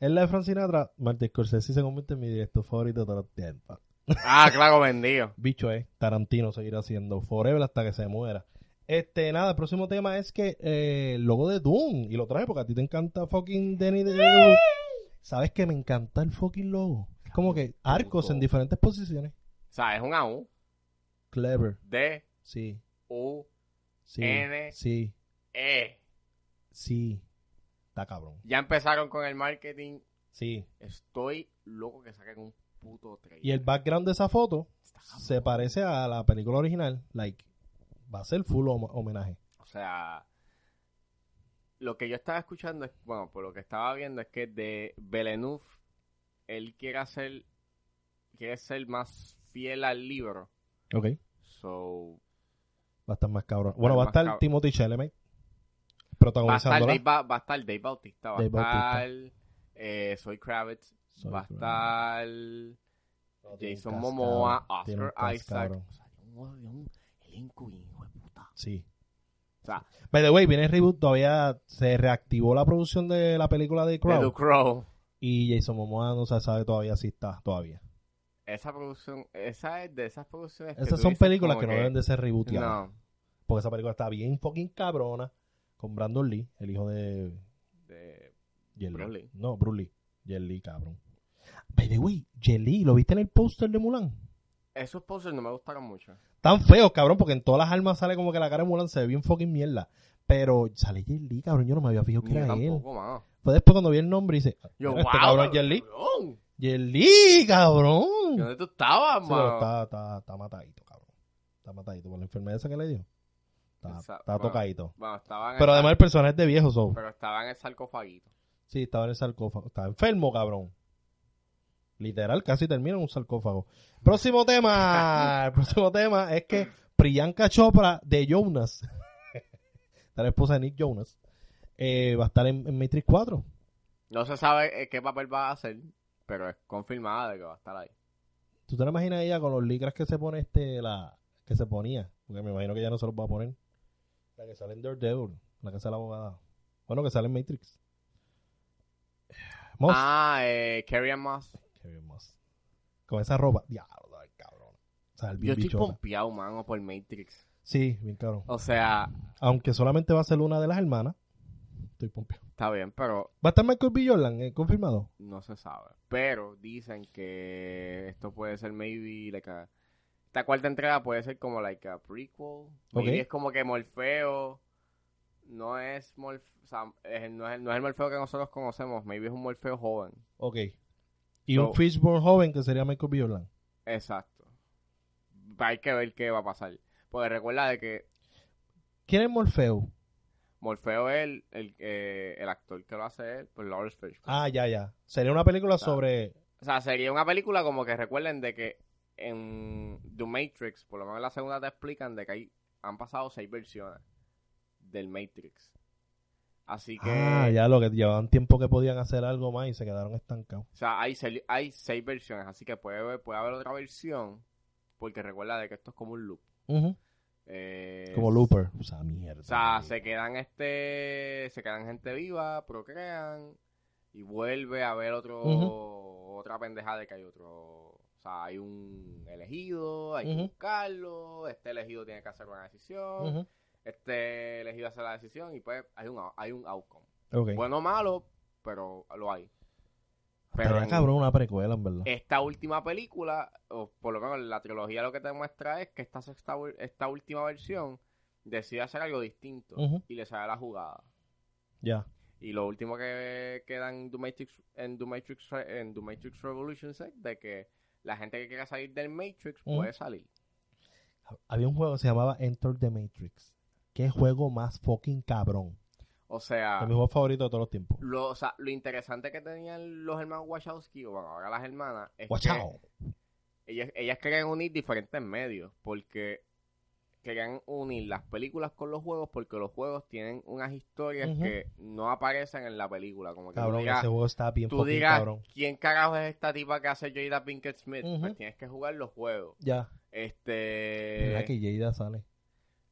Speaker 1: En la de Frank Sinatra, Martin Scorsese se convierte en mi director favorito de todos los tiempos.
Speaker 2: Ah, claro, vendido.
Speaker 1: Bicho es, Tarantino seguirá siendo forever hasta que se muera. Este, nada, el próximo tema es que eh, el logo de Doom, y lo traje porque a ti te encanta fucking Danny DeVito. ¿Sabes que me encanta el fucking logo? Es Como que arcos en diferentes posiciones.
Speaker 2: O sea, es un AU.
Speaker 1: Clever,
Speaker 2: D,
Speaker 1: sí,
Speaker 2: U,
Speaker 1: sí,
Speaker 2: N.
Speaker 1: sí,
Speaker 2: E.
Speaker 1: sí. Está cabrón.
Speaker 2: Ya empezaron con el marketing.
Speaker 1: Sí.
Speaker 2: Estoy loco que saquen un puto trailer.
Speaker 1: Y el background de esa foto
Speaker 2: Está cabrón.
Speaker 1: se parece a la película original. Like, va a ser full hom- homenaje.
Speaker 2: O sea, lo que yo estaba escuchando, es, bueno, por lo que estaba viendo es que de Villeneuve, él quiere hacer, quiere ser más fiel al libro.
Speaker 1: Ok.
Speaker 2: So,
Speaker 1: Va a estar más cabrón. Bueno, va a
Speaker 2: más
Speaker 1: estar
Speaker 2: cabrón.
Speaker 1: Timothy Chalamet
Speaker 2: va a estar
Speaker 1: protagonizándola.
Speaker 2: Dave, Ba- va a estar Dave Bautista, va a
Speaker 1: Dave Bautista.
Speaker 2: estar eh, Soy Kravitz,
Speaker 1: Soy
Speaker 2: va a
Speaker 1: Kravitz.
Speaker 2: estar
Speaker 1: No, tiene un
Speaker 2: Jason
Speaker 1: cascabrón.
Speaker 2: Momoa,
Speaker 1: Tiene un
Speaker 2: Oscar Isaac.
Speaker 1: cascabrón.
Speaker 2: O sea, un, un elenco hijo de puta.
Speaker 1: Sí.
Speaker 2: O sea,
Speaker 1: By the way, viene el reboot, todavía se reactivó la producción de la película de
Speaker 2: de
Speaker 1: Crow.
Speaker 2: The Crow.
Speaker 1: y Jason Momoa no se sabe todavía si está, todavía.
Speaker 2: Esa producción, esa es de esas producciones. que
Speaker 1: Esas
Speaker 2: tú
Speaker 1: son
Speaker 2: dices
Speaker 1: películas
Speaker 2: como
Speaker 1: que no deben de ser rebooteadas.
Speaker 2: No,
Speaker 1: Porque esa película está bien fucking cabrona con Brandon Lee, el hijo de
Speaker 2: de-
Speaker 1: Jet Li.
Speaker 2: Bruce Lee.
Speaker 1: No, Bruce Lee. Jet Li, cabrón. By the way, Jet Li, ¿lo viste en el póster de Mulan?
Speaker 2: Esos posters no me gustaron mucho.
Speaker 1: Tan feos, cabrón, porque en todas las armas sale como que la cara de Mulan se ve bien fucking mierda. Pero sale Jet Li, cabrón, yo no me había fijado que
Speaker 2: Ni yo
Speaker 1: era él.
Speaker 2: tampoco, mano.
Speaker 1: Fue después cuando vi el nombre y dice, "Mira,
Speaker 2: Yo, wow.
Speaker 1: este cabrón es Jet Li.
Speaker 2: cabrón.
Speaker 1: Jet Li, cabrón.
Speaker 2: ¿Y ¿Dónde tú estabas,
Speaker 1: Sí, pero
Speaker 2: mano?
Speaker 1: está, está, está matadito, cabrón. Está matadito por la enfermedad esa que le dio. Está,
Speaker 2: Esa-
Speaker 1: está
Speaker 2: bueno.
Speaker 1: tocadito.
Speaker 2: Bueno, estaba en
Speaker 1: Pero
Speaker 2: el,
Speaker 1: además el personaje es de viejo, so.
Speaker 2: pero estaba en el sarcofaguito.
Speaker 1: Sí, estaba en el sarcófago. Estaba enfermo, cabrón. Literal, casi termina en un sarcófago. Próximo tema. El próximo tema es que Priyanka Chopra de Jonas, está la esposa de Nick Jonas, eh, va a estar en, en Matrix 4.
Speaker 2: No se sabe eh, qué papel va a hacer, pero es confirmada de que va a estar ahí.
Speaker 1: ¿Tú te la imaginas ella con los licras que se pone este, la que se ponía? Porque me imagino que ya no se los va a poner. La que sale en Daredevil, la que sale la abogada. Bueno, que sale en Matrix. Moss.
Speaker 2: Ah, eh, Carrie Ann Moss.
Speaker 1: Kevin Moss. Con esa ropa, diablo, el cabrón. O sea, el
Speaker 2: Yo
Speaker 1: bien
Speaker 2: estoy
Speaker 1: bichota.
Speaker 2: pompeado, mano, por Matrix.
Speaker 1: Sí, bien cabrón.
Speaker 2: O sea,
Speaker 1: Aunque solamente va a ser una de las hermanas, estoy pompeado.
Speaker 2: está bien, pero
Speaker 1: ¿Va a estar Michael B. Jordan eh, confirmado?
Speaker 2: no se sabe. Pero dicen que esto puede ser maybe like a- esta cuarta entrega puede ser como like a prequel. Maybe
Speaker 1: Ok.
Speaker 2: es como que Morfeo no es Morfeo, no, es, no es el Morfeo que nosotros conocemos, maybe es un Morfeo joven.
Speaker 1: Ok. Y
Speaker 2: So-
Speaker 1: un Fishborn joven que sería Michael B. Jordan.
Speaker 2: Exacto. Hay que ver qué va a pasar. Porque recuerda de que
Speaker 1: ¿Quién es Morfeo?
Speaker 2: Morfeo es el, el, eh, el actor que lo hace él, pues Lawrence Fishburne.
Speaker 1: Ah, ya, ya. Sería una
Speaker 2: Ah,
Speaker 1: película sobre...
Speaker 2: O sea, sería una película como que recuerden de que en The Matrix, por lo menos en la segunda te explican de que hay, han pasado seis versiones del Matrix. Así que,
Speaker 1: Ah, ya, lo que llevaban tiempo que podían hacer algo más y se quedaron estancados.
Speaker 2: o sea, hay, seli- hay seis versiones, así que puede, haber- puede haber otra versión, porque recuerda de que esto es como un loop.
Speaker 1: Ujú.
Speaker 2: Eh,
Speaker 1: Como Looper. O sea, mierda.
Speaker 2: O sea, se quedan este, se quedan gente viva, procrean y vuelve a haber otro otra pendejada de que hay otro, o sea, hay un elegido, hay que
Speaker 1: Ujú.
Speaker 2: buscarlo, este elegido tiene que hacer una decisión,
Speaker 1: Ujú.
Speaker 2: este elegido hace la decisión y pues hay un out- hay un outcome.
Speaker 1: Ok.
Speaker 2: Bueno o malo, pero lo hay.
Speaker 1: Estaría
Speaker 2: en
Speaker 1: cabrón una precuela, en verdad.
Speaker 2: esta última película, o por lo menos la trilogía lo que te muestra es que esta sexta ver- esta última versión decide hacer algo distinto
Speaker 1: Ujú.
Speaker 2: y le sale la jugada.
Speaker 1: Ya.
Speaker 2: Y lo último que queda en The Matrix, en The Matrix, Re- en The Matrix Revolution de que la gente que quiera salir del Matrix
Speaker 1: Ujú.
Speaker 2: puede salir.
Speaker 1: Había un juego que se llamaba Enter the Matrix. Qué juego más fucking cabrón.
Speaker 2: O sea,
Speaker 1: Es mi juego favorito de todos los tiempos.
Speaker 2: lo, o sea, lo interesante que tenían los hermanos Wachowski, o bueno, ahora las hermanas, es
Speaker 1: Watch
Speaker 2: que
Speaker 1: out.
Speaker 2: ellas, ellas querían unir diferentes medios, porque querían unir las películas con los juegos, porque los juegos tienen unas historias
Speaker 1: Ujú.
Speaker 2: que no aparecen en la película. Como que tú
Speaker 1: Cabrón,
Speaker 2: digas,
Speaker 1: ese juego está bien
Speaker 2: tú
Speaker 1: fucking
Speaker 2: digas
Speaker 1: cabrón.
Speaker 2: quién carajo es esta tipa que hace Jada Pinkett Smith,
Speaker 1: Ujú.
Speaker 2: pues tienes que jugar los juegos.
Speaker 1: Ya.
Speaker 2: Este.
Speaker 1: ¿Verdad que Jada sale?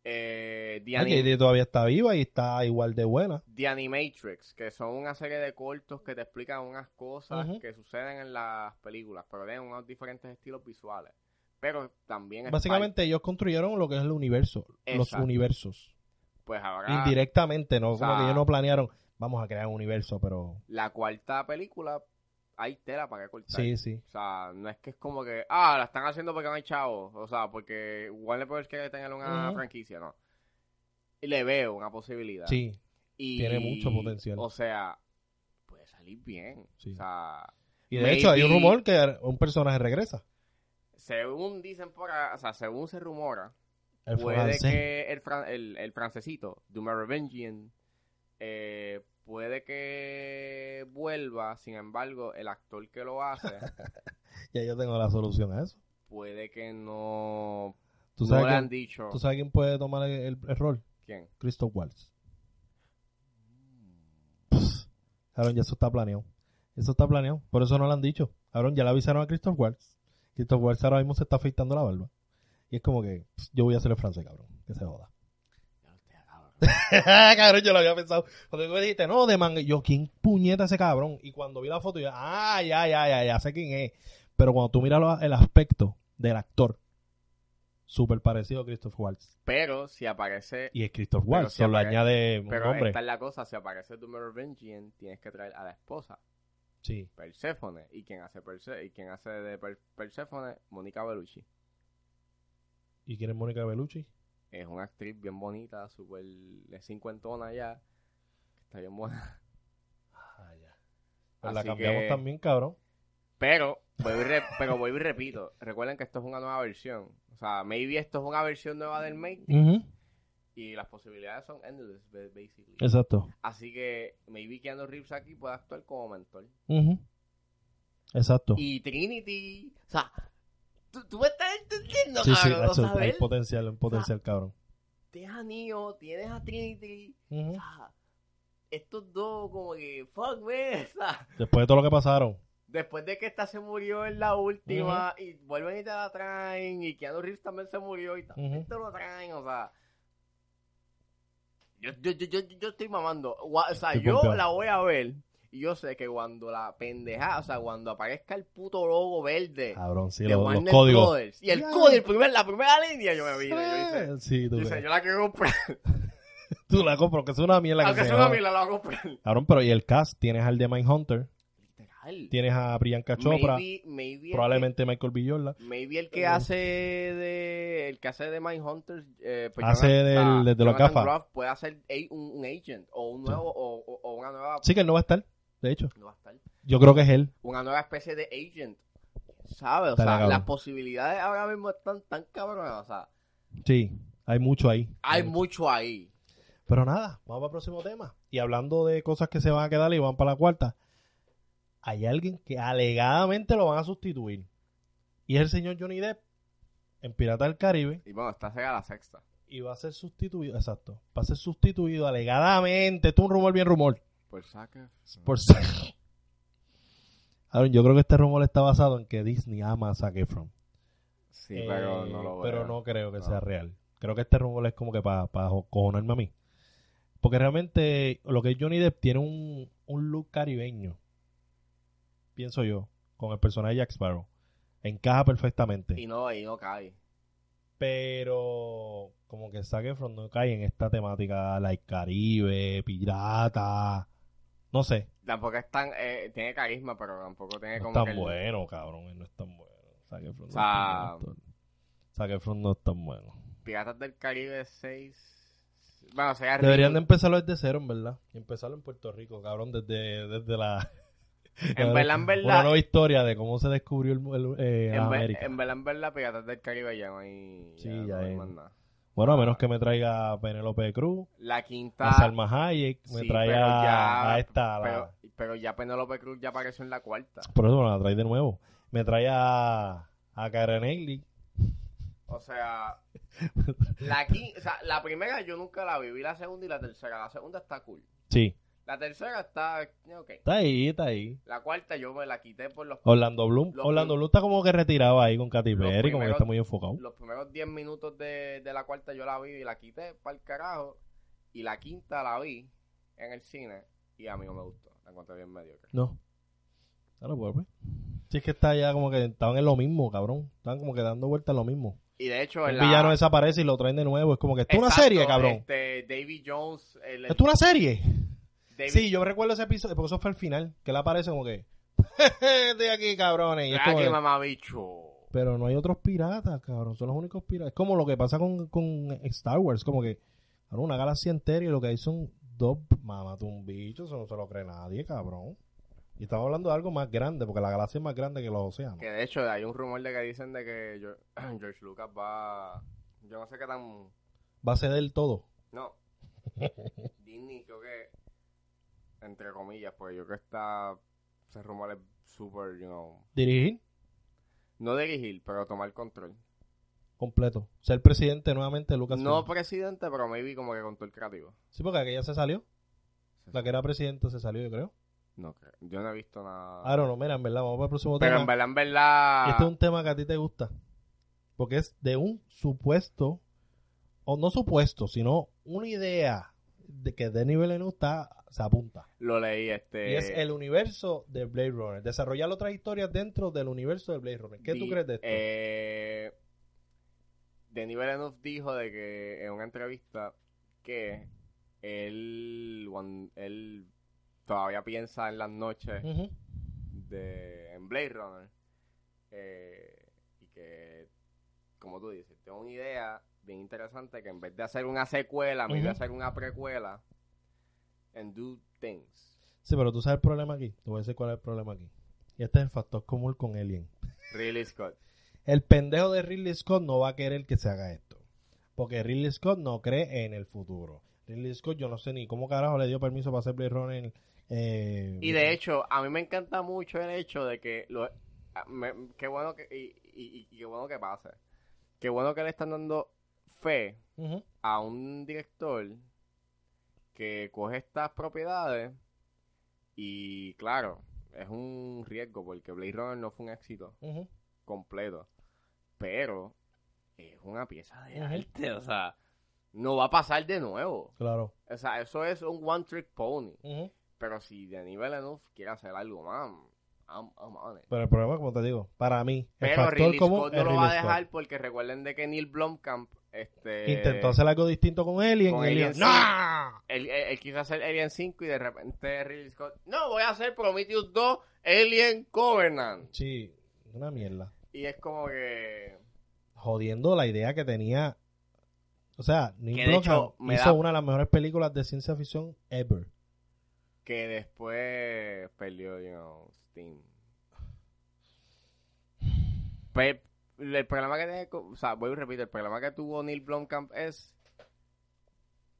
Speaker 2: eh, The,
Speaker 1: Ah,
Speaker 2: Anim-
Speaker 1: que todavía está viva y está igual de buena.
Speaker 2: The Animatrix, que son una serie de cortos que te explican unas cosas
Speaker 1: Ujú.
Speaker 2: que suceden en las películas, pero de unos diferentes estilos visuales. Pero también es
Speaker 1: Básicamente ellos construyeron lo que es el universo, los
Speaker 2: Exacto.
Speaker 1: universos.
Speaker 2: parte- pues ahora
Speaker 1: Indirectamente, no
Speaker 2: O sea-
Speaker 1: como que ellos no planearon, vamos a crear un universo, pero
Speaker 2: la cuarta película hay tela para cortar.
Speaker 1: sí, sí.
Speaker 2: O sea, no es que es como que, ah, la están haciendo porque no hay chavos. O sea, porque Warner Bros. quiere tener una
Speaker 1: Ujú.
Speaker 2: franquicia, no. Y le veo una posibilidad.
Speaker 1: Sí,
Speaker 2: Y,
Speaker 1: tiene mucho potencial.
Speaker 2: O sea, puede salir bien.
Speaker 1: Sí.
Speaker 2: O sea,
Speaker 1: Y de hecho hay un
Speaker 2: Maybe-
Speaker 1: rumor que un personaje regresa.
Speaker 2: según dicen por ahí, o sea, según se rumora,
Speaker 1: El
Speaker 2: puede
Speaker 1: francés.
Speaker 2: que el, fran- el, el francesito, Dumas Revengian, eh, puede que vuelva. Sin embargo, el actor que lo hace,
Speaker 1: Ya yo tengo la solución a eso.
Speaker 2: puede que no,
Speaker 1: ¿Tú
Speaker 2: no
Speaker 1: sabes,
Speaker 2: le han
Speaker 1: quién,
Speaker 2: dicho.
Speaker 1: tú sabes quién puede tomar el, el- el rol?
Speaker 2: ¿Quién?
Speaker 1: Christoph Waltz. Pss, Cabrón, ya eso está planeado. Eso está planeado. Por eso no lo han dicho. Cabrón, ya le avisaron a Christoph Waltz. Christoph Waltz ahora mismo se está afeitando la barba. Y es como que pss, yo voy a hacer el francés, cabrón. Que se joda. cabrón, yo lo había pensado. Cuando tú me dijiste, no, de manga. Yo, ¿quién puñeta ese cabrón? Y cuando vi la foto, yo, ah, ya, ya, ya, ya sé quién es. Pero cuando tú miras lo- el aspecto del actor, súper parecido a Christoph Waltz.
Speaker 2: Pero si aparece,
Speaker 1: Y es Christoph
Speaker 2: Pero
Speaker 1: Waltz,
Speaker 2: si
Speaker 1: solo
Speaker 2: aparece-
Speaker 1: añade un
Speaker 2: pero
Speaker 1: nombre.
Speaker 2: esta es la cosa, si aparece tu Revengian, tienes que traer a la esposa,
Speaker 1: Sí.
Speaker 2: Perséfone, y quien hace Perse- y quien hace de Per- Perséfone, Mónica Bellucci.
Speaker 1: ¿Y quién es Mónica Bellucci?
Speaker 2: Es una actriz bien bonita, súper de cincuentona ya, está bien buena.
Speaker 1: Ah, ya. Pues la
Speaker 2: Así
Speaker 1: cambiamos
Speaker 2: que-
Speaker 1: también, cabrón.
Speaker 2: Pero, vuelvo y re- pero vuelvo y repito, recuerden que esto es una nueva versión. O sea, maybe esto es una versión nueva del Mate y las posibilidades son endless, ba- basically.
Speaker 1: Exacto.
Speaker 2: Así que maybe Keanu Reeves aquí puede actuar como mentor.
Speaker 1: Ujú. Exacto.
Speaker 2: Y Trinity. O sea, tú, tú me estás entendiendo,
Speaker 1: sí, sí,
Speaker 2: cabrón. O
Speaker 1: eso, pues.
Speaker 2: sea, a
Speaker 1: hay
Speaker 2: ver,
Speaker 1: potencial, un potencial,
Speaker 2: Ah.
Speaker 1: cabrón.
Speaker 2: tienes a Neo, tienes a Trinity. O
Speaker 1: Ujú.
Speaker 2: sea, estos dos, como que, fuck, man. O sea,
Speaker 1: Después de todo lo que pasaron.
Speaker 2: después de que esta se murió en la última, y vuelven y te la traen, y Keanu Reeves también se murió, y también
Speaker 1: Ujú.
Speaker 2: te lo traen, o sea. Yo, yo, yo, yo, yo estoy mamando. Gua- O sea,
Speaker 1: Estoy
Speaker 2: yo
Speaker 1: pompeado.
Speaker 2: la voy a ver. Y yo sé que cuando la pendeja, o sea, cuando aparezca el puto logo verde.
Speaker 1: Cabrón, sí,
Speaker 2: de
Speaker 1: los, los
Speaker 2: Warner
Speaker 1: códigos.
Speaker 2: Brothers. Y el
Speaker 1: Ya.
Speaker 2: código, el primer- la primera línea, yo me vi. Yo hice,
Speaker 1: Eh, Sí, tú,
Speaker 2: yo,
Speaker 1: ves.
Speaker 2: hice, yo la quiero comprar.
Speaker 1: tú la compras, que es una mierda. que
Speaker 2: Aunque
Speaker 1: se
Speaker 2: sea una
Speaker 1: llama.
Speaker 2: mierda, la voy a comprar.
Speaker 1: Cabrón, pero y el cast, tienes al de Mindhunter,
Speaker 2: Literal.
Speaker 1: tienes a Priyanka Chopra,
Speaker 2: Maybe- maybe el
Speaker 1: probablemente Michael B. Jordan,
Speaker 2: que- maybe el que hace de. El que hace de Mindhunter. Eh, pues
Speaker 1: Hace
Speaker 2: Jonathan-
Speaker 1: del- de los
Speaker 2: Jonathan
Speaker 1: gafas.
Speaker 2: Groff puede hacer a- un, un agent. O un nuevo. O, o- o una nueva.
Speaker 1: Sí, que él no va a estar, de hecho.
Speaker 2: no va a estar.
Speaker 1: Yo creo que es él.
Speaker 2: Una nueva especie de agent. ¿Sabes? O
Speaker 1: Está
Speaker 2: sea,
Speaker 1: cabrón.
Speaker 2: las posibilidades ahora mismo están tan cabronas. O sea,
Speaker 1: Sí, hay mucho ahí. Eh,
Speaker 2: hay mucho ahí.
Speaker 1: Pero nada, vamos al próximo tema. Y hablando de cosas que se van a quedar y van para la cuarta, hay alguien que alegadamente lo van a sustituir. Y es el señor Johnny Depp en Pirata del Caribe
Speaker 2: Y bueno, está cerca la sexta.
Speaker 1: y va a ser sustituido, exacto, va a ser sustituido alegadamente, esto es un rumor bien rumor,
Speaker 2: Por saque.
Speaker 1: por ser. Aaron, yo creo que este rumor está basado en que Disney ama a Zac Efron.
Speaker 2: Sí,
Speaker 1: Eh,
Speaker 2: pero no lo veo.
Speaker 1: pero no creo que
Speaker 2: No.
Speaker 1: sea real. Creo que este rumor es como que para cojonarme a mí. Porque realmente lo que es Johnny Depp tiene un, un look caribeño. Pienso yo. Con el personaje de Jack Sparrow. Encaja perfectamente.
Speaker 2: Y no, y no cae.
Speaker 1: Pero como que Zac Efron no cae en esta temática. Like Caribe, pirata. No sé.
Speaker 2: Tampoco es tan. Eh, tiene carisma, pero tampoco tiene
Speaker 1: No
Speaker 2: como.
Speaker 1: es tan
Speaker 2: que el-
Speaker 1: bueno, cabrón. Él no es tan bueno. Zac Efron no
Speaker 2: O sea,
Speaker 1: es tan bueno. Zac Efron no es tan bueno.
Speaker 2: Piratas del Caribe 6. Bueno, sería
Speaker 1: Deberían de
Speaker 2: reboot.
Speaker 1: empezarlo desde cero, en verdad. Y empezarlo en Puerto Rico, cabrón, desde, desde la...
Speaker 2: En verdad, en
Speaker 1: Una
Speaker 2: verdad.
Speaker 1: nueva historia de cómo se descubrió el, el, eh,
Speaker 2: en, ver-
Speaker 1: América.
Speaker 2: en verdad, en verdad, Piratas del Caribe ya no hay.
Speaker 1: Sí,
Speaker 2: no
Speaker 1: ya
Speaker 2: hay
Speaker 1: es.
Speaker 2: más nada.
Speaker 1: Bueno, a menos que me traiga a Penélope Cruz,
Speaker 2: La
Speaker 1: a
Speaker 2: quinta.
Speaker 1: Salma Hayek, me
Speaker 2: Ah. sí,
Speaker 1: traiga
Speaker 2: pero ya-
Speaker 1: a esta... a la-
Speaker 2: Pero, pero ya Penélope Cruz ya apareció en la cuarta.
Speaker 1: Por eso me la trae de nuevo. Me trae a, a Karen Ailey.
Speaker 2: O sea. La, quin- o sea, la primera yo nunca la vi, vi la segunda y la tercera. La segunda está cool.
Speaker 1: Sí.
Speaker 2: La tercera está. Ok.
Speaker 1: Está ahí, está ahí.
Speaker 2: La cuarta yo me la quité por los,
Speaker 1: Orlando Bloom.
Speaker 2: Los
Speaker 1: Orlando Bloom está como que retirado ahí con Katy
Speaker 2: Los
Speaker 1: Perry, como que
Speaker 2: primeros-
Speaker 1: está muy enfocado.
Speaker 2: los primeros 10 minutos de, de la cuarta. Yo la vi y la quité para el carajo. Y la quinta la vi en el cine. Y a mí no me gustó. La encontré bien mediocre.
Speaker 1: No. Ya lo puedo ver. Si es que está ya como que estaban en lo mismo, cabrón. Estaban como que dando vueltas en lo mismo.
Speaker 2: Y de hecho, en
Speaker 1: El
Speaker 2: la-
Speaker 1: villano desaparece y lo traen de nuevo. Es como que esto es una
Speaker 2: Exacto,
Speaker 1: serie, cabrón.
Speaker 2: Este, David Jones. El,
Speaker 1: Esto es una serie.
Speaker 2: David-
Speaker 1: Sí, yo recuerdo ese episodio, porque eso fue el final, que él aparece como que estoy aquí, cabrones. Y es
Speaker 2: Ah,
Speaker 1: como
Speaker 2: qué
Speaker 1: que,
Speaker 2: mamabicho.
Speaker 1: pero no hay otros piratas, cabrón. Son los únicos piratas. Es como lo que pasa con, con Star Wars, como que cabrón, una galaxia entera y lo que hay son dos mamatumbichos, eso no se lo cree nadie, cabrón. Y estamos hablando de algo más grande, porque la galaxia es más grande que los océanos.
Speaker 2: Que de hecho hay un rumor de que dicen de que Geor- George Lucas va... Yo no sé qué tan...
Speaker 1: Va a ceder todo.
Speaker 2: No. Disney creo que... Entre comillas, porque yo creo que está... Ese rumor es súper, you know...
Speaker 1: Dirigir
Speaker 2: No dirigir, pero tomar control.
Speaker 1: completo. Ser presidente nuevamente de Lucas.
Speaker 2: No
Speaker 1: Film.
Speaker 2: presidente, pero maybe como que control creativo.
Speaker 1: Sí, porque aquella se salió. La que era presidenta se salió, yo creo.
Speaker 2: No creo. Yo no he visto nada.
Speaker 1: Ahora Ah, no, mira, en verdad, vamos para el próximo
Speaker 2: pero
Speaker 1: tema.
Speaker 2: en verdad, en verdad...
Speaker 1: Este es un tema que a ti te gusta. Porque es de un supuesto, o no supuesto, sino una idea de que Denis Villeneuve está, se apunta.
Speaker 2: Lo leí, este...
Speaker 1: Y es el universo de Blade Runner. Desarrollar otras historias dentro del universo de Blade Runner. ¿Qué tú
Speaker 2: Di-
Speaker 1: crees de esto?
Speaker 2: Eh, Denis Villeneuve dijo de que en una entrevista que él, cuan- él todavía piensa en las noches
Speaker 1: Ujú.
Speaker 2: de, en Blade Runner eh, y que, como tú dices, tengo una idea bien interesante que en vez de hacer una secuela, me voy
Speaker 1: Ujú.
Speaker 2: a hacer una precuela and do things.
Speaker 1: Sí, pero tú sabes el problema aquí. Te voy a decir cuál es el problema aquí. Y este es el factor común con Alien.
Speaker 2: Really, Scott.
Speaker 1: El pendejo de Ridley Scott no va a querer que se haga esto. Porque Ridley Scott no cree en el futuro. Ridley Scott, yo no sé ni cómo carajo le dio permiso para hacer Blade Runner. eh,
Speaker 2: Y de hecho, a mí me encanta mucho el hecho de que lo, a- me- qué bueno que y, y- y qué bueno que pase. Qué bueno que le están dando fe
Speaker 1: Ujú.
Speaker 2: a un director que coge estas propiedades y claro, es un riesgo porque Blade Runner no fue un éxito
Speaker 1: Ujú.
Speaker 2: completo, pero es una pieza de
Speaker 1: Ujú.
Speaker 2: arte, o sea, no va a pasar de nuevo.
Speaker 1: Claro.
Speaker 2: O sea, eso es un one trick pony.
Speaker 1: Ujú.
Speaker 2: Pero si Denis Villeneuve quiere hacer algo más, I'm, I'm on it.
Speaker 1: Pero el problema, como te digo, para mí, el
Speaker 2: Pero
Speaker 1: factor
Speaker 2: Ridley
Speaker 1: común
Speaker 2: Scott
Speaker 1: es
Speaker 2: no lo
Speaker 1: Ridley
Speaker 2: va a
Speaker 1: Scott.
Speaker 2: dejar porque recuerden de que Neil Blomkamp este,
Speaker 1: Intentó hacer algo distinto con Alien.
Speaker 2: con
Speaker 1: y Alien,
Speaker 2: Alien, sí.
Speaker 1: ¡No!
Speaker 2: Él, él- él quiso hacer Alien 5 y de repente Ridley Scott, no, voy a hacer Prometheus 2 Alien Covenant.
Speaker 1: Sí, una mierda.
Speaker 2: Y es como que...
Speaker 1: Jodiendo la idea que tenía. O sea,
Speaker 2: Que
Speaker 1: Neil
Speaker 2: de
Speaker 1: Blomkamp
Speaker 2: hecho, me
Speaker 1: hizo
Speaker 2: da-
Speaker 1: una de las mejores películas de ciencia ficción ever.
Speaker 2: Que después perdió, you know, Steam. Pe- Pues, el problema que tiene, co- o sea, voy y repito, el problema que tuvo Neil Blomkamp es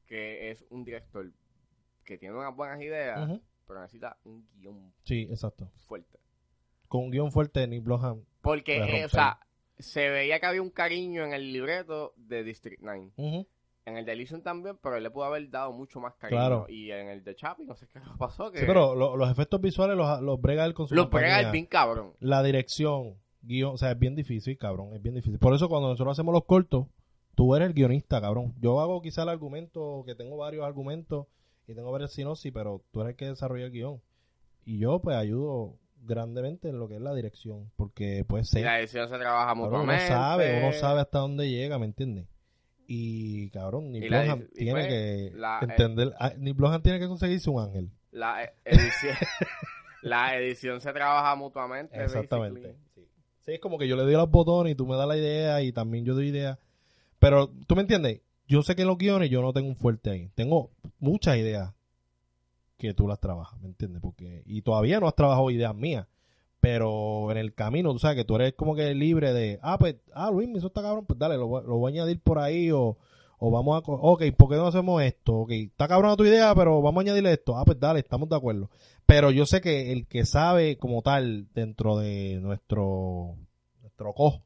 Speaker 2: que es un director que tiene unas buenas ideas,
Speaker 1: Ujú.
Speaker 2: pero necesita un guión
Speaker 1: Sí, exacto.
Speaker 2: fuerte.
Speaker 1: Con un guión fuerte de Neil Blomkamp.
Speaker 2: Porque,
Speaker 1: Puede
Speaker 2: eh, o
Speaker 1: romper.
Speaker 2: sea, se veía que había un cariño en el libreto de District 9.
Speaker 1: Ujú.
Speaker 2: En el de Elysium también, pero él le pudo haber dado mucho más cariño.
Speaker 1: Claro.
Speaker 2: Y en el de Chappie, no sé qué pasó. Que
Speaker 1: Sí, pero lo- los efectos visuales los, los brega él con su
Speaker 2: Los pega el
Speaker 1: compañía.
Speaker 2: pin cabrón.
Speaker 1: La dirección, guión, o sea, es bien difícil, cabrón, es bien difícil. Por eso cuando nosotros hacemos los cortos, tú eres el guionista, cabrón. Yo hago quizá el argumento, que tengo varios argumentos y tengo varias sinopsis, pero tú eres el que desarrolla el guión. Y yo pues ayudo grandemente en lo que es la dirección, porque pues sé
Speaker 2: Y la edición se trabaja
Speaker 1: Cabrón,
Speaker 2: mutuamente.
Speaker 1: uno sabe, uno sabe hasta dónde llega, ¿me entiendes? Y cabrón, Neil
Speaker 2: Y la-
Speaker 1: Blomkamp
Speaker 2: y
Speaker 1: tiene
Speaker 2: fue
Speaker 1: que
Speaker 2: la- eh,
Speaker 1: entender, ah, Neil Blomkamp tiene que conseguirse un ángel.
Speaker 2: La e- edición, la edición se trabaja mutuamente.
Speaker 1: Exactamente.
Speaker 2: basically.
Speaker 1: Sí. Sí, es como que yo le doy los botones y tú me das la idea y también yo doy idea. Pero, ¿tú me entiendes? Yo sé que en los guiones yo no tengo un fuerte ahí. Tengo muchas ideas que tú las trabajas, ¿me entiendes? Porque, y todavía no has trabajado ideas mías. Pero en el camino, tú sabes que tú eres como que libre de, ah, pues, ah, Luis, me hizo está cabrón, pues dale, lo, voy- lo voy a añadir por ahí o, o vamos a, co- ok, ¿por qué no hacemos esto? Ok, está cabrona tu idea, pero vamos a añadirle esto. Ah, pues dale, estamos de acuerdo. Pero yo sé que el que sabe como tal dentro de nuestro nuestro cojo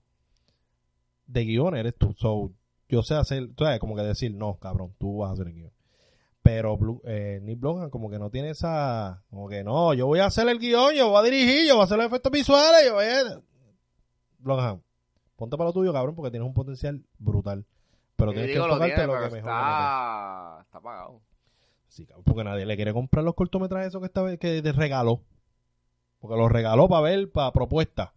Speaker 1: de guión eres tú. So, yo sé hacer, tú sabes, como que decir, no, cabrón, tú vas a hacer el guión. Pero Blue, eh, Nick Blomkamp como que no tiene esa... Como que no, yo voy a hacer el guión, yo voy a dirigir, yo voy a hacer los efectos visuales, yo voy a... Blomkamp, ponte para lo tuyo, cabrón, porque tienes un potencial brutal. Pero
Speaker 2: Y
Speaker 1: tienes
Speaker 2: digo,
Speaker 1: que
Speaker 2: lo
Speaker 1: enfocarte
Speaker 2: tiene,
Speaker 1: en lo
Speaker 2: pero
Speaker 1: que mejor... le metes.
Speaker 2: está, está apagado.
Speaker 1: Sí, cabrón, porque nadie le quiere comprar los cortometrajes esos que, esta vez- que te regaló. Porque los regaló para ver, para propuestas.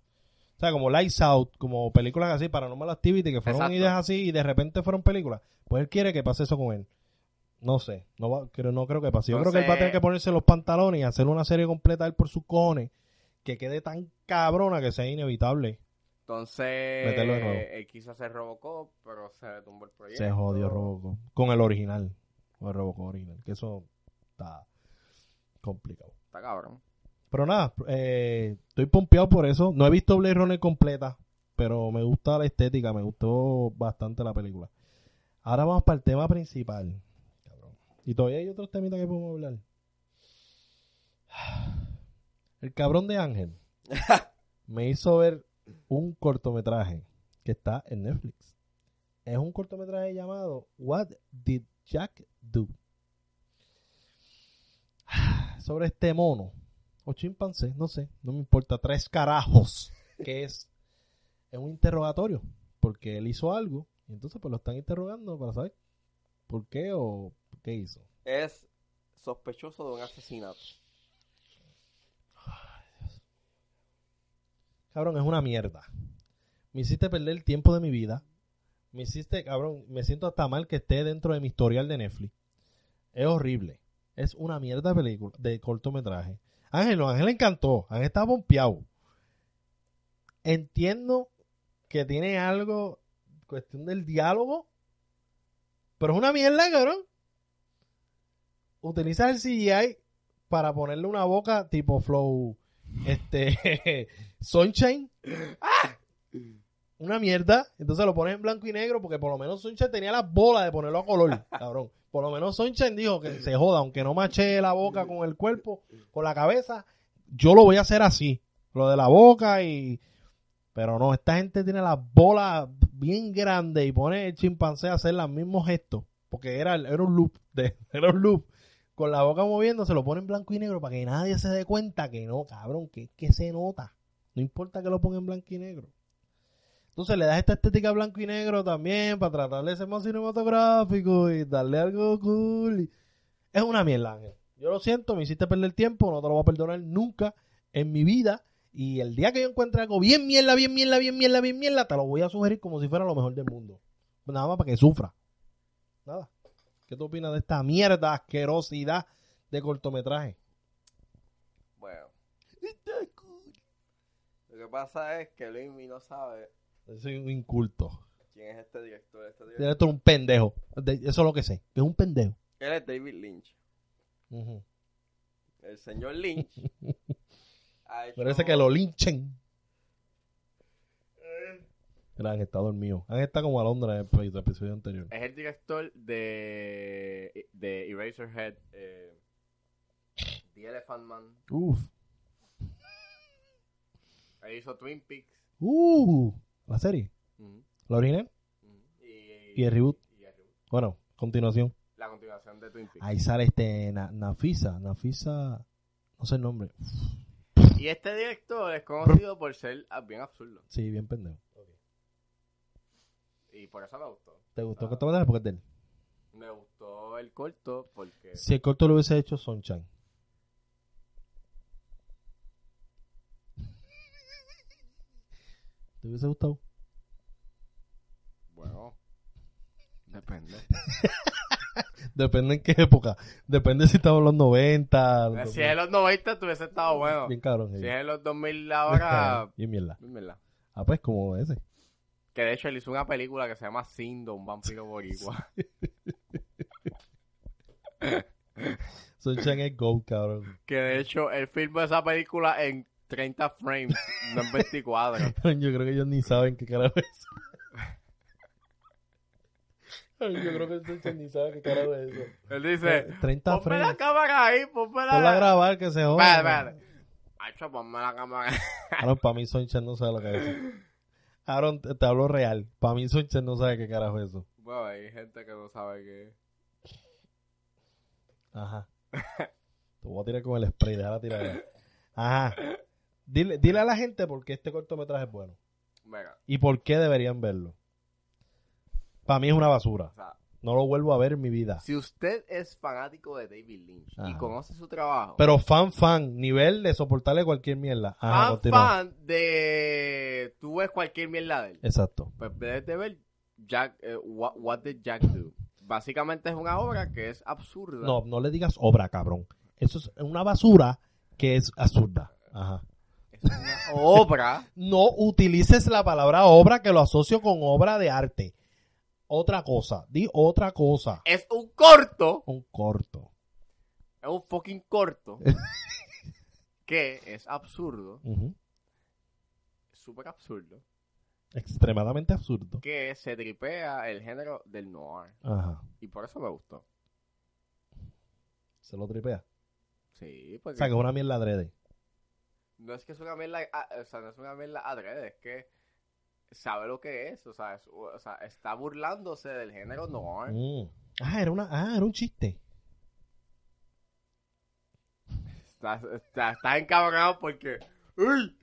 Speaker 1: O sea, como Lights Out, como películas así, Paranormal Activity, que fueron
Speaker 2: Exacto.
Speaker 1: ideas así y de repente fueron películas. Pues él quiere que pase eso con él. No sé, no, va- creo, no creo que pase. Yo creo que él va a tener
Speaker 2: Entonces-
Speaker 1: que ponerse los pantalones y hacer una serie completa él por sus cojones que quede tan cabrona que sea inevitable.
Speaker 2: Entonces,
Speaker 1: Mételo de nuevo.
Speaker 2: él quiso hacer Robocop, pero se le tumbó el proyecto.
Speaker 1: Se jodió Robocop. Con el original. Con el Robocop original. Que eso está complicado.
Speaker 2: Está cabrón.
Speaker 1: Pero nada, eh, estoy pompeado por eso. No he visto Blade Runner completa, pero me gusta la estética, me gustó bastante la película. Ahora vamos para el tema principal. cabrón. Y todavía hay otros temitas que podemos hablar. El cabrón de Ángel me hizo ver un cortometraje que está en Netflix. Es un cortometraje llamado What Did Jack Do? Sobre este mono o chimpancé, no sé, no me importa, tres carajos, que es, es un interrogatorio, porque él hizo algo, y entonces pues lo están interrogando para saber por qué o qué hizo.
Speaker 2: Es sospechoso de un asesinato.
Speaker 1: Cabrón, es una mierda. Me hiciste perder el tiempo de mi vida. Me hiciste, cabrón, me siento hasta mal que esté dentro de mi historial de Netflix. Es horrible. Es una mierda de película, de cortometraje. Ángel, a Ángel le encantó. Ángel está bompeado. Entiendo que tiene algo, cuestión del diálogo, pero es una mierda, cabrón. Utilizas el CGI para ponerle una boca tipo flow, este, Sunshine. Una mierda. Entonces lo pones en blanco y negro porque por lo menos Sunshine tenía las bolas de ponerlo a color, cabrón. Por lo menos Sunshine dijo que se joda, aunque no mache la boca con el cuerpo, con la cabeza, yo lo voy a hacer así. Lo de la boca y... Pero no, esta gente tiene las bolas bien grandes y pone el chimpancé a hacer los mismos gestos. Porque era, era un loop, de, era un loop. Con la boca moviéndose, lo pone en blanco y negro para que nadie se dé cuenta que no, cabrón, que es que se nota. No importa que lo ponga en blanco y negro. Entonces le das esta estética blanco y negro también para tratar de ser más cinematográfico y darle algo cool. y- Es una mierda, Ángel. Yo lo siento, me hiciste perder tiempo, no te lo voy a perdonar nunca en mi vida. Y el día que yo encuentre algo bien mierda, bien mierda, bien mierda, bien mierda, te lo voy a sugerir como si fuera lo mejor del mundo. Nada más para que sufra. Nada. ¿Qué tú opinas de esta mierda, asquerosidad de cortometraje?
Speaker 2: Bueno. Lo que pasa es que Luismi no sabe
Speaker 1: Yo Soy un inculto.
Speaker 2: quién es este director. Este director.
Speaker 1: Esto es un pendejo. De- Eso es lo que sé. Que es un pendejo.
Speaker 2: Él es David Lynch.
Speaker 1: Ujú.
Speaker 2: El señor Lynch. ha hecho-
Speaker 1: Parece que lo linchen. Eh. Mira, Ángel está dormido. Ángel está como Alondra en el epi- el episodio anterior.
Speaker 2: Es el director de, de Eraserhead, eh, The Elephant Man.
Speaker 1: Uf.
Speaker 2: Él hizo Twin Peaks.
Speaker 1: Uh. La serie. La original.
Speaker 2: Y,
Speaker 1: Y el reboot.
Speaker 2: y el reboot.
Speaker 1: Bueno, continuación.
Speaker 2: La continuación de Twin Peaks.
Speaker 1: Ahí sale este Na- Nafisa. Nafisa. No sé el nombre.
Speaker 2: Y este director es conocido por ser ah, bien absurdo.
Speaker 1: Sí, bien pendejo.
Speaker 2: Y por eso me gustó.
Speaker 1: ¿Te gustó
Speaker 2: Ah.
Speaker 1: el cortometraje? Porque es de él.
Speaker 2: Me gustó el corto porque...
Speaker 1: Si el corto lo hubiese hecho Sunshine. ¿Te hubiese gustado?
Speaker 2: Bueno. Depende.
Speaker 1: Depende en qué época. Depende si estamos en los 90. los
Speaker 2: si
Speaker 1: 2000.
Speaker 2: es en los 90 tuviese estado bueno.
Speaker 1: Bien cabrón.
Speaker 2: Si
Speaker 1: sí.
Speaker 2: es en los 2000 ahora...
Speaker 1: Bien mierda.
Speaker 2: dímela.
Speaker 1: Ah, pues como ese.
Speaker 2: Que de hecho él hizo una película que se llama Sindo, un vampiro boricua.
Speaker 1: Sunshine es gold, cabrón.
Speaker 2: que de hecho él filmó esa película en 30 frames, no en 24.
Speaker 1: Yo creo que ellos ni saben qué carajo es. eso. Ay, Yo creo que Sunshine ni sabe qué carajo es eso.
Speaker 2: Él dice,
Speaker 1: 30
Speaker 2: ponme la
Speaker 1: frames.
Speaker 2: cámara ahí, ponme la...
Speaker 1: Ponla a grabar que se joda.
Speaker 2: Vale, vale. Hacho, ponme la cámara.
Speaker 1: Aaron, para mí Sunshine no sabe lo que es eso. Aaron, te, te hablo real. Para mí Sunshine no sabe qué carajo es eso.
Speaker 2: bueno, hay gente que no sabe qué es.
Speaker 1: Ajá. Te voy a tirar con el spray, déjala tirar. ahí. Ajá. Dile, dile a la gente por qué este cortometraje es bueno
Speaker 2: Mira,
Speaker 1: y por qué deberían verlo. Para mí es una basura.
Speaker 2: o sea,
Speaker 1: No lo vuelvo a ver en mi vida.
Speaker 2: si usted es fanático de David Lynch y
Speaker 1: Ajá.
Speaker 2: conoce su trabajo,
Speaker 1: Pero fan, fan, nivel de soportarle cualquier mierda. Ajá,
Speaker 2: fan,
Speaker 1: continúa.
Speaker 2: fan de tú ves cualquier mierda de él,
Speaker 1: Exacto.
Speaker 2: pues debes de ver Jack, eh, what, What Did Jack Do. Básicamente es una obra que es absurda.
Speaker 1: No, no le digas obra, cabrón. Eso es una basura que es absurda. Ajá.
Speaker 2: Es una obra
Speaker 1: No utilices la palabra obra que lo asocio con obra de arte. Otra cosa, di otra cosa.
Speaker 2: es un corto,
Speaker 1: Un corto.
Speaker 2: es un fucking corto, que es absurdo,
Speaker 1: Ujú.
Speaker 2: súper absurdo,
Speaker 1: Extremadamente absurdo.
Speaker 2: que se tripea el género del noir.
Speaker 1: Ajá.
Speaker 2: Y por eso me gustó.
Speaker 1: Se lo tripea.
Speaker 2: Sí, pues, porque
Speaker 1: O sea, que es una mierda adrede.
Speaker 2: no es que es una mierda, ah, o sea, no es una mierda adrede, es que sabe lo que es, o sea, es- o sea, está burlándose del género eh. noir.
Speaker 1: Mm. Ah, era una, ah, era un chiste.
Speaker 2: Estás, está- estás encabronado porque. ¡Uy!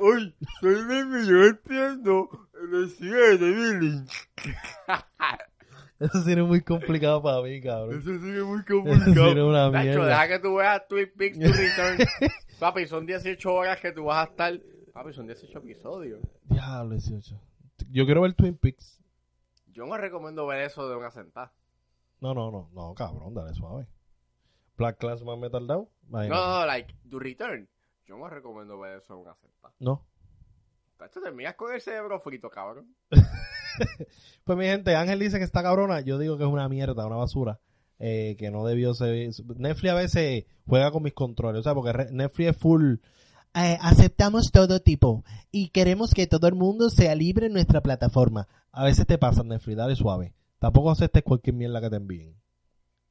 Speaker 2: ¡Uy! Soy el millón entiendo. Lo sigue de Billy.
Speaker 1: Eso sí es muy complicado para mí,
Speaker 2: Eso
Speaker 1: cabrón.
Speaker 2: sigue muy
Speaker 1: Eso sí es
Speaker 2: complicado.
Speaker 1: una
Speaker 2: Nacho,
Speaker 1: mierda.
Speaker 2: deja que tú veas Twin Peaks to Return. Papi, son 18 horas que tú vas a estar. Papi, son 18 episodios.
Speaker 1: Diablo, 18. Yo quiero ver Twin Peaks.
Speaker 2: Yo no recomiendo ver eso de una sentada.
Speaker 1: No, no, no, no, cabrón, dale suave. Black Class más Metal Down.
Speaker 2: No,
Speaker 1: Imagínate.
Speaker 2: no, no, like, to return. Yo no recomiendo ver eso de una sentada.
Speaker 1: No.
Speaker 2: Tacho, terminas con el cerebro frito, cabrón.
Speaker 1: Pues mi gente, Ángel dice que está cabrona. Yo digo que es una mierda, una basura. eh, que no debió ser. Netflix a veces juega con mis controles. O sea, porque re- Netflix es full. eh, aceptamos todo tipo y queremos que todo el mundo sea libre en nuestra plataforma. A veces te pasa Netflix, dale suave. Tampoco aceptes cualquier mierda que te envíen.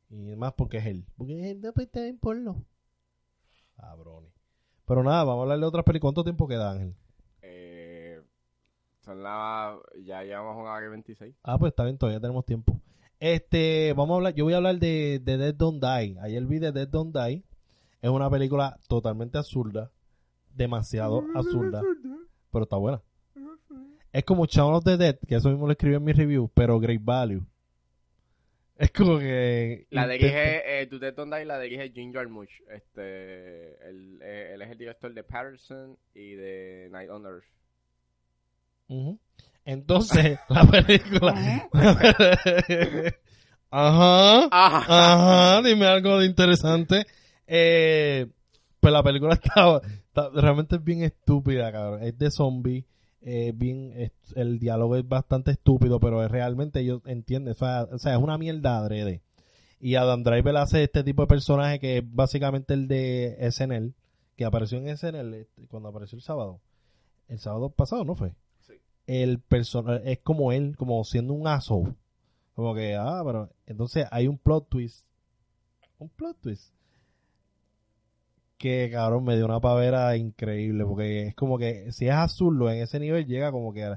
Speaker 1: Y más porque es él. Porque él no pues, está en porno. Cabrones. Pero nada, vamos a hablar de otras películas. ¿Cuánto tiempo queda, Ángel?
Speaker 2: Eh, son las. Ya llevamos una hora y 26.
Speaker 1: Ah, pues está bien, todavía tenemos tiempo. Este, vamos a hablar, yo voy a hablar de, de Dead Don't Die. Ayer vi de Dead Don't Die. Es una película totalmente absurda, demasiado absurda, pero está buena. Es como Shaun of the Dead, que eso mismo lo escribí en mi review, pero Great Value. Es como que...
Speaker 2: La
Speaker 1: intenta-
Speaker 2: dirige, eh, To Death Don't Die la dirige Jim Jarmusch. Este, él, eh, él es el director de Patterson y de Night on Earth.
Speaker 1: Ujú. Entonces, la película... Ajá.
Speaker 2: Ajá.
Speaker 1: Ajá, dime algo de interesante. Eh, pues la película está, está- realmente es bien estúpida, cabrón. Es de zombie. eh, bien, es- el diálogo es bastante estúpido, pero es realmente ellos entienden. O sea, o sea, es una mierda adrede. Y Adam Driver hace este tipo de personaje que es básicamente el de SNL, que apareció en SNL este, cuando apareció el sábado. El sábado pasado, ¿no fue?
Speaker 2: Sí.
Speaker 1: el personal es como él, como siendo un aso. Como que, ah, pero entonces hay un plot twist. Un plot twist. Que cabrón me dio una pavera increíble. Porque es como que si es azul, en ese nivel llega como que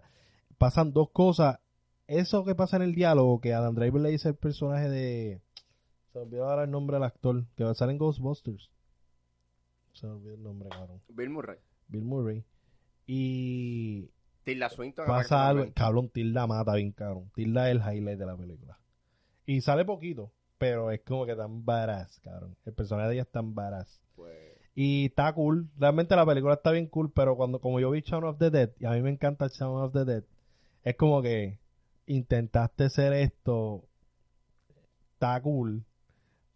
Speaker 1: pasan dos cosas. Eso que pasa en el diálogo, que Adam Driver le dice el personaje de. Se me olvidó ahora el nombre del actor, que va a estar en Ghostbusters. Se me olvidó el nombre, cabrón.
Speaker 2: Bill Murray.
Speaker 1: Bill Murray. Y
Speaker 2: Tilda Swinton.
Speaker 1: pasa algo,
Speaker 2: aparentemente.
Speaker 1: cabrón, Tilda mata bien, cabrón. Tilda es el highlight de la película. Y sale poquito, pero es como que tan varaz, cabrón. El personaje de ella es tan varaz.
Speaker 2: Pues,
Speaker 1: Y está cool. Realmente la película está bien cool, pero cuando como yo vi Shaun of the Dead, y a mí me encanta Shaun of the Dead, es como que intentaste ser esto, está cool,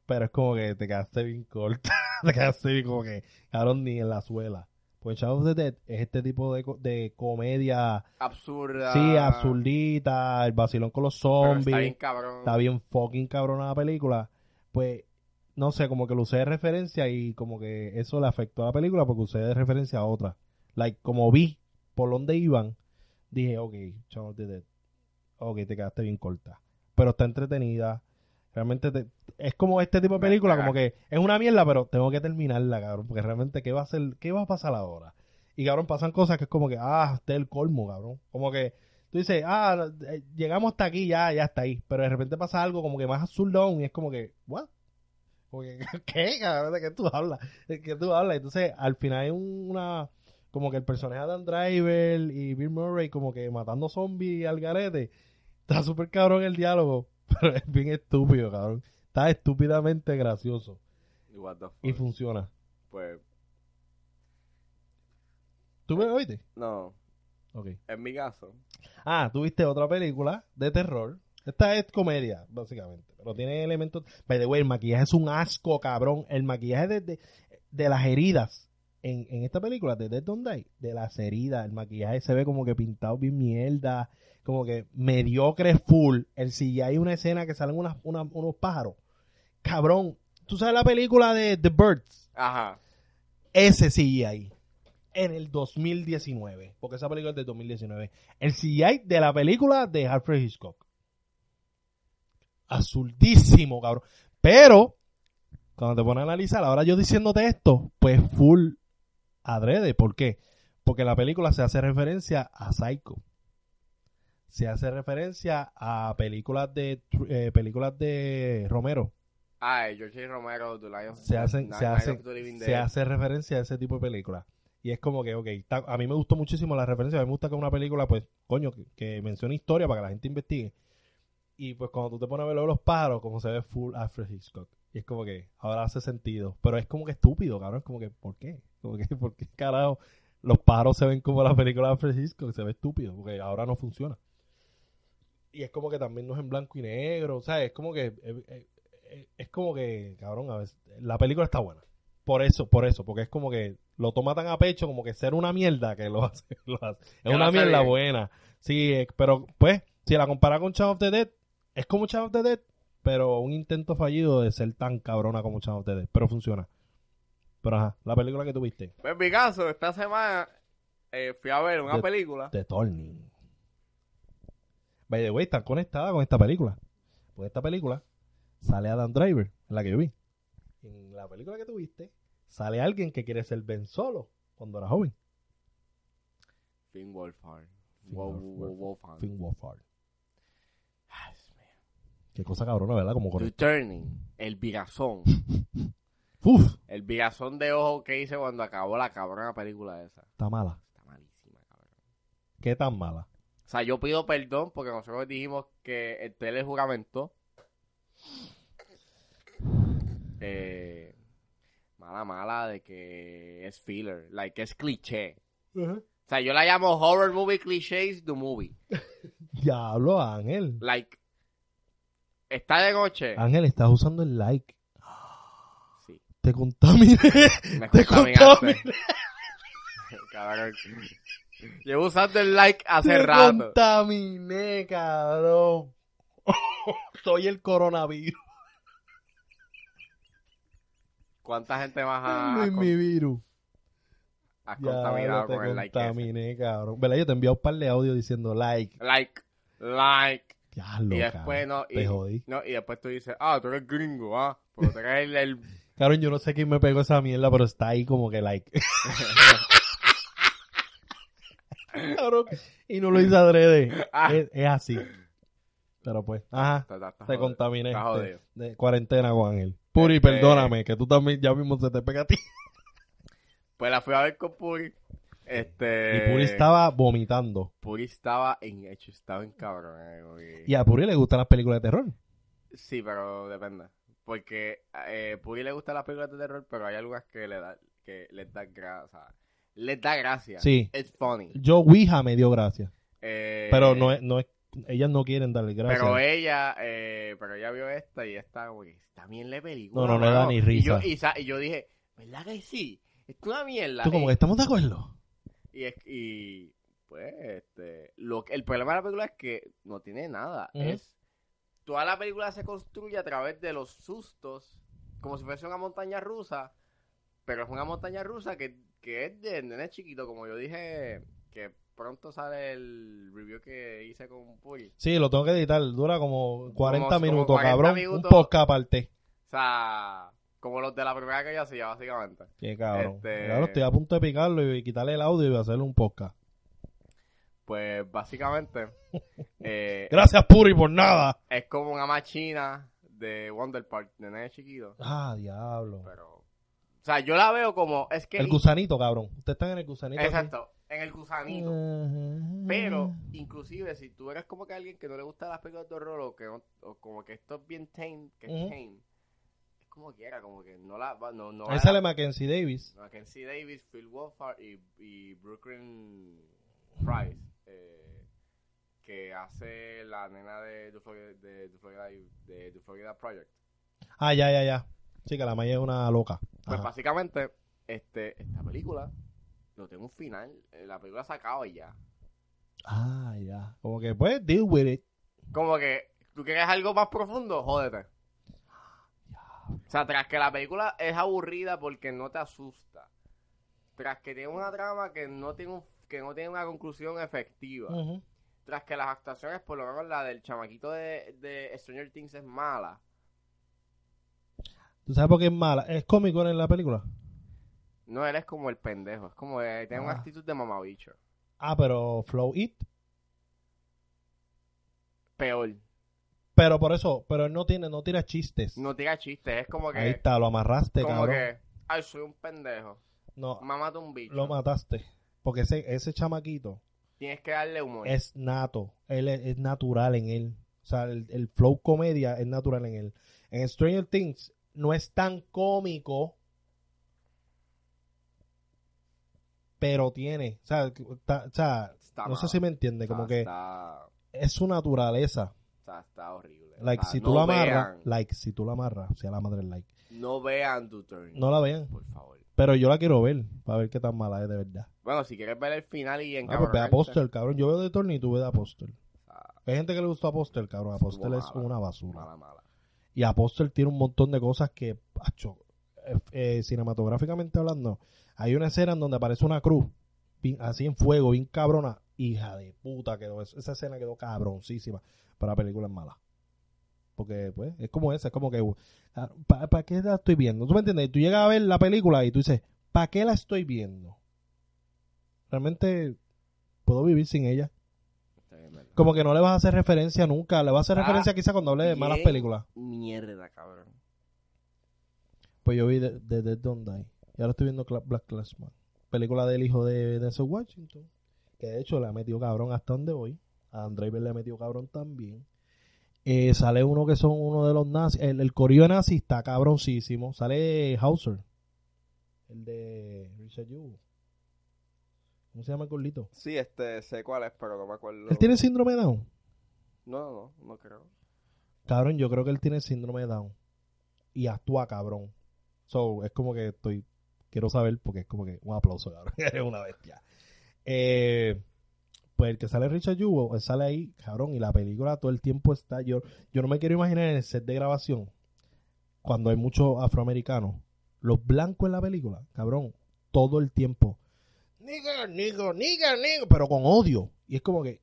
Speaker 1: pero es como que te quedaste bien corta. te quedaste bien como que, cabrón, ni en la suela. Pues Shaun of the Dead es este tipo de, co- de comedia
Speaker 2: absurda.
Speaker 1: Sí, absurdita, el vacilón con los
Speaker 2: Ah. pero
Speaker 1: zombies.
Speaker 2: Está bien, cabrón.
Speaker 1: fucking cabrona la película. Pues, no sé, como que lo usé de referencia y como que eso le afectó a la película porque usé de referencia a otra. Like, como vi por dónde iban, dije, ok, Shaun of the Dead. Ok, te quedaste bien corta. Pero está entretenida. Realmente te- es como este tipo de
Speaker 2: Me
Speaker 1: película, como que es una mierda, pero tengo que terminarla, cabrón. Porque realmente, ¿qué va a hacer? ¿Qué va a pasar ahora? Y cabrón, pasan cosas que es como que, ah, este es el colmo, cabrón. Como que tú dices, ah, eh, llegamos hasta aquí, ya, ya está ahí. Pero de repente pasa algo como que más absurdo aún y es como que, what? Como que, ¿qué, cabrón? ¿De qué tú hablas? ¿De qué tú hablas? Entonces, al final hay un- una... Como que el personaje de Adam Driver y Bill Murray como que matando zombies al garete. Está súper cabrón el diálogo, pero es bien estúpido, cabrón. Está estúpidamente gracioso
Speaker 2: Y what the
Speaker 1: y
Speaker 2: fuck.
Speaker 1: funciona.
Speaker 2: Pues,
Speaker 1: ¿Tú me oíste?
Speaker 2: no.
Speaker 1: Ok.
Speaker 2: En mi caso,
Speaker 1: Ah, tuviste otra película de terror. Esta es comedia, básicamente, pero tiene elementos... By the way, el maquillaje es un asco, cabrón. El maquillaje de, de, de las heridas en, en esta película, de Dead Don't Die, de las heridas, el maquillaje se ve como que pintado bien mierda, como que mediocre full. El si hay una escena que salen unas- unas- unos pájaros. Cabrón, ¿tú sabes la película de The Birds?
Speaker 2: ajá.
Speaker 1: ese CGI en el 2019, porque esa película es de 2019, el CGI de la película de Alfred Hitchcock. Azultísimo, cabrón. Pero, cuando te pones a analizar, ahora yo diciéndote esto, pues full adrede. ¿Por qué? Porque la película se hace referencia a Psycho. Se hace referencia a películas de eh, películas de Romero.
Speaker 2: Ah, George Romero, The Lion.
Speaker 1: Se hacen,
Speaker 2: Night-
Speaker 1: se
Speaker 2: Night
Speaker 1: hacen,
Speaker 2: of the Living
Speaker 1: se
Speaker 2: Dead.
Speaker 1: hace referencia a ese tipo de películas. Y es como que, ok, ta- a mí me gustó muchísimo la referencia, a mí me gusta que una película, pues, coño, que, que mencione historia para que la gente investigue. Y pues cuando tú te pones a ver lo de los pájaros, como se ve full Alfred Hitchcock. Y es como que ahora hace sentido. Pero es como que estúpido, cabrón. Es como que, ¿por qué? Como que, ¿Por qué carajo los pájaros se ven como la película de Alfred Hitchcock? Se ve estúpido, porque ahora no funciona. Y es como que también no es en blanco y negro, o sea, es como que... eh, eh, eh, es como que, cabrón, a veces, la película está buena. Por eso, por eso, porque es como que lo toma tan a pecho como que ser una mierda que lo hace. lo hace.
Speaker 2: Que
Speaker 1: Es
Speaker 2: lo
Speaker 1: una
Speaker 2: hace
Speaker 1: mierda
Speaker 2: bien.
Speaker 1: buena. Sí, eh, pero pues, si la compara con Shaun of the Dead, es como Shaun of the Dead, pero un intento fallido de ser tan cabrona como Shaun of the Dead, pero funciona. Pero ajá, la película que tuviste,
Speaker 2: Pues, en mi caso, esta semana eh, fui a ver una
Speaker 1: De-
Speaker 2: película.
Speaker 1: The Turning. By the way, está conectada con esta película. Pues esta película sale Adam Driver, en la que yo vi. En la película que tuviste, sale alguien que quiere ser Ben Solo cuando era joven.
Speaker 2: Finn Wolfhard.
Speaker 1: Finn
Speaker 2: Wo-
Speaker 1: Wolf-
Speaker 2: wo- Wolfhard.
Speaker 1: Finn Wolfhard.
Speaker 2: Ay, Dios mío.
Speaker 1: Qué cosa cabrona, ¿verdad? Como con...
Speaker 2: The Turning, el virazón.
Speaker 1: Uf,
Speaker 2: El virazón de ojo que hice cuando acabó la cabrona película esa.
Speaker 1: está mala.
Speaker 2: Está malísima, cabrón.
Speaker 1: ¿Qué tan mala?
Speaker 2: O sea, yo pido perdón porque nosotros dijimos que el tele juramentó. Eh, mala, mala de que es filler, like que es cliché. O sea, yo la llamo horror movie clichés the movie.
Speaker 1: Diablo, Ángel.
Speaker 2: Like, está de noche.
Speaker 1: Ángel, estás usando el like.
Speaker 2: Sí,
Speaker 1: Te contaminé.
Speaker 2: me
Speaker 1: Te
Speaker 2: contaminaste.
Speaker 1: contaminé.
Speaker 2: Cabrón. Llevo usando el like hace
Speaker 1: Te
Speaker 2: rato.
Speaker 1: contaminé, cabrón. Soy el coronavirus.
Speaker 2: ¿Cuánta gente más ha- has,
Speaker 1: Soy
Speaker 2: con-
Speaker 1: mi virus.
Speaker 2: has
Speaker 1: Ya,
Speaker 2: contaminado
Speaker 1: te
Speaker 2: con el like? ese?
Speaker 1: contaminé, cabrón. ¿Verdad? Yo te envié un par de audio diciendo like.
Speaker 2: Like, like.
Speaker 1: Ya, lo,
Speaker 2: y después
Speaker 1: cabrón.
Speaker 2: no, y,
Speaker 1: Te jodí.
Speaker 2: no, y después tú dices, ah, tú eres gringo, ah, pero tú eres el, el-
Speaker 1: Cabrón, yo no sé quién me pegó esa mierda, pero está ahí como que like. cabrón. Y no lo hice adrede.
Speaker 2: Ah.
Speaker 1: Es, es así. Pero pues, ajá.
Speaker 2: Está- está- está
Speaker 1: Eh, Te este.
Speaker 2: jodido.
Speaker 1: contaminé.
Speaker 2: Está
Speaker 1: de-
Speaker 2: jodido.
Speaker 1: de cuarentena con Ángel. Puri,
Speaker 2: Este-
Speaker 1: perdóname, que tú también ya mismo se te pega a ti.
Speaker 2: Pues la fui a ver con Puri. Este.
Speaker 1: Y Puri estaba vomitando.
Speaker 2: Puri estaba en hecho, estaba en cabrón. eh, porque-
Speaker 1: Y a Puri le gustan las películas de terror.
Speaker 2: Sí, pero depende. Porque eh, Puri le gustan las películas de terror, pero hay algunas que le da, que les da gracia. Les da gracia.
Speaker 1: Sí.
Speaker 2: It's funny.
Speaker 1: Yo, Ouija, me dio gracia.
Speaker 2: Eh,
Speaker 1: Pero no es, no es, ellas no quieren darle gracia.
Speaker 2: Pero ella, eh, pero ella vio esta y esta, como que está bien la película.
Speaker 1: No, no, no da
Speaker 2: mano".
Speaker 1: ni
Speaker 2: Y yo,
Speaker 1: risa.
Speaker 2: y, sa- y yo dije, ¿verdad que sí? Es una mierda.
Speaker 1: Tú como que
Speaker 2: Eh,
Speaker 1: estamos de acuerdo.
Speaker 2: y, es- y, pues, este, lo, que- el problema de la película es que no tiene nada.
Speaker 1: Ujú.
Speaker 2: Es, toda la película se construye a través de los sustos, como si fuese una montaña rusa, pero es una montaña rusa que, que es de nene chiquito, como yo dije, que pronto sale el review que hice con Puri.
Speaker 1: Sí, lo tengo que editar. Dura como 40
Speaker 2: como
Speaker 1: minutos,
Speaker 2: 40
Speaker 1: cabrón. Un
Speaker 2: minutos.
Speaker 1: podcast aparte.
Speaker 2: O sea, como los de la primera que yo hacía, básicamente.
Speaker 1: Qué cabrón.
Speaker 2: Este-
Speaker 1: Claro, estoy a punto de picarlo y quitarle el audio y hacerle un podcast.
Speaker 2: Pues básicamente eh,
Speaker 1: Gracias, Puri, por nada.
Speaker 2: es como una machina de Wonder Park, de nene chiquito.
Speaker 1: Ah, diablo.
Speaker 2: Pero, o sea, yo la veo como, es que...
Speaker 1: El gusanito, cabrón. Ustedes están en el gusanito.
Speaker 2: Exacto, en el
Speaker 1: aquí.
Speaker 2: gusanito.
Speaker 1: Ajá.
Speaker 2: Pero, inclusive, si tú eres como que alguien que no le gusta las películas de horror o que no- o como que esto es bien tame, que
Speaker 1: Ujú.
Speaker 2: es tame, es como quiera, como que no la... va- No, no
Speaker 1: Ahí
Speaker 2: va-
Speaker 1: sale Mackenzie Davis.
Speaker 2: Mackenzie Davis, Phil Wolfhard y, y Brooklyn Price, eh, que hace la nena de The Florida, de, The Florida, de The Florida Project.
Speaker 1: Ah, ya, ya, ya. Sí, que la Maya es una loca.
Speaker 2: Pues
Speaker 1: Ajá.
Speaker 2: básicamente, este, esta película no tiene un final, eh, la película se acaba y ya.
Speaker 1: Ah, ya. Como que, pues, deal with it.
Speaker 2: Como que, ¿tú quieres algo más profundo? Jódete. O sea, tras que la película es aburrida porque no te asusta. Tras que tiene una trama que no tiene, un- que no tiene una conclusión efectiva.
Speaker 1: Ujú.
Speaker 2: Tras que las actuaciones, por lo menos la del chamaquito de, de Stranger Things es mala.
Speaker 1: ¿Tú sabes por qué es mala? ¿Es cómico en la película?
Speaker 2: No, él es como el pendejo. Es como, eh, tiene una
Speaker 1: Ah.
Speaker 2: actitud de mamabicho.
Speaker 1: Ah, pero Flow It.
Speaker 2: Peor.
Speaker 1: Pero por eso, pero él no tiene, no tira chistes.
Speaker 2: No tira chistes. Es como
Speaker 1: Ahí
Speaker 2: que,
Speaker 1: está, lo amarraste,
Speaker 2: como
Speaker 1: este, cabrón.
Speaker 2: que, ay, soy un pendejo.
Speaker 1: No,
Speaker 2: Mámate un bicho.
Speaker 1: lo mataste. Porque ese, ese chamaquito
Speaker 2: Tienes que darle humor.
Speaker 1: es nato. Él es, es natural en él. O sea, el, el flow comedia es natural en él. En Stranger Things no es tan cómico. Pero tiene. O sea, está- o sea,
Speaker 2: Está
Speaker 1: no sé
Speaker 2: mal.
Speaker 1: si me entiende.
Speaker 2: O sea,
Speaker 1: Como que
Speaker 2: Está, o
Speaker 1: es su naturaleza.
Speaker 2: sea, está horrible.
Speaker 1: Like,
Speaker 2: O sea,
Speaker 1: si tú
Speaker 2: Ah, no
Speaker 1: la amarras.
Speaker 2: vean-
Speaker 1: Like, si tú la amarras. O sea, la madre like.
Speaker 2: No vean Duterte.
Speaker 1: No la vean.
Speaker 2: Por favor.
Speaker 1: Pero yo la quiero ver. Para ver qué tan mala es de verdad.
Speaker 2: Bueno, si quieres ver el final y
Speaker 1: Ah, pues ve
Speaker 2: encabronarte.
Speaker 1: Apostel, cabrón. Yo veo de Torni y tú ves de Apostel.
Speaker 2: Ah.
Speaker 1: Hay gente que le gustó Apostel, cabrón.
Speaker 2: Estuvo
Speaker 1: Apostel es
Speaker 2: mala.
Speaker 1: una basura.
Speaker 2: Mala, mala.
Speaker 1: Y Apostel tiene un montón de cosas que, pacho, eh, eh, cinematográficamente hablando, hay una escena en donde aparece una cruz, bien- así en fuego, bien cabrona. Hija de puta quedó eso. Esa escena quedó cabroncísima. Pero la película es mala. Porque, pues, es como esa, es como que, ¿para qué la estoy viendo? ¿Tú me entiendes? Y tú llegas a ver la película y tú dices, ¿para qué la estoy viendo? Realmente puedo vivir sin ella.
Speaker 2: Está bien, ¿verdad?
Speaker 1: Como que no le vas a hacer referencia nunca. Le vas a hacer
Speaker 2: Ah,
Speaker 1: referencia quizá cuando hable de malas
Speaker 2: bien.
Speaker 1: películas.
Speaker 2: Mierda, cabrón.
Speaker 1: Pues yo vi The, The Dead Don't Die. Y ahora estoy viendo Cla- Black Classman. Película del hijo de Denzel Washington. Que de hecho le ha metido cabrón hasta donde voy. A Andrei le ha metido cabrón también. Eh, sale uno que son uno de los nazis. El, el corillo nazi está cabroncísimo. Sale Hauser. El de Richard Yu. ¿Cómo se llama el gordito?
Speaker 2: Sí, este, sé cuál es, pero no me acuerdo.
Speaker 1: Él tiene síndrome de Down.
Speaker 2: No, no, no, no creo.
Speaker 1: Cabrón, yo creo que él tiene síndrome de Down. Y actúa, cabrón. So, es como que estoy. Quiero saber porque es como que un aplauso, cabrón. Eres una bestia. Eh, pues el que sale Richard Yugo, él sale ahí, cabrón. Y la película todo el tiempo está. Yo, yo no me quiero imaginar en el set de grabación, cuando hay muchos afroamericanos, los blancos en la película, cabrón, todo el tiempo. Nigga, nigga, nigga, nigga, pero con odio. Y es como que,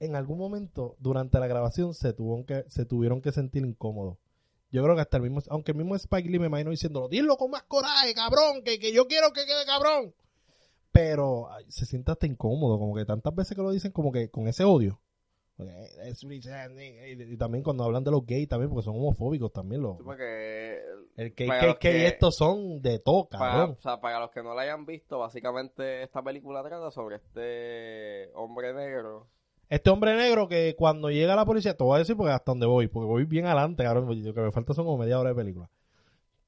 Speaker 1: en algún momento durante la grabación se tuvieron que, se tuvieron que sentir incómodos. Yo creo que hasta el mismo, aunque el mismo Spike Lee me imagino diciéndolo, dilo con más coraje, cabrón, que, que yo quiero que quede cabrón. Pero ay, se siente hasta incómodo, como que tantas veces que lo dicen, como que con ese odio. Porque, eh, es Richard Nigga, Y y también cuando hablan de los gays también, porque son homofóbicos también los.
Speaker 2: Supongo que.
Speaker 1: El
Speaker 2: para los
Speaker 1: KKK
Speaker 2: que-
Speaker 1: estos son de todo,
Speaker 2: Para,
Speaker 1: cabrón.
Speaker 2: o sea, para los que no la hayan visto, básicamente esta película trata sobre este hombre negro.
Speaker 1: Este hombre negro que cuando llega la policía, te voy a decir porque hasta donde voy, porque voy bien adelante, cabrón, porque lo que me falta son como media hora de película.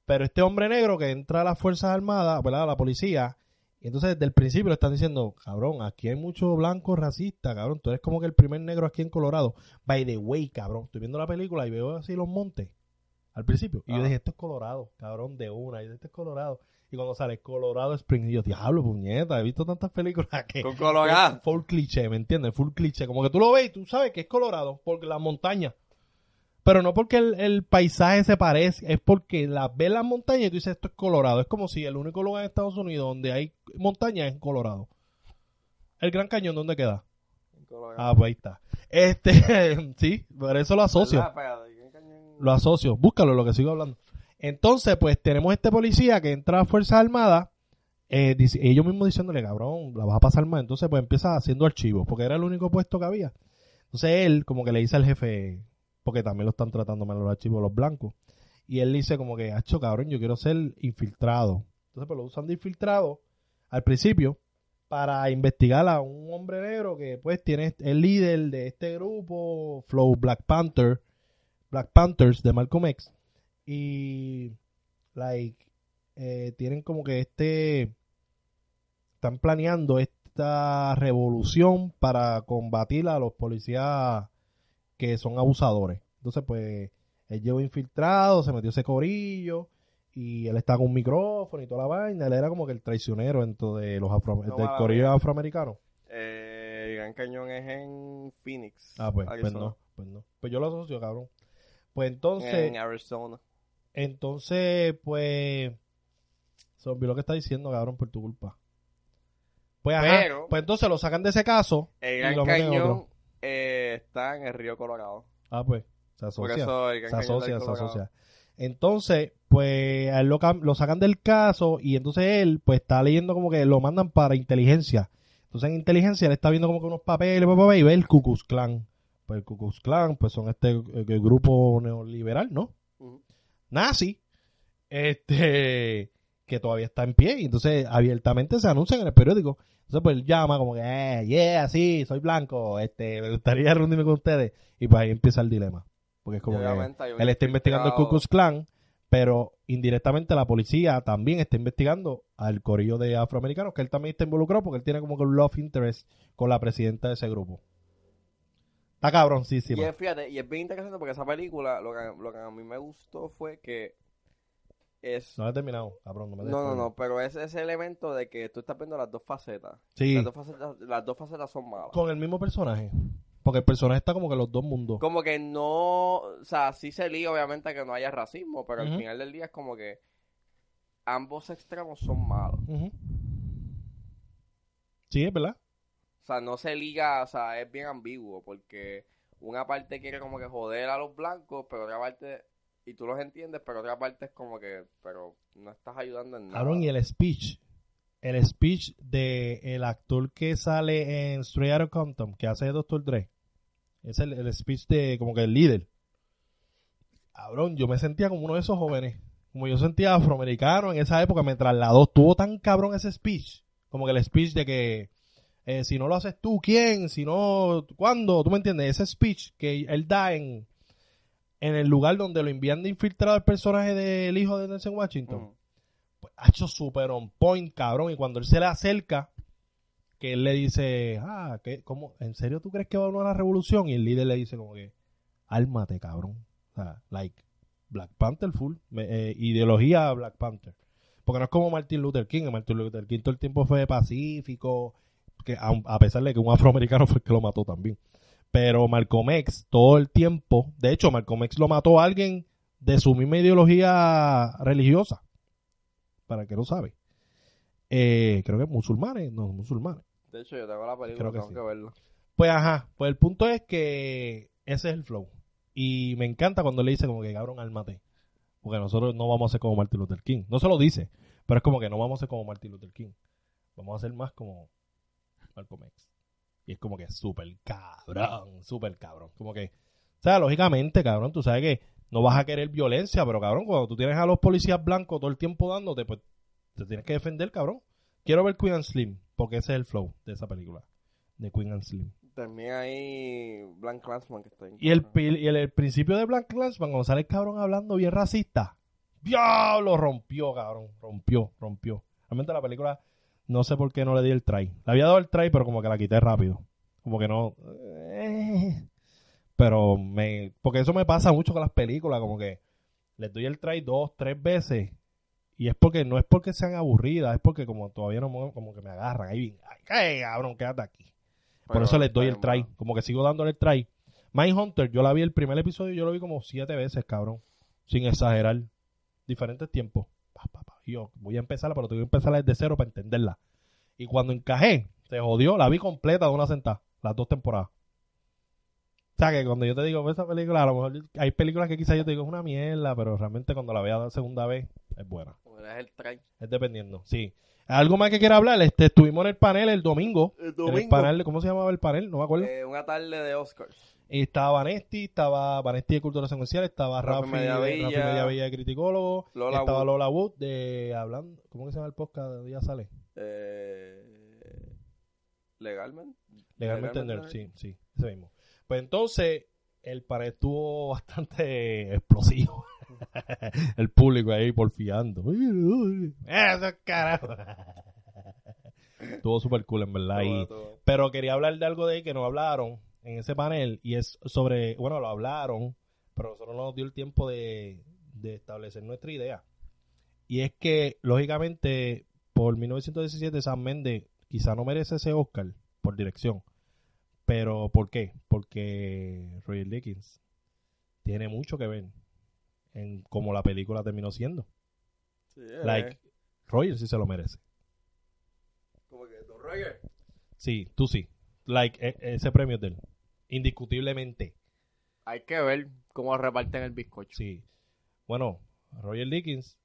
Speaker 1: Pero este hombre negro que entra a las Fuerzas Armadas, ¿verdad? A la policía, y entonces desde el principio le están diciendo, cabrón, aquí hay mucho blanco racista, cabrón, tú eres como que el primer negro aquí en Colorado. By the way, cabrón, estoy viendo la película y veo así los montes al principio. Y yo
Speaker 2: Ah.
Speaker 1: dije, esto es Colorado, cabrón, de una, y yo, esto es Colorado. Y cuando sale Colorado Springs, y yo, diablo, puñeta, he visto tantas películas que
Speaker 2: Con colorado.
Speaker 1: full cliché, ¿me entiendes? Full cliché. Como que tú lo ves y tú sabes que es Colorado por las montañas. Pero no porque el, el paisaje se parece, es porque las ves las montañas y tú dices esto es Colorado. Es como si el único lugar en Estados Unidos donde hay montañas es en Colorado. El Gran Cañón, ¿dónde queda?
Speaker 2: Con colorado.
Speaker 1: Ah, pues ahí está. Este, sí, por eso lo asocio
Speaker 2: ¿Verdad? Espérate, ¿quién cañón?
Speaker 1: lo asocio, búscalo lo que sigo hablando. Entonces, pues tenemos este policía que entra a Fuerzas Armadas, eh, dice- ellos mismos diciéndole, cabrón, la vas a pasar mal. Entonces, pues empieza haciendo archivos, porque era el único puesto que había. Entonces él, como que le dice al jefe, porque también lo están tratando mal los archivos los blancos. Y él dice como que, hacho cabrón, yo quiero ser infiltrado. Entonces, pues lo usan de infiltrado al principio para investigar a un hombre negro que pues tiene el líder de este grupo, Flow Black Panther, Black Panthers de Malcolm X. Y like eh, tienen como que este están planeando esta revolución para combatir a los policías que son abusadores. Entonces, pues, él llevó infiltrado, se metió ese corillo, y él estaba con un micrófono y toda la vaina. Él era como que el traicionero dentro de los afro-
Speaker 2: No
Speaker 1: del
Speaker 2: va a
Speaker 1: corillo
Speaker 2: ver.
Speaker 1: afroamericano.
Speaker 2: Eh, el Gran Cañón es en Phoenix.
Speaker 1: Ah, pues, pues
Speaker 2: Arizona.
Speaker 1: no, pues no. Pues yo lo asocio, cabrón. Pues entonces,
Speaker 2: En Arizona.
Speaker 1: entonces, pues, se olvidó lo que está diciendo, cabrón, por tu culpa. Pues, ajá,
Speaker 2: Pero-
Speaker 1: pues entonces lo sacan de ese caso.
Speaker 2: El
Speaker 1: Y
Speaker 2: Gran
Speaker 1: lo meten en
Speaker 2: Cañón
Speaker 1: otro.
Speaker 2: eh, está en el río Colorado.
Speaker 1: Ah, pues, se asocia.
Speaker 2: Por eso el Gran
Speaker 1: se
Speaker 2: Cañón del
Speaker 1: asocia, se
Speaker 2: Colorado.
Speaker 1: asocia. Entonces, pues a él lo, cam- lo sacan del caso y entonces él, pues está leyendo como que lo mandan para inteligencia. Entonces en inteligencia él está viendo como que unos papeles, pa, pa, pa, y ve el Cucuz Clan. Pues el Cucuz Clan, pues son este eh, que grupo neoliberal, ¿no?
Speaker 2: Ujú.
Speaker 1: Nazi, este, que todavía está en pie. Y entonces abiertamente se anuncian en el periódico. Entonces pues él llama como que, eh, yeah, sí, soy blanco, este, me gustaría reunirme con ustedes. Y pues ahí empieza el dilema. Porque es como
Speaker 2: Y
Speaker 1: que,
Speaker 2: obviamente hay un
Speaker 1: él está investigando el Ku
Speaker 2: infiltrado.
Speaker 1: Klux Klan, pero indirectamente la policía también está investigando al corillo de afroamericanos, que él también está involucrado porque él tiene como que un love interest con la presidenta de ese grupo. Está cabroncísima.
Speaker 2: Y es, fíjate, y es bien interesante porque esa película, lo que, lo que a mí me gustó fue que es...
Speaker 1: No lo he terminado, cabrón, no me
Speaker 2: No,
Speaker 1: des
Speaker 2: no,
Speaker 1: spoiler.
Speaker 2: no, pero es ese elemento de que tú estás viendo las dos facetas.
Speaker 1: Sí,
Speaker 2: Las, dos facetas las dos facetas son malas.
Speaker 1: con el mismo personaje. Porque el personaje está como que en los dos mundos.
Speaker 2: Como que no, o sea, sí se liga obviamente que no haya racismo, pero
Speaker 1: Ujú.
Speaker 2: al final del día es como que ambos extremos son malos.
Speaker 1: Ujú. Sí, es verdad.
Speaker 2: O sea, no se liga, o sea, es bien ambiguo porque una parte quiere como que joder a los blancos, pero otra parte, y tú los entiendes, pero otra parte es como que, pero no estás ayudando en nada.
Speaker 1: Cabrón, y el speech. El speech de el actor que sale en Straight Outta Compton, que hace Doctor Dre. Es el, el speech de como que el líder. Cabrón, yo me sentía como uno de esos jóvenes. Como yo sentía afroamericano en esa época, me trasladó. Estuvo tan cabrón ese speech. Como que el speech de que eh, si no lo haces tú, ¿quién? Si no, ¿cuándo? ¿Tú me entiendes? Ese speech que él da en, en el lugar donde lo envían de infiltrado el personaje del hijo de Nelson Washington
Speaker 2: Ujú.
Speaker 1: pues, ha hecho super on point, cabrón. Y cuando él se le acerca, que él le dice, ah, ¿qué, cómo, ¿en serio tú crees que va a haber una revolución? Y el líder le dice como que, álmate, cabrón. O sea, like, Black Panther full, me- eh, ideología Black Panther. Porque no es como Martin Luther King, que Martin Luther King todo el tiempo fue pacífico, que a, a pesar de que un afroamericano fue el que lo mató también. Pero Malcolm X todo el tiempo, de hecho Malcolm X lo mató a alguien de su misma ideología religiosa para el que no sabe. Eh, creo que musulmanes, no, musulmanes.
Speaker 2: De hecho, yo tengo la película,
Speaker 1: Creo que
Speaker 2: tengo
Speaker 1: sí.
Speaker 2: que verla.
Speaker 1: Pues ajá, pues el punto es que ese es el flow. Y me encanta cuando le dice como que cabrón, álmate. Porque nosotros no vamos a ser como Martin Luther King. No se lo dice, pero es como que no vamos a ser como Martin Luther King. Vamos a ser más como Malcolm X. Y es como que súper cabrón, súper cabrón. Como que, o sea, lógicamente, cabrón, tú sabes que no vas a querer violencia, pero cabrón, cuando tú tienes a los policías blancos todo el tiempo dándote, pues te tienes que defender, cabrón. Quiero ver Queen and Slim, porque ese es el flow de esa película, de Queen and Slim.
Speaker 2: También hay Blank Clansman que está en
Speaker 1: Y el, pil- y el, el principio de Black Clansman, cuando sale el cabrón hablando bien racista, diablo, rompió, cabrón, rompió, rompió. Realmente la película, no sé por qué no le di el try. Le había dado el try, pero como que la quité rápido. Como que no... eh. Pero me... Porque eso me pasa mucho con las películas, como que les doy el try dos, tres veces. Y es porque, no es porque sean aburridas, es porque como todavía no me- como que me agarran. Ahí, bien, ay, ay, cabrón, quédate aquí. Por
Speaker 2: Pero
Speaker 1: eso les doy el
Speaker 2: está
Speaker 1: try.
Speaker 2: bien
Speaker 1: Como que sigo dándole el try. Mindhunter, yo la vi el primer episodio, yo lo vi como siete veces, cabrón. Sin exagerar. Diferentes tiempos. Pa, pa, pa. Y Yo voy a empezarla, pero tengo que empezarla desde cero para entenderla. Y cuando encajé, se jodió, la vi completa de una sentada. Las dos temporadas. O sea que cuando yo te digo esa película, a lo mejor hay películas que quizás yo te digo es una mierda, pero realmente cuando la vea la segunda vez es buena.
Speaker 2: mala. Bueno, Es el try.
Speaker 1: Es dependiendo, sí. Algo más que quiera hablar, este, estuvimos en el panel el domingo.
Speaker 2: El
Speaker 1: en
Speaker 2: domingo,
Speaker 1: el panel, ¿cómo se llamaba el panel? No me acuerdo.
Speaker 2: eh, una tarde de Oscars.
Speaker 1: estaba Vanesti, estaba Vanesti de Cultura Secuencial, estaba
Speaker 2: Rafi
Speaker 1: Rafi, de-
Speaker 2: Mediavilla.
Speaker 1: Rafi Mediavilla de Criticólogo,
Speaker 2: Lola
Speaker 1: estaba
Speaker 2: Wood.
Speaker 1: Lola Wood de hablando, ¿cómo que se llama el podcast? ¿De dónde ya sale?
Speaker 2: Eh, legalmente.
Speaker 1: Legalmente
Speaker 2: Legalmente
Speaker 1: Nerd, sí, sí, ese mismo. Pues entonces, el panel estuvo bastante explosivo. el público ahí porfiando. Eso carajo. estuvo super cool, en verdad. y-
Speaker 2: Todo, todo.
Speaker 1: pero quería hablar de algo de que no hablaron en ese panel y es sobre, bueno, lo hablaron, pero nosotros no nos dio el tiempo de, de establecer nuestra idea. Y es que, lógicamente, por 1917 San Méndez quizá no merece ese Oscar por dirección. Pero ¿por qué? Porque Roger Dickens tiene mucho que ver en cómo la película terminó siendo.
Speaker 2: Sí, eh,
Speaker 1: Like, Roger sí se lo merece.
Speaker 2: Como que Don Roger.
Speaker 1: Sí, tú sí. Like, e- ese premio es de él. Indiscutiblemente.
Speaker 2: Hay que ver cómo reparten el bizcocho.
Speaker 1: Sí. Bueno, Roger Dickens,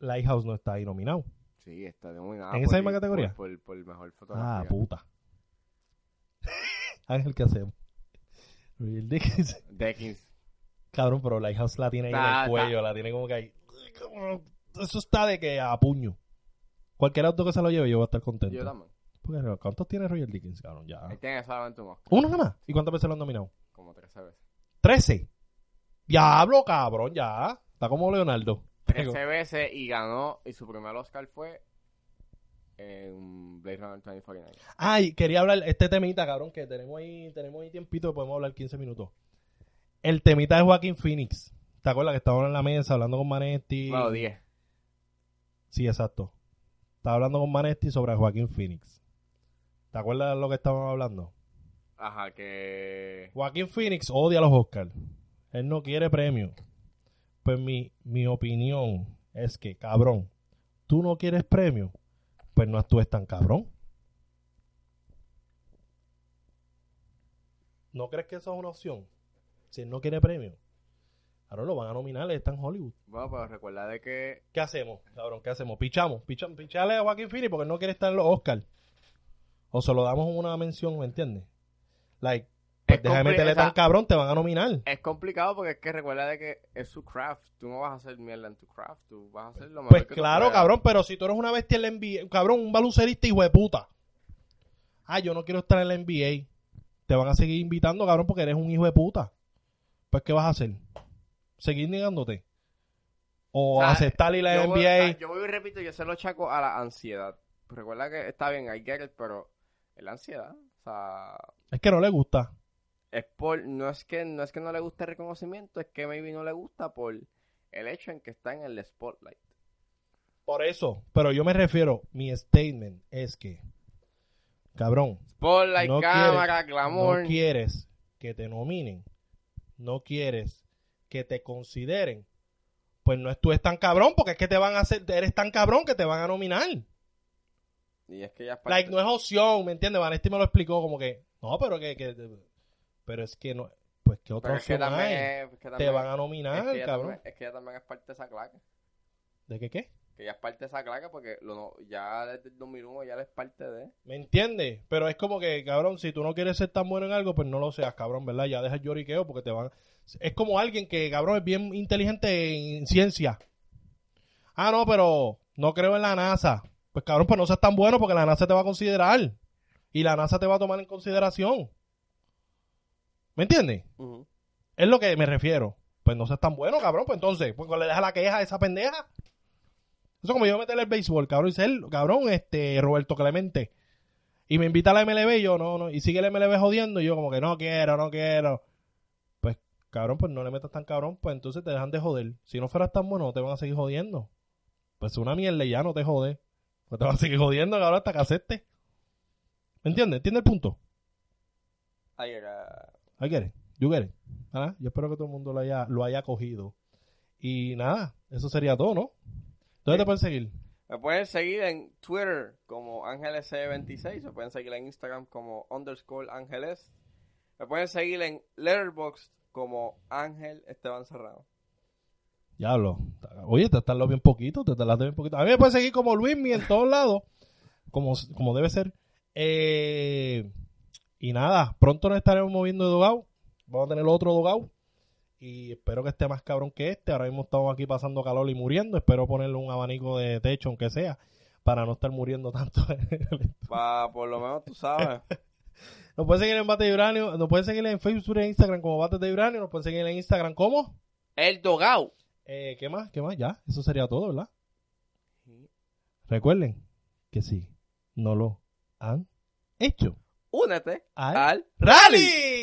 Speaker 1: Lighthouse no está ahí nominado.
Speaker 2: Sí, está nominado.
Speaker 1: ¿En esa
Speaker 2: por-
Speaker 1: misma categoría?
Speaker 2: Por, por, por mejor fotografía.
Speaker 1: Ah, puta. Ángel, ¿qué hacemos? Roger Dickens.
Speaker 2: Deckins.
Speaker 1: Cabrón, pero Lighthouse la tiene ahí en
Speaker 2: Está-
Speaker 1: el cuello, la tiene como que ahí. Cabrón, Eso está de que a puño. Cualquier auto que se lo lleve, yo voy a estar contento.
Speaker 2: Yo también.
Speaker 1: Porque, ¿Cuántos tiene Roger Dickens, cabrón? Ya.
Speaker 2: Él tiene solamente un Oscar,
Speaker 1: Uno nada más. ¿Y cuántas veces lo han nominado?
Speaker 2: como 13 veces.
Speaker 1: Trece. Diablo, cabrón, ya. Está como Leonardo.
Speaker 2: 13 veces y ganó, y su primer Oscar fue en Blade Runner 2049.
Speaker 1: Ay, quería hablar este temita, cabrón, que tenemos ahí, tenemos ahí tiempito, podemos hablar 15 minutos. El temita de Joaquín Phoenix. ¿Te acuerdas que estábamos en la mesa hablando con Manetti?
Speaker 2: Bueno, 10.
Speaker 1: Sí, exacto. Estaba hablando con Manetti sobre Joaquín Phoenix. ¿Te acuerdas lo que estábamos hablando?
Speaker 2: Ajá, que...
Speaker 1: Joaquín Phoenix odia los Oscars. Él no quiere premio. Pues mi, mi opinión es que, cabrón, tú no quieres premio, pues no actúes tan cabrón. ¿No crees que eso es una opción? Si él no quiere premio, ahora lo van a nominar, él está en Hollywood.
Speaker 2: Bueno, pero recuerda de que...
Speaker 1: ¿Qué hacemos, cabrón? ¿Qué hacemos? Pichamos, pichamos, pichale a Joaquín Phoenix porque él no quiere estar en los Oscars. O se lo damos una mención, ¿me entiendes? Like, pues
Speaker 2: Es
Speaker 1: deja de
Speaker 2: compli-
Speaker 1: meterle
Speaker 2: o sea,
Speaker 1: tan cabrón, te van a nominar.
Speaker 2: Es complicado porque es que recuerda de que es su craft. Tú no vas a hacer mierda en tu craft. Tú vas a hacer lo mejor
Speaker 1: Pues
Speaker 2: que tú
Speaker 1: claro,
Speaker 2: puedas.
Speaker 1: cabrón, pero si tú eres una bestia en la NBA, cabrón, un balucerista hijo de puta. Ah, yo no quiero estar en la NBA. Te van a seguir invitando, cabrón, porque eres un hijo de puta. Pues, ¿qué vas a hacer? ¿Seguir negándote? ¿O
Speaker 2: O sea,
Speaker 1: aceptar y la
Speaker 2: yo voy-
Speaker 1: NBA?
Speaker 2: ah, yo voy y repito, yo se lo chaco a la ansiedad. Recuerda que está bien, I get it, pero es la ansiedad. O sea,
Speaker 1: Es que no le gusta.
Speaker 2: es por, no es que no es que no le guste el reconocimiento, es que maybe no le gusta por el hecho en que está en el spotlight.
Speaker 1: Por eso. Pero yo me refiero, mi statement es que, cabrón,
Speaker 2: Spotlight,
Speaker 1: No
Speaker 2: cámara, glamour.
Speaker 1: no quieres que te nominen, no quieres que te consideren, pues no es tú es tan cabrón, porque es que te van a hacer, eres tan cabrón que te van a nominar.
Speaker 2: Pues, y es que ya es parte-
Speaker 1: Like, no es opción, ¿me entiendes? Vanesti me lo explicó como que, no, pero que, que- pero es que no, pues que otra
Speaker 2: pero es que
Speaker 1: opción
Speaker 2: también,
Speaker 1: hay?
Speaker 2: es- es que
Speaker 1: te
Speaker 2: también-
Speaker 1: van a
Speaker 2: es
Speaker 1: nominar,
Speaker 2: que ella
Speaker 1: cabrón.
Speaker 2: también- es que ella también es parte de esa claque.
Speaker 1: ¿De qué qué?
Speaker 2: Que ya es parte de esa claque porque lo, no- ya desde el 2001 ya él es parte de.
Speaker 1: ¿Me entiendes? Pero es como que, cabrón, si tú no quieres ser tan bueno en algo, pues no lo seas, cabrón, ¿verdad? Ya deja el lloriqueo porque te van... Es como alguien que, cabrón, es bien inteligente en ciencia. Ah, no, pero no creo en la NASA. Pues, cabrón, pues no seas tan bueno porque la NASA te va a considerar. Y la NASA te va a tomar en consideración. ¿Me entiendes? Es lo que me refiero. Pues no seas tan bueno, cabrón. Pues entonces, pues le deja la queja a esa pendeja. Eso como yo meterle el béisbol, cabrón, y ser, cabrón, este, Roberto Clemente. Y me invita a la MLB y yo, no, no. Y sigue el MLB jodiendo y yo como que no quiero, no quiero. Pues, cabrón, pues no le metas tan cabrón, pues entonces te dejan de joder. Si no fueras tan bueno, te van a seguir jodiendo. Pues una mierda y ya no te jode. Pues te van a seguir jodiendo, cabrón, hasta que aceptes. ¿Me entiendes? ¿Entiendes el punto?
Speaker 2: Ahí era.
Speaker 1: I get it. You get it. Ah, Yo espero que todo el mundo lo haya, lo haya cogido. Y nada, eso sería todo, ¿no? ¿Dónde
Speaker 2: Sí.
Speaker 1: te pueden seguir?
Speaker 2: Me pueden seguir en Twitter como AngelesC26. Me pueden seguir en Instagram como underscore Ángeles. Me pueden seguir en Letterboxd como Ángel Esteban Serrano.
Speaker 1: Diablo. Oye, te estás lo bien poquito, te tardaste bien poquito. A mí me puede seguir como Luismi en todos lados, como, como debe ser. Eh, y nada, pronto nos estaremos moviendo de Dogao. Vamos a tener otro Dogao. Y espero que esté más cabrón que este. Ahora mismo estamos aquí pasando calor y muriendo. Espero ponerle un abanico de techo, aunque sea, para no estar muriendo tanto.
Speaker 2: Pa, por lo menos tú sabes.
Speaker 1: nos pueden seguir en Bate de Uranio. Nos pueden seguir en Facebook, Twitter e Instagram como Bate de Uranio. Nos pueden seguir en Instagram como.
Speaker 2: El Dogao.
Speaker 1: Eh, ¿Qué más? ¿Qué más? Ya, eso sería todo, ¿verdad? Recuerden que sí, no lo han hecho.
Speaker 2: Únete
Speaker 1: Al
Speaker 2: al Rally.